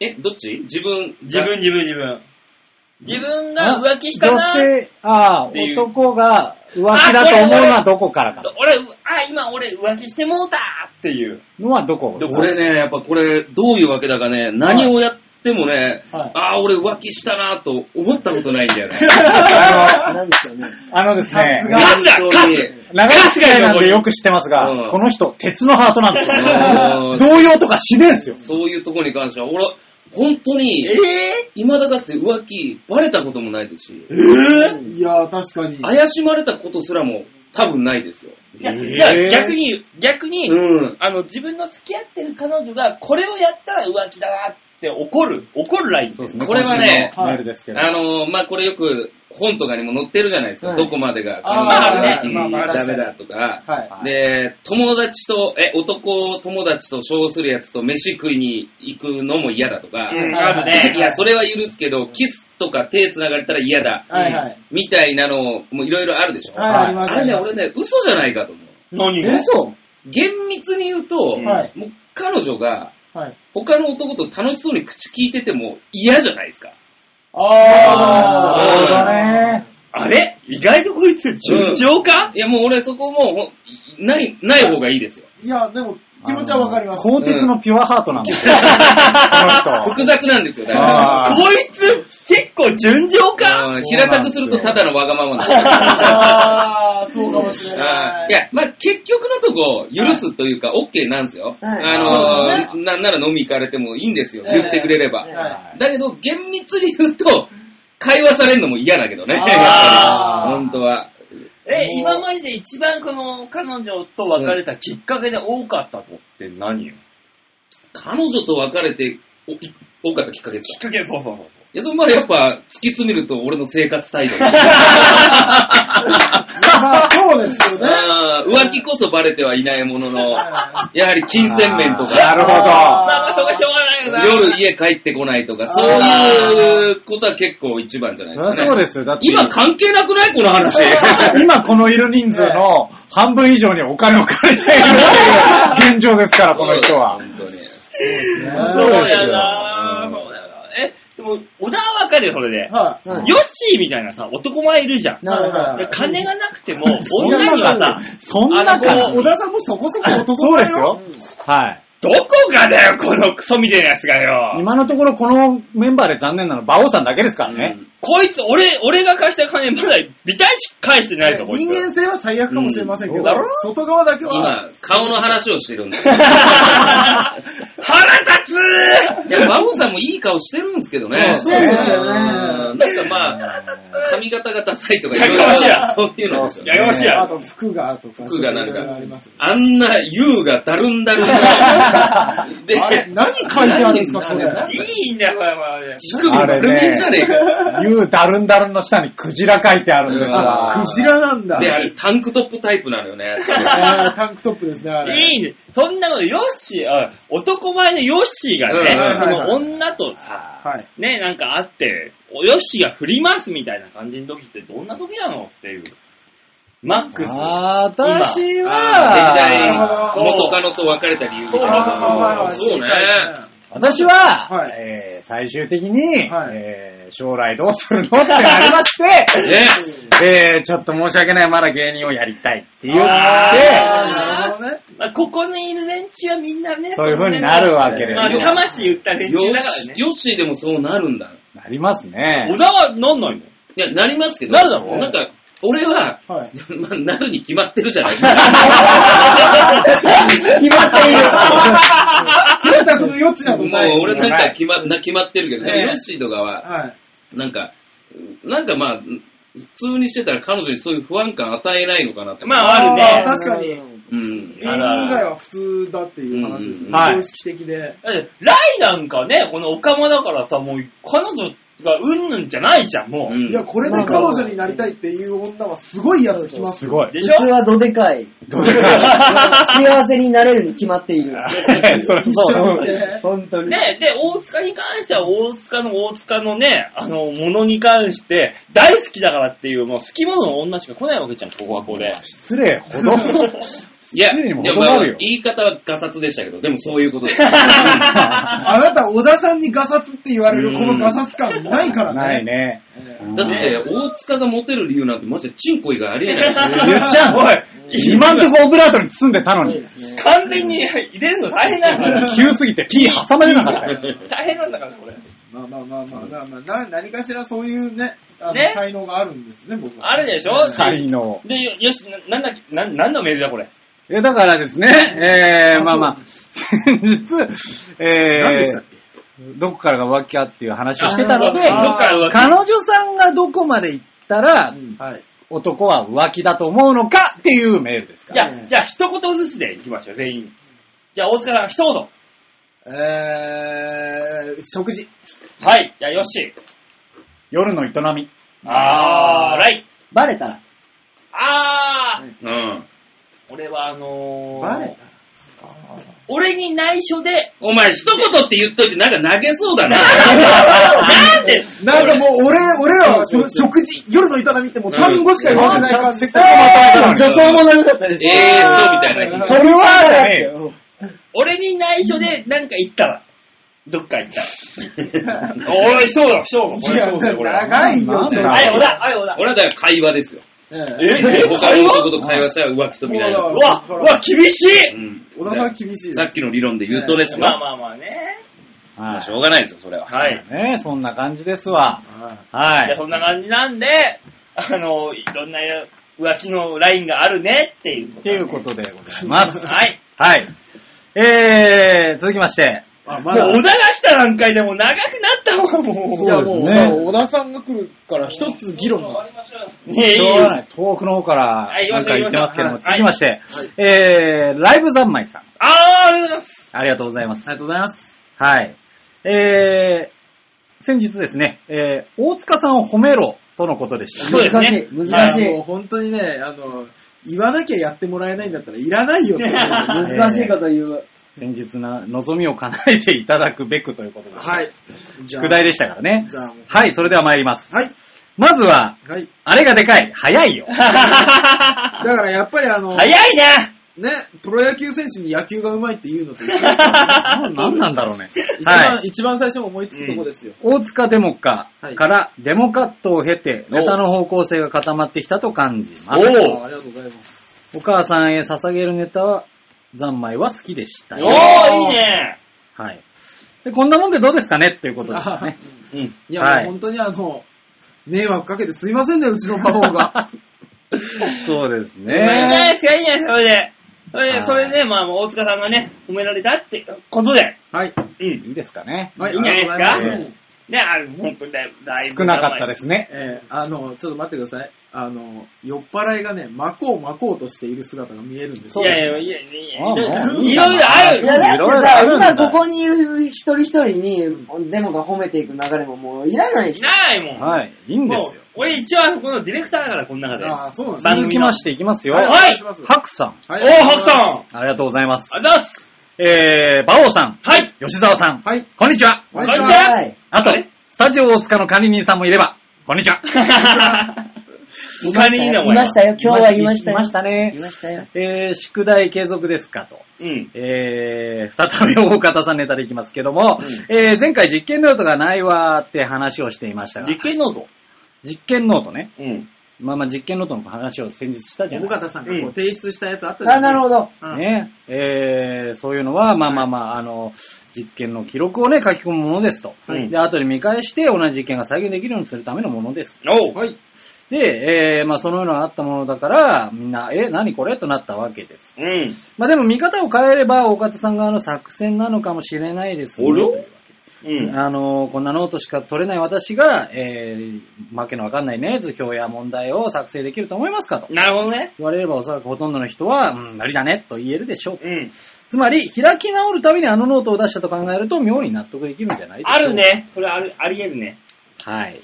Speaker 7: え、どっち自分、
Speaker 2: 自分、自分、自分。自分
Speaker 1: あ
Speaker 2: が浮気したな
Speaker 1: 女性、ああ、
Speaker 2: ていう
Speaker 1: 男が浮気だと思うのはどこからか。
Speaker 2: 俺、あ、今俺浮気してもうたっていう。
Speaker 1: のはどこ
Speaker 7: で俺ね、やっぱこれ、どういうわけだかね、何をやってもね、ああ、俺浮気したなと思ったことないん だよ ね。
Speaker 1: あ
Speaker 4: なんですよね。
Speaker 1: の、あのですね
Speaker 3: さす、が
Speaker 2: カスだ
Speaker 7: 本当
Speaker 2: カス
Speaker 7: に
Speaker 1: 長い付き合いなんでよく知ってます
Speaker 7: うん
Speaker 1: が、この人、鉄のハートなんです
Speaker 7: うん
Speaker 1: よ。動揺とかしねえんですよ。
Speaker 7: そういうとこに関しては、俺、本当に、
Speaker 2: え
Speaker 7: 今だかつて浮気、バレたこともないですし、
Speaker 3: えいやー、確かに。
Speaker 7: 怪しまれたことすらも多分ないですよ。
Speaker 2: ぇ、じゃあじゃあ逆に、逆に、
Speaker 7: うん。
Speaker 2: あの、自分の付き合ってる彼女が、これをやったら浮気だなって怒る、怒るライン。
Speaker 7: そうですねこれはね
Speaker 1: 今週のメールですけど。
Speaker 7: あのーまあ、これよく本とかにも載ってるじゃないですか。
Speaker 3: はい
Speaker 7: どこまでが。
Speaker 3: あ
Speaker 2: ー
Speaker 7: 彼女
Speaker 2: ね
Speaker 7: がうん
Speaker 3: まあまあ
Speaker 7: ダメだとか。
Speaker 3: はい。
Speaker 7: で、友達と、え、男友達と称するやつと飯食いに行くのも嫌だとか。
Speaker 2: うんあるね
Speaker 7: いや、それは許すけど、キスとか手繋がれたら嫌だ。
Speaker 3: はいはい。
Speaker 7: みたいなのもいろいろあるでしょ。
Speaker 3: はい、あります。
Speaker 7: あれね、俺ね、嘘じゃないかと思う。
Speaker 2: 何が
Speaker 4: 嘘
Speaker 7: 厳密に言うと、
Speaker 3: はい
Speaker 7: もう彼女が
Speaker 3: はい。
Speaker 7: 他の男と楽しそうに口聞いてても嫌じゃないですか。
Speaker 3: あー。
Speaker 2: なるほど
Speaker 1: ね。
Speaker 2: あれ意外とこいつ、順調か、
Speaker 7: いや、もう俺そこもほん、ない、ない方がいいですよ。
Speaker 3: いや、でも、気持ちはわかります。
Speaker 1: 鋼鉄のピュアハートなんですよ。 この人。
Speaker 7: 複雑なんですよ、だから。
Speaker 1: あー
Speaker 2: こいつ、結構順調か、
Speaker 7: うん平たくするとただのわがままなんですよ
Speaker 3: あー、そうかもし れな
Speaker 7: あ
Speaker 3: い。
Speaker 7: ーいや、まあ、結局のとこ、許すというか、OK なんですよ。
Speaker 4: はい
Speaker 7: あのー、なんなら飲み行かれてもいいんですよ。
Speaker 3: はい
Speaker 7: 言ってくれれば。
Speaker 3: は
Speaker 7: だけど、厳密に言うと、会話されるのも嫌だけどね。
Speaker 3: あー
Speaker 7: 本当は。
Speaker 2: え、今までで一番この彼女と別れたきっかけで多かった子って何よ
Speaker 7: 彼女と別れて、おい多かったきっかけです
Speaker 2: きっ
Speaker 7: か
Speaker 2: かけ、そうそうそう。
Speaker 7: いや、それまでやっぱ、突き詰めると俺の生活態度。
Speaker 3: まあ、そうですよね。
Speaker 7: あー浮気こそバレてはいないも のの、やはり金銭面と
Speaker 1: な
Speaker 7: か、
Speaker 1: るほ
Speaker 2: ま
Speaker 1: ど。
Speaker 2: あまあ、そこはしょうがないよな。
Speaker 7: 夜家帰ってこないとか、そういうことは結構一番じゃない
Speaker 1: そりゃそう
Speaker 7: ですか、ね。
Speaker 1: ですよ。だって。
Speaker 7: 今関係なくないこの話。
Speaker 1: 今このいる人数の半分以上にお金を借りているっていう現状ですから、この人は。
Speaker 7: 本当に。
Speaker 2: そう
Speaker 1: そうです
Speaker 2: だよ
Speaker 1: よ
Speaker 2: な。そうだよな。え、でも、小田はわかるよ、それで。
Speaker 3: はい。はい。
Speaker 2: ヨッシーみたいなさ、男前いるじゃん。
Speaker 3: はいはいはい
Speaker 2: 金がなくても、
Speaker 1: そん
Speaker 2: 女
Speaker 1: な
Speaker 2: にはさ
Speaker 1: か、、そんな
Speaker 2: あの
Speaker 1: か
Speaker 2: こう
Speaker 3: 小田さんもそこそこ男
Speaker 1: そうです
Speaker 3: よ。
Speaker 1: よ。はい。
Speaker 2: どこがだよ、このクソみたいなやつがよ。
Speaker 1: 今のところこのメンバーで残念なのは馬王さんだけですからね。
Speaker 2: こいつ、俺、俺が貸した金、まだ、ビタし返してないぞ、こいつ。
Speaker 3: 人間性は最悪かもしれませんけど
Speaker 2: うんだろ、
Speaker 3: 外側だけは。
Speaker 7: 今、顔の話をしてるんだよ。
Speaker 2: 腹立つ
Speaker 7: いや、馬王さんもいい顔してるんですけどね。
Speaker 3: そうですよね
Speaker 7: うんなんかまあ、髪型がダサいとかいろい
Speaker 2: や
Speaker 7: ろ
Speaker 2: かましいや
Speaker 7: そういうのですよね
Speaker 2: やかましいや
Speaker 3: あ。と服がとか、
Speaker 7: 服がなんか
Speaker 3: そういうのがあります。
Speaker 7: あんな優がだるんだるん。で、
Speaker 3: あれ、 何書いてあるんですか、それ。
Speaker 7: 何
Speaker 2: いいんだよ、これはね。
Speaker 7: 乳首丸見えじゃねえか。
Speaker 1: 言うダルンダルンの下にクジラ書いてあるんです
Speaker 7: あ
Speaker 1: が
Speaker 3: ク。ジラなんだ。
Speaker 7: で、あれ タンクトップタイプなのよね。
Speaker 3: あータンクトップですね、あれ。
Speaker 2: いいね。そんなこと、ヨッシー、あ男前のヨッシーがね、
Speaker 7: うん
Speaker 2: こ
Speaker 3: うん
Speaker 2: の女とさ、
Speaker 3: はい。
Speaker 2: ね、なんか会って、おヨッシーが振りますみたいな感じの時ってどんな時なのっていう。マックス。
Speaker 1: あー私
Speaker 7: 歴代
Speaker 1: は、
Speaker 7: 元カノと別れた理由みたいな
Speaker 3: そう
Speaker 7: そうね。
Speaker 1: 私は、
Speaker 3: はい
Speaker 1: えー最終的に、
Speaker 3: はい
Speaker 1: えー将来どうするのってなりまして、
Speaker 7: ね。
Speaker 1: えー、ちょっと申し訳ない、まだ芸人をやりたいって言って、
Speaker 2: あ
Speaker 3: なるほどね。
Speaker 2: まあ、ここにいる連中はみんなね、
Speaker 1: そういう風になるわけで
Speaker 2: そん
Speaker 1: す
Speaker 2: なね
Speaker 1: よ
Speaker 2: まあ、魂言った連中
Speaker 7: よ
Speaker 2: だからね
Speaker 7: し、。よしでもそうなるんだ。
Speaker 1: なります
Speaker 2: 小
Speaker 1: ね。
Speaker 2: 田はなんないの
Speaker 7: いや、なりますけど。
Speaker 2: なるだろう
Speaker 7: なんか、俺は、
Speaker 3: はい。
Speaker 7: まあ、なるに決まってるじゃないですか。
Speaker 1: 決まっ ている。
Speaker 3: 選択の余地など
Speaker 7: もう
Speaker 3: ない。
Speaker 7: 俺なんか決まな決まってるけど、
Speaker 3: ええ
Speaker 7: ヨッシーとかは、
Speaker 3: はい。
Speaker 7: なんか、なんかまあ、普通にしてたら彼女にそういう不安感与えないのかなと。
Speaker 2: まあ、あるね。
Speaker 3: 確かに。
Speaker 7: うん
Speaker 3: 芸。人以外は普通だっていう話です
Speaker 7: う
Speaker 3: ね。
Speaker 7: ん
Speaker 1: はい
Speaker 3: 常識的で。
Speaker 2: だってライなんかね、このオカマだからさ、もう彼女がうんぬんじゃないじゃん、もう。
Speaker 7: うん
Speaker 3: いや、これで彼女になりたいっていう女はすごいやつきま
Speaker 1: す
Speaker 3: すよ。
Speaker 1: ごい。
Speaker 2: で
Speaker 4: 普
Speaker 2: し
Speaker 4: 通
Speaker 2: ょ
Speaker 4: はどでかい。
Speaker 1: どれか。
Speaker 4: 幸せになれるに決まっている。
Speaker 1: そりゃそう。
Speaker 4: 本当に。
Speaker 2: ね、で、大塚に関しては、大塚の大塚のね、あの、ものに関して、大好きだからっていう、もう、好き者の女しか来ないわけじゃん、ここはこれ。
Speaker 1: 失礼ほど。
Speaker 7: いや、
Speaker 1: 失礼
Speaker 7: で
Speaker 1: に
Speaker 7: も
Speaker 1: も
Speaker 7: ま
Speaker 1: 程
Speaker 7: あ
Speaker 1: があるよ
Speaker 7: 言い方はガサツでしたけど、でもそういうことです。
Speaker 3: あなた、小田さんにガサツって言われるこのガサツ感ないからね。
Speaker 1: ないね。
Speaker 7: だって、大塚がモテる理由なんてマジでチンコ以外ありえないですよ。
Speaker 1: 言っちゃう。おい、今んとこオブラートに包んでたのに、
Speaker 2: 完全に入れるの大変なんだから。
Speaker 1: 急すぎてピー挟まれなかったよ。
Speaker 2: 大変なんだから、これ。
Speaker 3: まあまあまあまあまあまあ、な何かしらそういうね、あの
Speaker 2: ね
Speaker 3: 才能があるんですね、僕は。
Speaker 2: あるでしょ
Speaker 1: 才能。
Speaker 2: で、よよし、ななんだっけ、なん、何のメールだ、これ。
Speaker 1: え、だからですね、えー、まあまあ、先日、えー、
Speaker 3: 何でしたっけ
Speaker 1: どこからが浮気かっていう話をしてたので、
Speaker 2: あどっから浮気
Speaker 1: 彼女さんがどこまで行ったら、
Speaker 3: はい。
Speaker 1: 男は浮気だと思うのかっていうメールですか
Speaker 2: じ
Speaker 1: ら。
Speaker 2: ゃあ、じゃあ、一言ずつでいきましょう、全員。じゃあ、大塚さん、一言。
Speaker 3: えー、食事。
Speaker 2: はい。じゃあ、よし。
Speaker 1: 夜の営み。
Speaker 2: あー、ライ。
Speaker 4: バレたら。
Speaker 2: あー、
Speaker 7: うん。
Speaker 2: 俺は、あのー、
Speaker 3: バレた
Speaker 2: 俺に内緒 で、
Speaker 7: お前、一言って言っといて、なんか泣けそう だな。
Speaker 2: なんで、
Speaker 3: なんかもう俺、俺らはその食事、夜の営みってもう単語しか言わせないから、せっか
Speaker 4: 女
Speaker 7: あ
Speaker 4: 装も長かったで
Speaker 7: え
Speaker 4: しょ。
Speaker 7: ーっと、みたいな。
Speaker 1: 飛ぶわーじゃねえよ。
Speaker 2: 俺に内緒でなんか行ったわ。どっか行ったわ。おい、一言、一言。こ
Speaker 3: く。い
Speaker 2: れ
Speaker 3: や、
Speaker 2: そうだよこれ
Speaker 3: 長いよ、ちょっと
Speaker 2: はい、小田、はい、小田。
Speaker 7: 俺はだから会話ですよ。
Speaker 3: え
Speaker 2: ええ
Speaker 7: 他の男と会話したら浮気とみたいな。
Speaker 3: も
Speaker 2: う
Speaker 3: う
Speaker 2: わ、うわ、厳しい
Speaker 7: うん
Speaker 3: 小田さん厳しい
Speaker 7: さ
Speaker 3: で
Speaker 7: っ
Speaker 3: す。
Speaker 7: きの理論で言うとですよ。
Speaker 2: まあ
Speaker 7: ま
Speaker 2: まあまあね。
Speaker 1: は
Speaker 7: あ、し
Speaker 1: い
Speaker 7: ょうがないですよ、それは。
Speaker 2: はい。
Speaker 1: ねえそんな感じですわ。は
Speaker 2: で
Speaker 1: い。
Speaker 2: そんな感じなんで、あの、いろんな浮気のラインがあるねっていうこと、
Speaker 1: っていうことでございます。
Speaker 2: はい。
Speaker 1: はい。えー、続きまして。
Speaker 3: あ、
Speaker 2: も
Speaker 3: ま
Speaker 2: う小田が来た段階でもう長くなったわ、も
Speaker 3: いや、
Speaker 1: そ
Speaker 3: も
Speaker 1: う
Speaker 3: う、
Speaker 1: ですね
Speaker 3: 小田さんが来るから一つ議論が。
Speaker 2: う。ねえ、いい
Speaker 1: しょうがな
Speaker 2: よ。
Speaker 1: い遠くの方から
Speaker 2: はい
Speaker 1: なんか言ってますけども、
Speaker 2: 言
Speaker 1: 続
Speaker 2: い
Speaker 1: き
Speaker 2: ま
Speaker 1: まして、えー、ライブ三昧さん。
Speaker 2: あー、ありがとうござい ます。
Speaker 1: ありがとうございます。
Speaker 3: りがとうございます。
Speaker 1: はい。えー、先日ですね、えー、大塚さんを褒めろとのことでし
Speaker 2: そう
Speaker 1: た。
Speaker 2: ですね
Speaker 4: 難しい。難し
Speaker 3: いや
Speaker 4: い
Speaker 3: もう。本当にね、あの、言わなきゃやってもらえないんだったらいらないよって。は
Speaker 4: 難しいこと言う。
Speaker 1: 先日な望みを叶えていただくべくということで、
Speaker 3: い。じゃあ
Speaker 1: 宿題でしたからね
Speaker 3: じゃあもう。
Speaker 1: はい、それでは参ります。
Speaker 3: はい。
Speaker 1: まずは、
Speaker 3: はい。
Speaker 1: あれがでかい。早い よ。
Speaker 3: だからやっぱりあの、
Speaker 2: 早いね
Speaker 3: ね、プロ野球選手に野球がうまいって言うの と一緒ですよ
Speaker 1: ななんなんだろうね。
Speaker 3: 一番
Speaker 1: は、い。
Speaker 3: 一番最初に思いつくとこですよ。
Speaker 1: 大塚デモカからデモカットを経て、
Speaker 2: お
Speaker 1: ネタの方向性が固まってきたと感じま
Speaker 2: お
Speaker 1: す。
Speaker 2: う
Speaker 3: あありがとうございます。
Speaker 1: お母さんへ捧げるネタは、三昧は好きでした
Speaker 2: お
Speaker 1: よ。
Speaker 2: ー、いいね
Speaker 1: はい。で、こんなもんでどうですかねっていうことですかね。
Speaker 2: うん。
Speaker 3: いや、
Speaker 1: はい
Speaker 3: もう本当にあの、迷惑かけてすいませんね、うちのパフォー が。
Speaker 1: そうです
Speaker 2: いいんじゃ
Speaker 1: ね。
Speaker 2: ないですか、いいんじゃないですか、それで。それ
Speaker 1: は
Speaker 2: で、
Speaker 1: い
Speaker 2: それで、まあ、大塚さんがね、褒められたってことで。
Speaker 3: はい。
Speaker 2: うん。
Speaker 1: いいですかね。
Speaker 3: はい、
Speaker 2: いいんじゃないですか
Speaker 3: ありがとうございます
Speaker 2: ね、あれ、本当にだいぶ、だいぶ。
Speaker 1: 少なかったですね。
Speaker 3: えーあの、ちょっと待ってください。あの、酔っ払いがね、巻こう巻こうとしている姿が見えるんです
Speaker 2: い
Speaker 3: よ。
Speaker 2: やいやいやいやいや
Speaker 1: ああもう
Speaker 2: いろいろある
Speaker 4: いや、だっ て
Speaker 1: いろいろあ
Speaker 4: さ、
Speaker 1: るんだ
Speaker 4: 今ここにいる一人一人に、デモが褒めていく流れももういらないでしょ。
Speaker 2: ないもん。
Speaker 1: はい。いいんで
Speaker 2: も
Speaker 1: す
Speaker 2: う
Speaker 1: よ。、
Speaker 2: 俺一応あそこのディレクターだから、この中で。
Speaker 3: ああ、そうなんですね。
Speaker 2: 番組
Speaker 1: 続
Speaker 2: の
Speaker 1: きましていきますよ。
Speaker 2: はい
Speaker 3: お願します
Speaker 1: ハクさん。
Speaker 2: お
Speaker 3: は
Speaker 2: ー、白さん
Speaker 3: ん。
Speaker 2: あ
Speaker 1: ありがとうございます。
Speaker 2: りがとうございます
Speaker 1: えー、馬王さん。
Speaker 2: はい
Speaker 1: 吉沢さん。
Speaker 3: はい。
Speaker 1: こんにちは。
Speaker 3: こん
Speaker 2: にちは
Speaker 4: はい。
Speaker 1: あと
Speaker 2: あれ、
Speaker 1: スタジオ大塚の管理人さんもいれば、こんにちは。
Speaker 2: お金いいね、お前は。
Speaker 4: いましたよ。今日はいましたよ。
Speaker 1: いました
Speaker 4: い
Speaker 1: ね。
Speaker 4: ましたよ。
Speaker 1: えー、宿題継続ですかと。
Speaker 2: うん。
Speaker 1: えー、再び大方さんネタでいきますけども、えー、前回実験ノートがないわーって話をしていましたが
Speaker 2: 実、験ノート。
Speaker 1: 実験ノートね。
Speaker 2: うん。
Speaker 1: まあまあ実験ノートの話を先日したじゃ
Speaker 3: 尾
Speaker 1: ない
Speaker 3: 形さんがこう提出したやつあったじ
Speaker 4: あ、なるほど。
Speaker 3: ど
Speaker 1: ね、えー、そういうのは、まあまあまあ、あの、実験の記録をね、書き込むものですと。
Speaker 2: はい
Speaker 1: で、後で見返して、同じ実験が再現できるようにするためのものです。
Speaker 2: おう。
Speaker 3: はい。
Speaker 1: で、えー、まあそのようなあったものだから、みんな、え、何これとなったわけです。
Speaker 2: うん。
Speaker 1: まあでも見方を変えれば、大方さん側の作戦なのかもしれないですね。
Speaker 2: おろ
Speaker 1: というわけ
Speaker 2: うん。
Speaker 1: あのこんなノートしか取れない私が、えー、負けのわかんないね、図表や問題を作成できると思いますかと。
Speaker 2: なるほどね。
Speaker 1: 言われればおそらくほとんどの人は、うん、無理だね、と言えるでしょう。
Speaker 2: うん。
Speaker 1: つまり、開き直るたびにあのノートを出したと考えると、妙に納得できるんじゃないでしょうか
Speaker 2: ある。ね。これある、あり得るね。
Speaker 1: はい。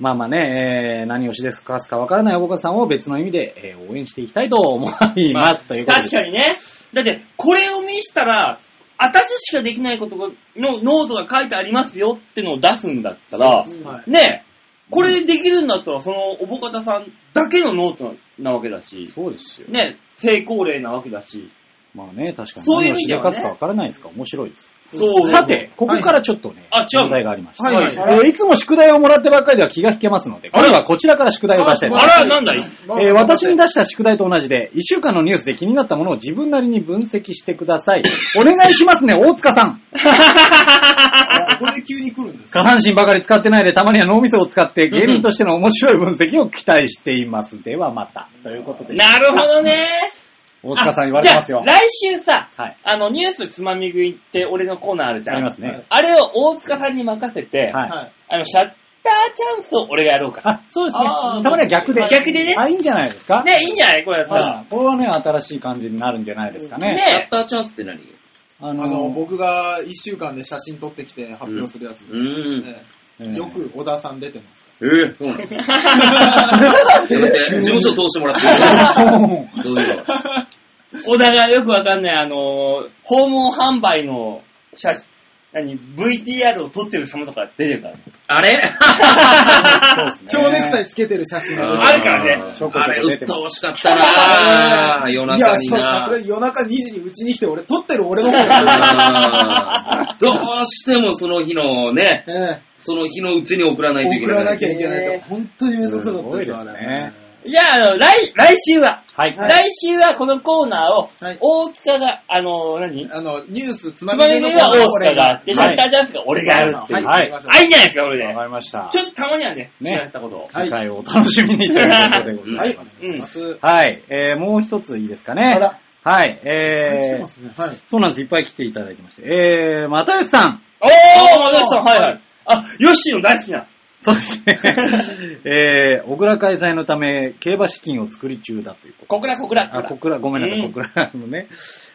Speaker 1: まあまあね、えー、何をしですかすかわからないお母さんを別の意味で、えー応援していきたいと思います、ということで
Speaker 2: 確かにね。だって、これを見したら、私しかできないことがのノートが書いてありますよってのを出すんだったら、
Speaker 3: はい。
Speaker 2: ねえ、これでできるんだったら、その、おぼかたさんだけのノートなわけだし、
Speaker 1: そうですよ。
Speaker 2: ねえ、成功例なわけだし。
Speaker 1: まあね、確かに
Speaker 2: そう
Speaker 1: 何
Speaker 2: いう意
Speaker 1: を
Speaker 2: 味
Speaker 1: し
Speaker 2: で
Speaker 1: で
Speaker 2: はね
Speaker 1: かすかわからないですから面白いです。
Speaker 2: そう
Speaker 1: さて、ここからちょっとね、
Speaker 2: はいあ違うの
Speaker 1: 問題がありまして、
Speaker 3: はい
Speaker 2: はい
Speaker 1: えーいつも宿題をもらってばっかりでは気が引けますので、
Speaker 2: あら
Speaker 1: 今日はこちらから宿題を出したいと思い
Speaker 2: あ
Speaker 1: ます
Speaker 2: ら、なんだい
Speaker 1: えー私に出した宿題と同じで、1週間のニュースで気になったものを自分なりに分析してください。お願いしますね、大塚さん。
Speaker 3: あこれ急に来るんです
Speaker 1: 下半身ばかり使ってないで、たまには脳みそを使って、芸人としての面白い分析を期待しています。ではまた。ということで。
Speaker 2: なるほどね。
Speaker 1: 大塚さん言われてますよ
Speaker 2: あじ。ゃあ来週さ、
Speaker 1: はい
Speaker 2: あの、ニュースつまみ食いって俺のコーナーあるじゃん。
Speaker 1: ありますね。
Speaker 2: あれを大塚さんに任せて、
Speaker 1: はい。
Speaker 3: はい。
Speaker 2: あの、シャッターチャンスを俺がやろうか。
Speaker 1: あ、そうですね
Speaker 3: あー。
Speaker 1: たまには逆で。
Speaker 2: 逆でね
Speaker 1: あ、いいんじゃないですか。
Speaker 2: ね、いいんじゃないこれやったら。
Speaker 1: はい。これはね、新しい感じになるんじゃないですかね。
Speaker 2: ね
Speaker 7: シャッターチャンスって何
Speaker 1: あ
Speaker 3: あ
Speaker 1: の
Speaker 3: の、僕が1週間で写真撮ってきて発表するやつ
Speaker 7: う。ーん。
Speaker 3: え
Speaker 1: え
Speaker 3: え
Speaker 1: ー
Speaker 3: よく小田さん出てます。
Speaker 7: えー、そうなんだ。 え待って、事務所通しても らってる。そういうの。
Speaker 2: 小田がよくわかんない、あのー、訪問販売の写真、何、VTR を撮ってる様とか出てるからね。
Speaker 7: あれ
Speaker 1: そうですね。
Speaker 3: 蝶ネクタイつけてる写真が出て
Speaker 2: あるから
Speaker 1: ね
Speaker 7: あーあれ、うっとうしかった
Speaker 3: あ
Speaker 7: な ぁ。
Speaker 3: ー
Speaker 7: 夜中に
Speaker 3: いや、そうさすが
Speaker 7: な
Speaker 3: に夜中2時にうちに来て、俺、撮ってる俺の方が。
Speaker 7: あーどうしてもその日のね、
Speaker 3: え
Speaker 7: その日のうちに送らないといけ
Speaker 3: 送
Speaker 7: ない。
Speaker 3: らなきゃいけない
Speaker 2: え
Speaker 3: と。
Speaker 2: え
Speaker 3: 本当に面倒くさかったです
Speaker 1: すごいですね
Speaker 2: じゃあ、あの、来、来週は、
Speaker 1: はい。
Speaker 2: 来週はこのコーナーを
Speaker 3: はい、
Speaker 2: 大塚が、あのー、何
Speaker 3: あの、ニュースつま
Speaker 2: つ
Speaker 3: み
Speaker 2: ま
Speaker 3: 食
Speaker 2: み
Speaker 3: いの
Speaker 2: 食い
Speaker 3: コーナ
Speaker 2: は
Speaker 3: ー
Speaker 2: 大
Speaker 3: こ
Speaker 2: 塚
Speaker 3: れ
Speaker 2: があっ
Speaker 3: が
Speaker 2: て、シャッターチャンスが俺がやるっていう。
Speaker 1: はい
Speaker 2: あ、いいんじゃないですか、これで。
Speaker 1: わかりました。
Speaker 2: ちょっとたまにはね、
Speaker 1: ね
Speaker 2: 知らなかったことを。
Speaker 3: はい
Speaker 1: 次回をお楽しみにということでございます。
Speaker 3: は、
Speaker 1: はいい
Speaker 3: お願いします。
Speaker 1: はい。えー、もう一ついいですかね。
Speaker 3: あら
Speaker 1: はい。
Speaker 3: 来て
Speaker 1: え
Speaker 3: ます
Speaker 1: ー、
Speaker 3: ね。はい。
Speaker 1: そうなんです。いっぱい来ていただきまして。えー、又吉さん。
Speaker 2: おー、松崎さん、はいはい。あ、ヨッシーの大好きな。
Speaker 1: そうです ね。えー、小倉開催のため、競馬資金を作り中だということ。
Speaker 2: 小倉小倉。
Speaker 1: あ、小倉、ごめんなさい、
Speaker 2: う
Speaker 1: 小
Speaker 2: ん
Speaker 1: 倉のね。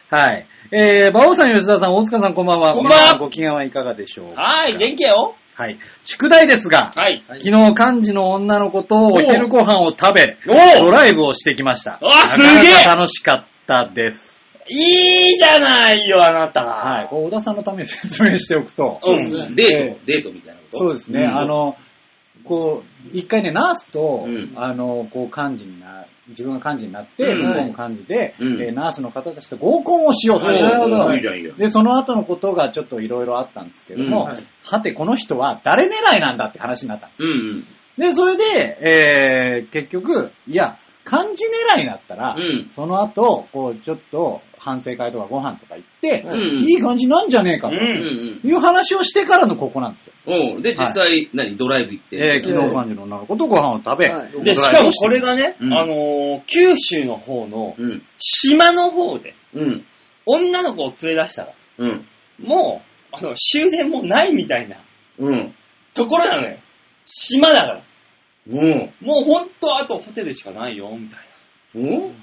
Speaker 1: はい。えー、馬王さん、吉田さん、大塚さん、こんばんは。
Speaker 2: こんばんは
Speaker 1: ご機嫌はいかがでしょうか
Speaker 2: はーい、元気やよ。
Speaker 1: はい。宿題ですが、
Speaker 2: はい。
Speaker 3: はい
Speaker 1: 昨日、漢字の女の子とお昼ご飯を食べ、
Speaker 2: おー
Speaker 1: ドライブをしてきました。
Speaker 2: わすげえ
Speaker 1: なかなか楽しかったです。
Speaker 2: いいじゃないよ、あなた。
Speaker 1: はい。これ、小田さんのために 説明しておくと、
Speaker 2: うん。
Speaker 7: デート、デートみたいなこと
Speaker 1: そうですね、
Speaker 7: ん
Speaker 1: あの、こう、一回ね、ナースと、
Speaker 7: うん
Speaker 1: あの、こう、幹事にな、自分が幹事になって、
Speaker 7: うん
Speaker 1: 向こうも幹事で、
Speaker 7: うん
Speaker 1: えーナースの方たちと合コンをしようと。
Speaker 7: はいなるほど
Speaker 1: はい
Speaker 7: いいじゃんいいじゃん
Speaker 1: で、その後のことがちょっといろいろあったんですけども、
Speaker 7: うん
Speaker 3: はい
Speaker 1: はて、この人は誰狙いなんだって話になったんです。
Speaker 7: うんうん。
Speaker 1: で、それで、えー結局、いや、漢字狙いだったら、
Speaker 7: うん
Speaker 1: その後、こう、ちょっと反省会とかご飯とか行って、
Speaker 7: うん
Speaker 1: いい感じなんじゃねえかと、
Speaker 2: う
Speaker 7: うん
Speaker 2: ん。
Speaker 7: うん。
Speaker 1: いう話をしてからのここなんですよ。
Speaker 7: おうで、実際、何ドライブ行って。
Speaker 1: えー、昨日感じの女の子とご飯を食べ、
Speaker 4: はい
Speaker 2: で、しかもこれがね、
Speaker 7: うん
Speaker 2: あのー、九州の方の、
Speaker 7: うん。
Speaker 2: 島の方で、
Speaker 7: うん。
Speaker 2: 女の子を連れ出したら、
Speaker 7: うん。
Speaker 2: もう、あの、終電もないみたいな
Speaker 7: うん。
Speaker 2: ところなのよ。島だから。
Speaker 7: うん。
Speaker 2: もうほんと、あとホテルしかないよ、みたい
Speaker 7: うん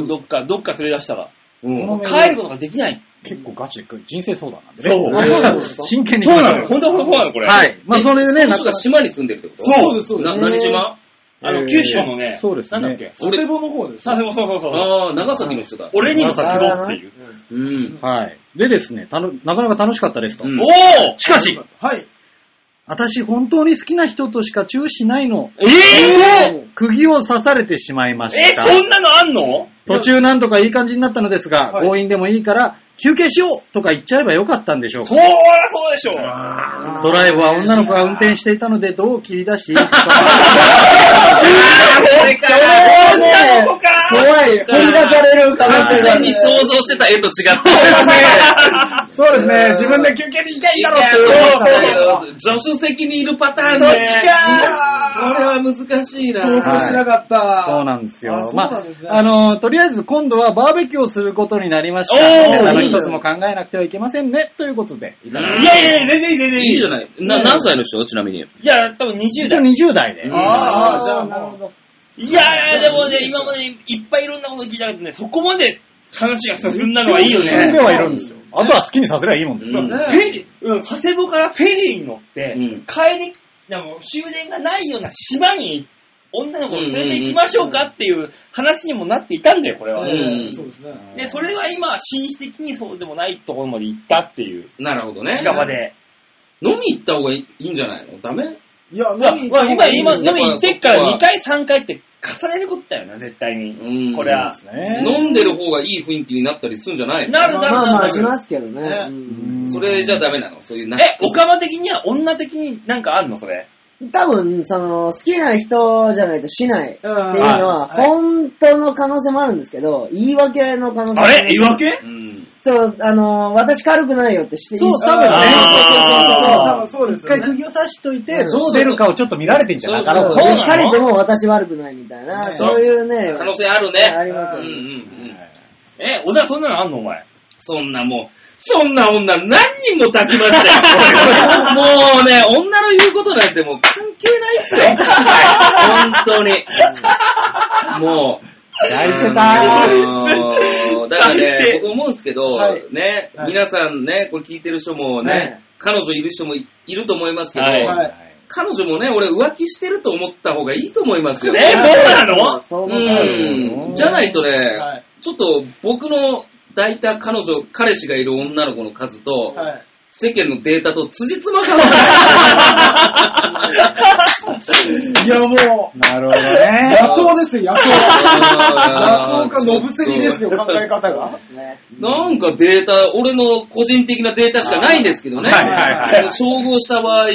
Speaker 2: な。どっか、どっか連れ出したら、
Speaker 7: うん
Speaker 1: この
Speaker 2: 帰ることができない。
Speaker 1: 結構ガチで人生相談なんで
Speaker 2: そう
Speaker 1: ね。
Speaker 3: そう
Speaker 1: 真剣に
Speaker 2: そう
Speaker 1: 行きまし
Speaker 2: な
Speaker 1: ょ
Speaker 2: のよ。ほんとほんとそうなの、これ。
Speaker 1: はい。まあ、それでね、
Speaker 7: この
Speaker 1: な
Speaker 7: 人が島に住んでるってこと
Speaker 3: そうです、そうで
Speaker 7: な
Speaker 3: す。
Speaker 7: 何島
Speaker 2: あ
Speaker 1: え
Speaker 2: の、
Speaker 1: ー
Speaker 2: 九州のね、
Speaker 1: そうですね
Speaker 2: なんだっけ。
Speaker 3: 佐世保の方です。
Speaker 2: さそうそうそうそう。
Speaker 7: ああ、長崎の人だ。
Speaker 2: 俺にも希望っていう。
Speaker 7: うん。
Speaker 1: はい。でですね、たのなかなか楽しかったですと。
Speaker 7: うん
Speaker 2: おー
Speaker 1: しかし、
Speaker 3: はい。
Speaker 1: 私本当に好きな人としかチューしないの。
Speaker 2: えー、
Speaker 1: 釘を刺されてしまいま
Speaker 2: え
Speaker 1: した。
Speaker 2: そんなのあんの
Speaker 1: 途中なんとかいい感じになったのですが、
Speaker 3: はい
Speaker 1: 強引でもいいから、休憩しようとか言っちゃえばよかったんでしょう
Speaker 2: そ
Speaker 1: か。
Speaker 2: ーらそうでしょ
Speaker 1: ドライブは女の子が運転していたので、どう切り出していいか。
Speaker 7: それから、
Speaker 2: 女の子か
Speaker 1: 怖い。
Speaker 7: 掘り出さ
Speaker 1: れる
Speaker 7: 完全に想像してた絵と違った。
Speaker 1: そうですね。自分で休憩に行きたいんだろうって思ったんだけど。
Speaker 7: そうそう助手席にいるパターンね。
Speaker 2: そっちか
Speaker 7: それは難しいな。
Speaker 3: 想像してなかった。
Speaker 1: そうなんですよ。
Speaker 3: あそう
Speaker 1: ま
Speaker 3: な
Speaker 1: あ
Speaker 3: んですね、
Speaker 1: あの、とりあえず今度はバーベキューをすることになりました。
Speaker 2: おー
Speaker 1: あの、
Speaker 2: いいね
Speaker 1: 一つも考えなくてはいけませんね、ということで。いただきま
Speaker 2: い
Speaker 1: し
Speaker 2: やいやいや、全然いい、全然いい。
Speaker 7: いいじゃない。な、何歳の人ちなみに。
Speaker 2: いや、多分
Speaker 1: た
Speaker 2: 20
Speaker 1: 一応
Speaker 2: 代。
Speaker 1: 20代で。
Speaker 3: ああ、じゃあ
Speaker 4: なる
Speaker 3: も
Speaker 4: ほ
Speaker 3: う。
Speaker 4: ど。
Speaker 2: いやいや、でもね、今までいっぱいいろんなこと聞いたけどね、そこまで話が進んだのはいいよ
Speaker 1: 進んで
Speaker 2: ね。
Speaker 1: はいるんですよ。あとは好きにさせりゃいいもんですよ。
Speaker 7: うん
Speaker 2: フェリー、うん、佐世保からフェリーに乗って、
Speaker 7: うん
Speaker 2: 帰り、でも終電がないような島に女の子を連れて行きましょうかっていう話にもなっていたんだよ、これは。
Speaker 7: うん
Speaker 3: そうですね。
Speaker 2: で、それは今、紳士的にそうでもないところまで行ったっていう、
Speaker 7: なるほどね。
Speaker 2: 近場で。
Speaker 7: 飲み行った方がいいんじゃないのダメ
Speaker 3: いや、
Speaker 2: まあ
Speaker 3: 何
Speaker 2: まあ今、今、でも行ってっから
Speaker 7: そこは
Speaker 2: 2回、3回って重ねることだよな、絶対に。
Speaker 7: うん
Speaker 2: これは。
Speaker 1: ね
Speaker 7: 飲んでる方がいい雰囲気になったりするんじゃないの
Speaker 2: なる
Speaker 4: ま
Speaker 2: なる
Speaker 4: あま
Speaker 2: な
Speaker 4: あ
Speaker 2: る
Speaker 4: しますけどね
Speaker 3: ね。
Speaker 4: うん
Speaker 7: それじゃダメなのそういうな。
Speaker 2: え、オカマ的には女的になんかあんのそれ。
Speaker 4: 多分、その、好きな人じゃないとしないっていうのは、
Speaker 3: はい
Speaker 4: 本当の可能性もあるんですけど、言い訳の可能性も
Speaker 2: あ
Speaker 4: る
Speaker 2: れ言い訳
Speaker 7: うん。
Speaker 4: そう、あの、私軽くないよってして、
Speaker 1: そう
Speaker 4: 言
Speaker 1: 多分ね
Speaker 2: あ
Speaker 3: そうそうそうそう。多分そうで
Speaker 1: 一
Speaker 3: すよ
Speaker 1: 回
Speaker 3: ね。
Speaker 1: 釘を刺しといて、
Speaker 4: うん
Speaker 1: どう出るかをちょっと見られてんじゃなかろう
Speaker 4: そう
Speaker 1: か
Speaker 2: そう
Speaker 4: そう
Speaker 2: なの
Speaker 4: うっさりでも私悪くないみたいな、
Speaker 3: ね
Speaker 4: そういうね、
Speaker 7: 可能性あるね。
Speaker 4: あります
Speaker 7: う
Speaker 4: よ
Speaker 7: んう
Speaker 4: ね。
Speaker 7: ん
Speaker 2: え、小田そんなのあんのお前。
Speaker 7: そんなもう、そんな女何人も抱きましたよ。もうね、女の言うことなんてもう関係ないっすよ。本当に。もう。
Speaker 1: 大世
Speaker 7: あのーだから
Speaker 2: 最低
Speaker 7: ね、僕思うんですけど、
Speaker 3: はい
Speaker 7: ね、
Speaker 3: はい
Speaker 7: 皆さんね、これ聞いてる人もね、
Speaker 3: はい
Speaker 7: 彼女いる人もいいると思いますけど、
Speaker 2: はい
Speaker 3: はい
Speaker 7: 彼女もね、俺浮気してると思った方がいいと思います
Speaker 2: え、そ
Speaker 7: よ。
Speaker 2: うなの
Speaker 1: そう思ったら
Speaker 7: うん。じゃないとね、
Speaker 3: はい
Speaker 7: ちょっと僕の抱いた彼女、彼氏がいる女の子の数と、
Speaker 3: はい。
Speaker 7: 世間のデータと辻褄が合わない。
Speaker 3: いや、もう、
Speaker 1: なるほどね。
Speaker 3: 野党ですよ、野党。
Speaker 7: あー
Speaker 3: 野党か、ノブセリですよ、考え方が。
Speaker 7: なんかデータ、俺の個人的なデータしかないんですけどね。
Speaker 2: はいはいはいはい
Speaker 7: 照合した場合、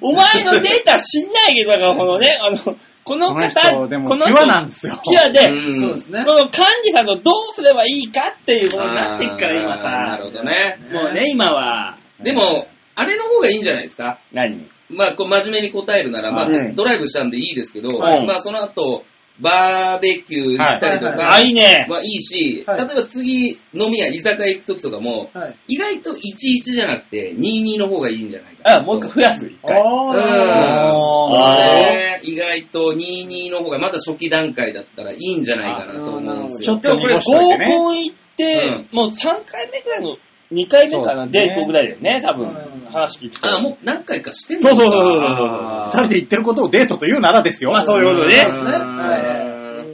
Speaker 2: お前のデータ知んないけど、だからこのね、あの、こ
Speaker 1: こ
Speaker 2: の
Speaker 1: の
Speaker 2: 方、
Speaker 1: 人、
Speaker 2: こ
Speaker 1: でも、
Speaker 2: の人
Speaker 1: ピュアなんですよ。
Speaker 2: ピュアで、
Speaker 7: うん
Speaker 3: そうですね
Speaker 2: こ。の管理さんとどうすればいいかっていうことになってっから、今さ。
Speaker 7: あーなるほどね。
Speaker 2: もうね、今は。
Speaker 7: でも、あれの方がいいんじゃないですか。
Speaker 2: 何
Speaker 7: まあ、こう真面目に答えるなら、まあ、
Speaker 2: うん
Speaker 7: ドライブしたんでいいですけど、
Speaker 2: はい
Speaker 7: まあ、その後、バーベキュー行ったりとか、
Speaker 2: あ、
Speaker 3: はい
Speaker 2: いいね。
Speaker 7: まあいいし、
Speaker 3: はい
Speaker 7: 例えば次飲み屋、居酒屋行くときとかも、
Speaker 3: はい。
Speaker 7: 意外と11じゃなくて22の方がいいんじゃないかな。
Speaker 2: あ、もう一回増やす。一
Speaker 3: あ
Speaker 2: 回。
Speaker 7: う
Speaker 3: ーな
Speaker 7: ん
Speaker 3: るほど
Speaker 2: あー
Speaker 7: ね意外と22の方がまだ初期段階だったらいいんじゃないかなと思うんです
Speaker 1: ちょ
Speaker 7: よ
Speaker 1: っ。
Speaker 2: でも
Speaker 1: と
Speaker 2: これ
Speaker 1: 濁
Speaker 2: 合
Speaker 1: しといてね。
Speaker 2: コン行って、もう3回目くらいの、2回目かな、
Speaker 1: そうですね
Speaker 2: デートぐらいだよね、多分
Speaker 3: うん。
Speaker 2: 話聞くと。
Speaker 7: あ、もう何回かしてんの
Speaker 2: そう
Speaker 7: か
Speaker 2: そうそうそうそう
Speaker 1: 二人で言ってることをデートというならですよ。
Speaker 2: まあそういうことね
Speaker 3: そうですねは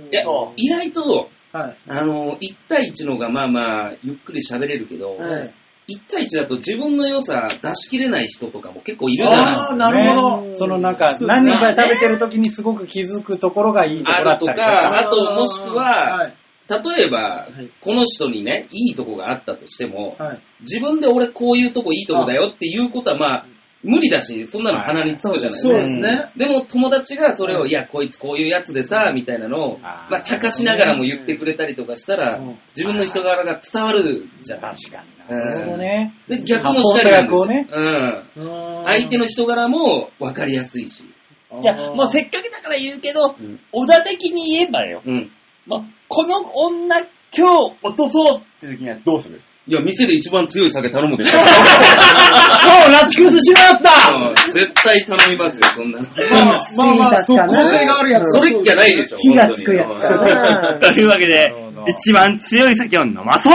Speaker 3: い
Speaker 7: いや
Speaker 2: そ、
Speaker 7: 意外と、
Speaker 3: はい。
Speaker 7: あの、1対1の方がまあまあ、ゆっくり喋れるけど、
Speaker 3: はい
Speaker 7: 1対1だと自分の良さ出し切れない人とかも結構いるじゃないですか
Speaker 3: あー、なるほど。
Speaker 1: そのなんか、
Speaker 3: そうです
Speaker 1: 何
Speaker 3: ね
Speaker 1: 人かで食べてる時にすごく気づくところがいいところだったりと
Speaker 7: あ
Speaker 1: か。
Speaker 7: るとかあともしくは
Speaker 3: はい。
Speaker 7: 例えば
Speaker 3: はい、
Speaker 7: この人にね、いいとこがあったとしても、
Speaker 3: はい。
Speaker 7: 自分で俺こういうとこいいとこだよっていうことはまあ、無理だし、そんなの鼻につくじゃないです
Speaker 3: そう
Speaker 7: か
Speaker 3: で。すね。
Speaker 7: でも友達がそれを、
Speaker 3: うん
Speaker 7: いや、こいつこういうやつでさ、みたいなのを、
Speaker 1: あー
Speaker 7: まあ、茶化しながらも言ってくれたりとかしたら
Speaker 3: うん、
Speaker 7: 自分の人柄が伝わるじゃん。
Speaker 1: 確かにな。
Speaker 7: うん
Speaker 1: なるほどね。
Speaker 7: で、逆もしたりなんですよ
Speaker 1: サポート役をね
Speaker 7: うん。相手の人柄も分かりやすいし。
Speaker 2: う。いや、もうせっかくだから言うけど、
Speaker 7: うん。
Speaker 2: 小田的に言えばよ。
Speaker 7: うん。
Speaker 2: まあ、この女今日落とそうって時にはどうする
Speaker 7: いや、店で一番強い酒頼むでしょ。
Speaker 1: おう、ラチクスしなかった
Speaker 7: うん絶対頼みますよ、そんなの。
Speaker 3: まあまあまあ、そう、構成があるやつ。
Speaker 7: それっきゃないでしょ。
Speaker 4: 火がつくやつ
Speaker 7: 本
Speaker 2: というわけ
Speaker 1: な
Speaker 2: で
Speaker 1: るほど、
Speaker 2: 一番強い酒を飲まそう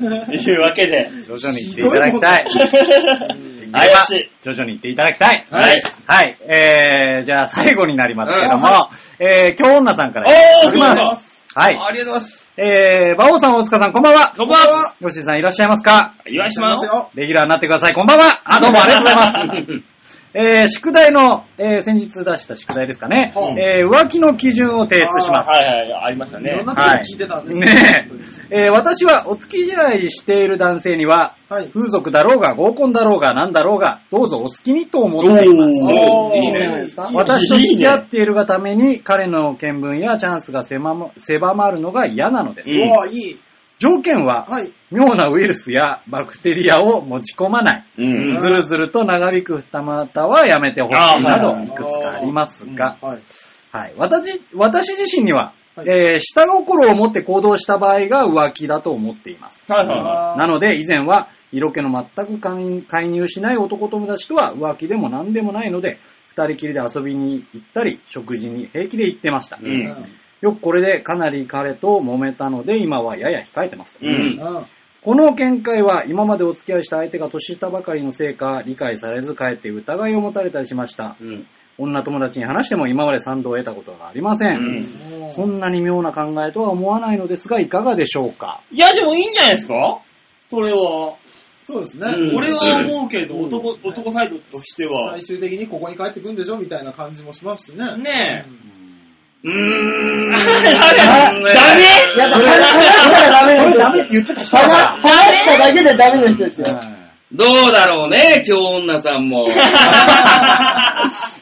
Speaker 7: 当に
Speaker 2: というわけで、
Speaker 1: 徐々に言っていただきたい。
Speaker 2: 怪しい。
Speaker 1: 徐々に言っていただきたい。
Speaker 7: はい。
Speaker 1: はい。えー、じゃあ最後になりますけれど
Speaker 7: うん
Speaker 1: も、えー、京女さんから。
Speaker 2: お
Speaker 1: き
Speaker 2: ー、どう
Speaker 1: ま
Speaker 2: ぞ
Speaker 1: す。はい。
Speaker 3: ありがとうございます。
Speaker 1: えー、馬王さん、大塚さん、こんばんは。
Speaker 2: こんばんは。
Speaker 1: 吉井さん、いらっしゃいますか
Speaker 2: 岩井しますよ。
Speaker 3: よ。
Speaker 1: レギュラーになってください。こんばんは。あ、どうもありがとうござい ます。えー、宿題の、えー、先日出した宿題ですかね。
Speaker 3: うん
Speaker 1: えー、浮気の基準を提出します。
Speaker 2: はいはい、ありました
Speaker 3: いろ
Speaker 2: ね
Speaker 3: ん。なところ聞いてたんですけど
Speaker 1: ねええー私はお付き合いしている男性には、
Speaker 3: はい
Speaker 1: 風俗だろうが合コンだろうが何だろうが、どうぞお好きにと思っています。
Speaker 2: おー
Speaker 3: い
Speaker 2: いい
Speaker 3: いね
Speaker 2: ね。
Speaker 1: 私と付き合っているがために、彼の見聞やチャンスが狭ま狭まるのが嫌なのです。
Speaker 2: うん
Speaker 3: うわ、いい。
Speaker 1: 条件は、
Speaker 3: はい。
Speaker 1: 妙なウイルスやバクテリアを持ち込まない。
Speaker 7: うん。
Speaker 1: ずるずると長引く二股はやめてほし
Speaker 2: あー
Speaker 1: いな
Speaker 2: はい
Speaker 1: ど、いくつかありますが、
Speaker 3: はい。
Speaker 1: はい。私、私自身には、
Speaker 3: はい
Speaker 1: えー下心を持って行動した場合が浮気だと思っています。
Speaker 2: はいはいは
Speaker 1: なので、以前は、色気の全く介介入しない男友達とは浮気でも何でもないので、二人きりで遊びに行ったり、食事に平気で行ってました。
Speaker 7: う
Speaker 3: う
Speaker 7: ん
Speaker 3: ん
Speaker 1: よくこれでかなり彼と揉めたので、今はやや控えてます。
Speaker 7: うん。
Speaker 3: うん
Speaker 1: この見解は今までお付き合いした相手が年下ばかりのせいか理解されずかえって疑いを持たれたりしました。
Speaker 7: うん。
Speaker 1: 女友達に話しても今まで賛同を得たことがありませ。
Speaker 7: うんん。
Speaker 1: そんなに妙な考えとは思わないのですがいかがでしょうか
Speaker 2: い。いや、でもいいんじゃないですかそれは。
Speaker 3: そうですね。
Speaker 7: うん
Speaker 2: 俺は思うけど、男、男サイドとしては
Speaker 3: 最。終的にここに帰ってくんでしょみたいな感じもしますしね。
Speaker 2: ねえ。
Speaker 7: うーん。
Speaker 2: ダメ
Speaker 4: やだ、
Speaker 7: それ
Speaker 4: 話したらダメな人。
Speaker 1: て言ってた人
Speaker 4: 話話しただけでダメな人ですよ。
Speaker 7: どうだろうね、今日女さ んも。い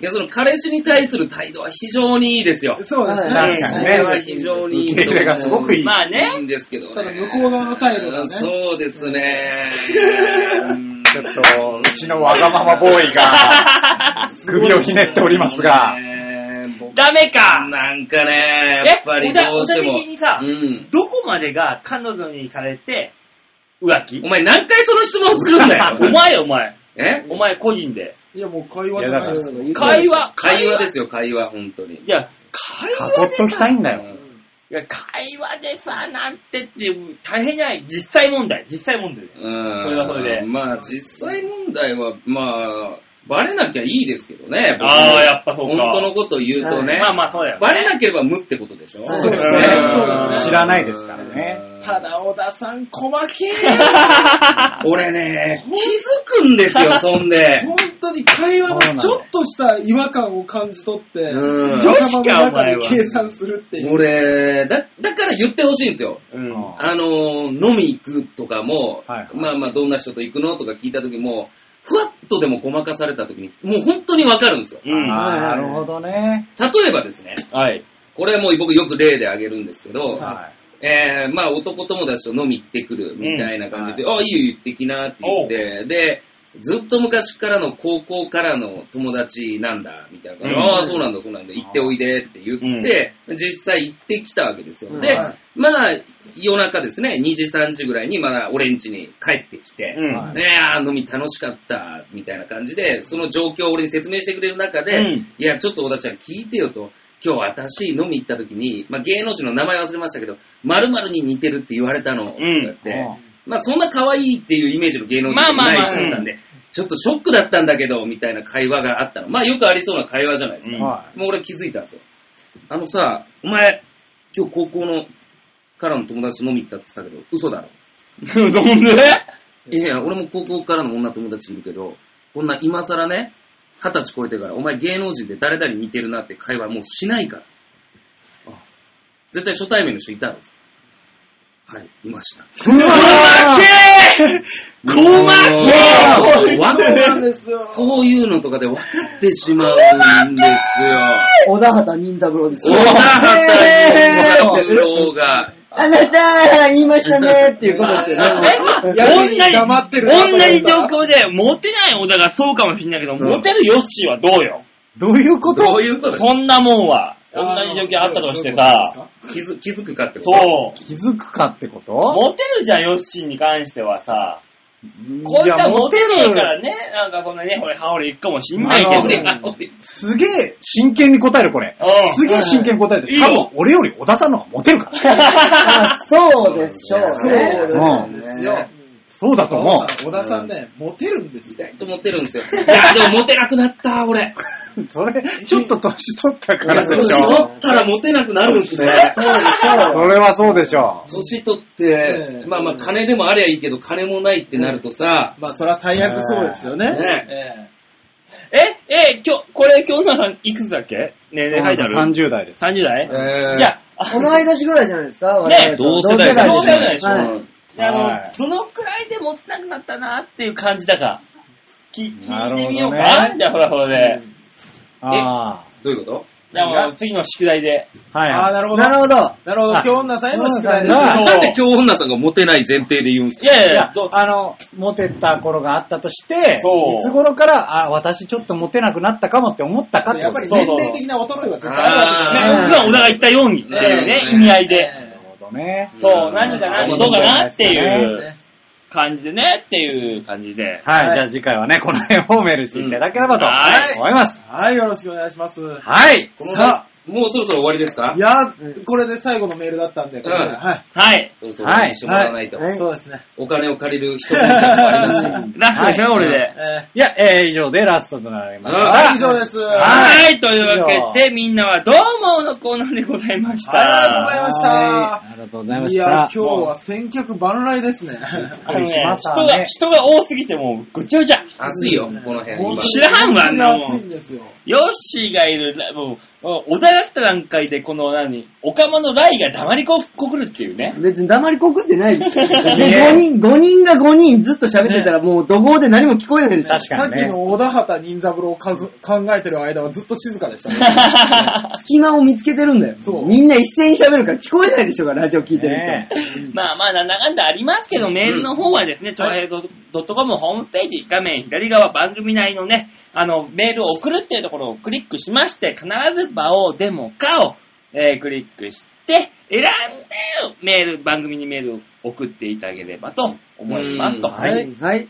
Speaker 7: や、その彼氏に対する態度は非常にいいですよ。
Speaker 3: そうですね。
Speaker 1: 確かにね
Speaker 7: それは非常にいいと思う。
Speaker 1: 受け入れがすごくいい
Speaker 2: まあね
Speaker 7: いいんですけどね。
Speaker 3: ただ向こう側の態度がね
Speaker 7: そうですね。うん
Speaker 1: ちょっと、 うちのわがままボーイが首をひねっておりますが。
Speaker 7: ね僕
Speaker 2: ダメか。
Speaker 7: なんかね、やっぱりどうして
Speaker 2: え小田小
Speaker 7: も
Speaker 2: 田。的にさ
Speaker 7: うん。
Speaker 2: どこまでが彼女にされて浮気
Speaker 7: お前何回その質問するん だよ。
Speaker 2: お 前お前。
Speaker 7: え
Speaker 2: お前個人で。
Speaker 3: いや、もう会話じゃないですよ。
Speaker 2: 会話、。
Speaker 7: 会話ですすよ、会話、本当に
Speaker 2: い。や、会
Speaker 5: 囲
Speaker 2: 話
Speaker 5: っときたいんだよ。
Speaker 2: いや、会話でさ、なんてって、大変じゃない実際問題。実際問題。
Speaker 7: うん。
Speaker 2: それはそれで
Speaker 7: まあ、実際問題は、まあ、バレなきゃいいですけどね。僕
Speaker 2: ああ、やっぱそう
Speaker 7: 本
Speaker 2: か。
Speaker 7: 当のことを言うとね。
Speaker 2: まあまあ、そうだよ。
Speaker 7: バレなければ無ってことでしょ
Speaker 3: はいそうです
Speaker 2: ねそう
Speaker 3: ですね
Speaker 5: 知らないですからね
Speaker 7: うん
Speaker 3: ただ、小田さん、細け え。
Speaker 7: 俺ね、気づくんですよ、そ んで。
Speaker 3: 本当に会話のちょっとした違和感を感じ取って、
Speaker 7: うん
Speaker 3: 頭の中で計算するっていう。
Speaker 7: 俺、だ、だから言ってほしいんですよ。
Speaker 2: うん。うん
Speaker 7: あのー、飲み行くとかも、
Speaker 5: はいはい
Speaker 7: まあまあ、どんな人と行くのとか聞いた時も、ふわっとでもごまかされた時に、もう本当にわかるんですよ。
Speaker 5: あー
Speaker 3: はいは
Speaker 5: ないるほどね。
Speaker 7: 例えばですね、
Speaker 2: はい。
Speaker 7: これもう僕よく例で挙げるんですけど、
Speaker 5: は
Speaker 7: えー、まあ男友達と飲み行ってくるみたいな感じで、あ、いいよ行ってきなって言って、で、ずっと昔からの高校からの友達なんだ、みたいな感
Speaker 2: う
Speaker 7: じで、
Speaker 2: ん
Speaker 7: ああ、そうなんだ、そうなんだ、行っておいでって言って、実際行ってきたわけですよ。で、
Speaker 3: はい
Speaker 7: まあ夜中ですね、2時3時ぐらいにまだ俺ん家に帰ってきて、
Speaker 2: うん。
Speaker 5: はい
Speaker 7: ねえ、あー飲み楽しかった、みたいな感じで、その状況を俺に説明してくれる中で、
Speaker 2: うん
Speaker 7: いや、ちょっと小田ちゃん聞いてよと、今日私飲み行った時に、まあ、芸能人の名前忘れましたけど、〇〇に似てるって言われたの、とか言って、まあそんな可愛いっていうイメージの芸能人じゃ
Speaker 2: まあまあま
Speaker 7: ない
Speaker 2: あ
Speaker 7: 人だったんで、ちょっとショックだったんだけど、みたいな会話があったの。まあよくありそうな会話じゃないですか。
Speaker 2: う
Speaker 5: い。
Speaker 2: ん
Speaker 5: はい。
Speaker 7: もう俺気づいたんですよ。あのさ、お前、今日高校のからの友達と飲み行ったって言ったけど、嘘だろ。
Speaker 2: なんで
Speaker 7: いやいや、俺も高校からの女友達いるけど、こんな今更ね、二十歳超えてから、お前芸能人で誰々に似てるなって会話もうしないから。あ絶対初対面の人いたはず。はい、いました。
Speaker 2: 細けえ
Speaker 7: もうわ
Speaker 3: そうなんですよ。
Speaker 7: そういうのとかで分かってしまうんですよ。
Speaker 4: 小田畑任三郎です。
Speaker 7: 小田畑任三郎が。
Speaker 4: あなた、言いましたねっていうことですよね。
Speaker 2: え
Speaker 3: 逆
Speaker 2: 同じ、
Speaker 3: に黙ってるな
Speaker 2: 同じ状況で、モテない小田がそうかもしんないけど、
Speaker 7: ん
Speaker 2: モテるヨッシーはどうよ。
Speaker 5: どういうこと
Speaker 7: どういうこと
Speaker 2: そんなもんは。同じ状況あったとしてさ、。
Speaker 7: 気づ気づくかってこと
Speaker 2: そう。
Speaker 5: 気づくかってこと
Speaker 2: モテるじゃん、ヨッシーに関してはさ。
Speaker 5: うん
Speaker 2: こいつ
Speaker 5: や
Speaker 2: はモテねえか
Speaker 5: モテる
Speaker 2: らね、なんかそんなね、ほれ、ハオレ行くかもしんないけど
Speaker 5: う
Speaker 2: ね。
Speaker 7: あの
Speaker 5: すげえ真剣に答える、これ
Speaker 2: うん。
Speaker 5: すげえ真剣に答えて
Speaker 2: いい
Speaker 5: る。
Speaker 2: よ
Speaker 5: 多分、俺より小田さんの方がモテるから。
Speaker 4: あそうでしょう
Speaker 3: そう
Speaker 4: ね。
Speaker 3: なんですよ。
Speaker 5: そうだと思う。
Speaker 3: 小田さんね、モテるんですよ。
Speaker 7: 意外とモテるんですよ。いや、でもモテなくなった、俺。
Speaker 5: それ、ちょっと年取ったからでしょ。
Speaker 7: 年取ったらモテなくなるんですね。
Speaker 5: それはそうでしょ
Speaker 7: 年取って
Speaker 3: え、え
Speaker 7: まあまあ金でもありゃいいけど、金もないってなるとさ、
Speaker 3: まあ、それは最悪そうですよね。
Speaker 7: ね
Speaker 2: え、え、今日、これ、今日のさん、いくつだっけねえねえ、書いてある ?30
Speaker 5: 30代です。
Speaker 2: 代、
Speaker 7: えー
Speaker 2: じゃあ、あ
Speaker 4: 同い年ぐらいじゃないですか
Speaker 2: ね
Speaker 7: 同世代
Speaker 2: だよ
Speaker 4: 同
Speaker 2: 同世
Speaker 4: 世代
Speaker 2: 代でしょ
Speaker 4: はい
Speaker 2: あの、
Speaker 5: はい
Speaker 2: どのくらいでモテなくなったなっていう感じだか、聞聞いてみよう
Speaker 5: なるほ
Speaker 2: か。
Speaker 5: どね
Speaker 2: じゃあ、ほらほらで。
Speaker 5: あ
Speaker 7: どういうこと
Speaker 2: じゃあ、もう次の宿題で。
Speaker 5: あ。はい
Speaker 3: あ
Speaker 5: は
Speaker 3: あ、
Speaker 5: い。
Speaker 3: なるほど。
Speaker 4: なるほど。
Speaker 3: なるほど。今日女さんへの宿題です
Speaker 5: あ
Speaker 2: そう
Speaker 7: なんで今日女さんがモテない前提で言うんす
Speaker 2: い
Speaker 7: か
Speaker 2: やいやい
Speaker 5: い
Speaker 2: や
Speaker 5: や、
Speaker 2: どう
Speaker 5: あの、モテた頃があったとして、
Speaker 2: そう
Speaker 5: いつ頃から、あ、私ちょっとモテなくなったかもって思ったかって
Speaker 3: やっ
Speaker 5: こ
Speaker 3: ぱ
Speaker 5: とで
Speaker 3: り
Speaker 5: す
Speaker 2: そうそう
Speaker 3: 年齢的な衰えは絶対あるわけ
Speaker 2: ね
Speaker 3: じ
Speaker 5: あー
Speaker 3: ゃない。
Speaker 2: 今、小田が言ったようにっていうね、
Speaker 7: ね
Speaker 2: 意味合いで。
Speaker 5: なるほどね。
Speaker 2: そう、何かな、どうかなっていう
Speaker 3: ね
Speaker 2: 感じでね、っていう感じで。
Speaker 5: はい、
Speaker 3: はい
Speaker 5: じゃあ次回はね、この辺をメールしていただければと
Speaker 2: うんはい
Speaker 5: 思います。
Speaker 3: はい、よろしくお願いします。
Speaker 5: はい。
Speaker 7: この
Speaker 3: さ
Speaker 7: もうそろそろ終わりですか
Speaker 3: いや、これで最後のメールだったんで、これで
Speaker 7: うん
Speaker 3: は。
Speaker 2: はい。
Speaker 7: そろそろ終わりにしてもらわないと。
Speaker 4: はい
Speaker 3: そうですね。
Speaker 7: お金を借りる人もいちゃんとありますし。
Speaker 2: ラストですね、
Speaker 5: はい
Speaker 2: 俺で。
Speaker 3: え
Speaker 5: いや、えー、以上でラストとなります。
Speaker 7: うん
Speaker 3: ー、以上です。
Speaker 5: は
Speaker 2: はい、というわけで、みんなはどう思うのコーナーでございました。
Speaker 3: はいありがとうございました
Speaker 5: はいありがとうございま
Speaker 3: い
Speaker 5: し
Speaker 3: や、今
Speaker 5: た。
Speaker 3: 日は先客万来ですね。
Speaker 2: あのね、
Speaker 5: びっくりしまし
Speaker 2: 人
Speaker 5: た
Speaker 2: が、
Speaker 5: ね
Speaker 2: 人が多すぎてもうぐちゃぐちゃ。
Speaker 7: 暑いよ、この辺。
Speaker 3: 本当に
Speaker 2: 知らんわあんなもん
Speaker 3: 本当に暑いんですよ。
Speaker 2: ヨッシーがいる、らもう、もう小田だった段階で、この何、オカマのライが黙りここくるっていうね。
Speaker 4: 別に黙りこくってないですよ。5人、五人が5人ずっと喋ってたらもう怒号で何も聞こえないですよ。
Speaker 5: 確かにね
Speaker 3: さっきの小田畑任三郎をかず考えてる間はずっと静かでしたね。
Speaker 4: 隙間を見つけてるんだよ。
Speaker 3: そう
Speaker 4: みんな一斉に喋るから聞こえないでしょうが、ラジオ聞いてる人。
Speaker 5: ね
Speaker 2: まあまあ、なんだかんだありますけど、メールの方はですね、ちょうど .com ホームページ画面左側番組内のね、あの、メールを送るっていうところをクリックしまして、必ず場をデモかを、えークリックして、選んでメール、番組にメールを送っていただければと思いますと。
Speaker 7: うん
Speaker 2: はい。
Speaker 4: はい。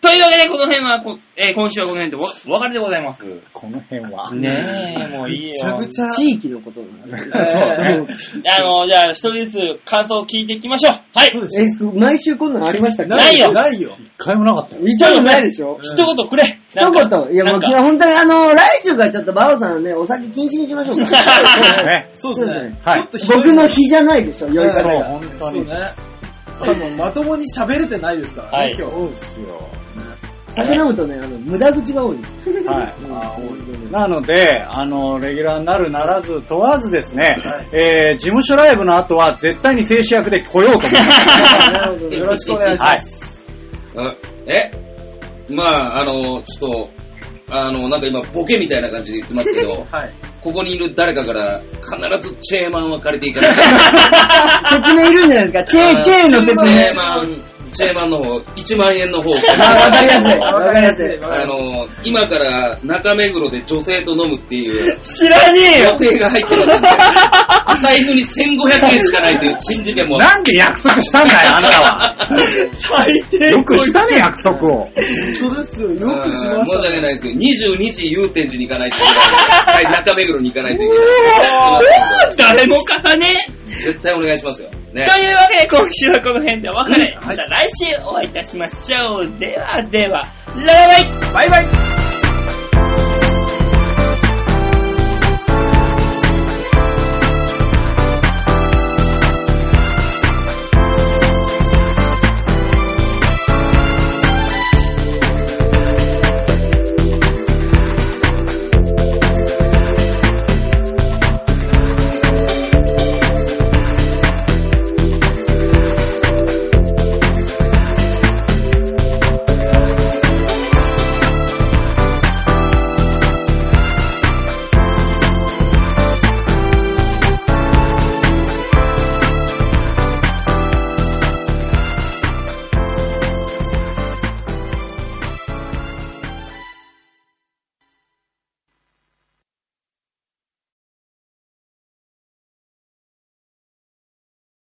Speaker 2: というわけで、この辺はこ、えー今週はこの辺でおお別れでございます。
Speaker 1: この辺は。
Speaker 2: ねえ、もういい
Speaker 3: め
Speaker 2: よ。
Speaker 3: ちゃくちゃ。
Speaker 4: 地域のことなんで。
Speaker 3: え
Speaker 2: あの、じゃあ、一人ずつ感想を聞いていきましょう。はい。
Speaker 3: そうでしょ
Speaker 4: え、毎週こんなのありました
Speaker 3: な
Speaker 4: か
Speaker 2: ないよ
Speaker 3: ないよ。
Speaker 1: 一回もなかったよ。
Speaker 4: 見たことないでしょ
Speaker 2: 一言くれ。
Speaker 4: 一言。いや、も
Speaker 2: な
Speaker 4: うん
Speaker 2: か
Speaker 4: いや本当にあの、来週からちょっとバオさんはね、お酒禁止にしましょう か。
Speaker 1: ね。
Speaker 3: そうです
Speaker 4: そうです
Speaker 3: ね
Speaker 4: ね。
Speaker 1: はい
Speaker 3: ちょっとひど
Speaker 4: 僕の日じゃないでしょ、酔い
Speaker 1: そう、
Speaker 4: 方が。
Speaker 1: 本当
Speaker 3: そう
Speaker 1: に。
Speaker 3: ね。多分まともに喋れてないですからね、
Speaker 2: はい
Speaker 3: 今
Speaker 1: そう
Speaker 3: 日。
Speaker 1: ですよ。
Speaker 4: 酒飲むとね、あの、無駄口が多いです。
Speaker 1: はい。
Speaker 3: あー多い
Speaker 1: なので、あの、レギュラーになるならず問わずですね、
Speaker 3: はい
Speaker 1: えー、事務所ライブの後は絶対に静止役で来ようと思います。
Speaker 4: なるほどね
Speaker 3: よろしくお願いします。、
Speaker 7: あえまあ、あの、ちょっと、あの、なんか今、ボケみたいな感じで言ってますけど
Speaker 3: はい。
Speaker 7: ここにいる誰かから、必ずチェーマンは借りていかないと。
Speaker 4: 説明いるんじゃないです か。チェーン、チェーンの説
Speaker 7: チ
Speaker 4: 明
Speaker 7: ェー。マン、チェーマンの方、1万円の方。
Speaker 4: あ、 わかりやすい。わかりやすい。
Speaker 7: あの、今から中目黒で女性と飲むっていう
Speaker 2: 知らねえ
Speaker 7: 予定が入ってますんで、 財布に1500円しかないという珍事件も。
Speaker 1: なんで約束したんだよ、あなた
Speaker 3: 最低
Speaker 1: は。よくしたね、約束を。
Speaker 3: 本当ですよ。よくし
Speaker 7: うん
Speaker 3: まし
Speaker 7: 申
Speaker 3: た
Speaker 7: し訳
Speaker 3: ね。
Speaker 7: ないですけど、22時祐天寺に行かない といけない。はい、中目黒に行かないといけない。
Speaker 2: 誰も貸さねえ
Speaker 7: 絶対お願いしますよ。ね
Speaker 2: と。いうわけで今週はこの辺でお別れ。
Speaker 3: うん
Speaker 2: また来週お会いいたしましょう。ではでは、ララバイ
Speaker 3: バイバイ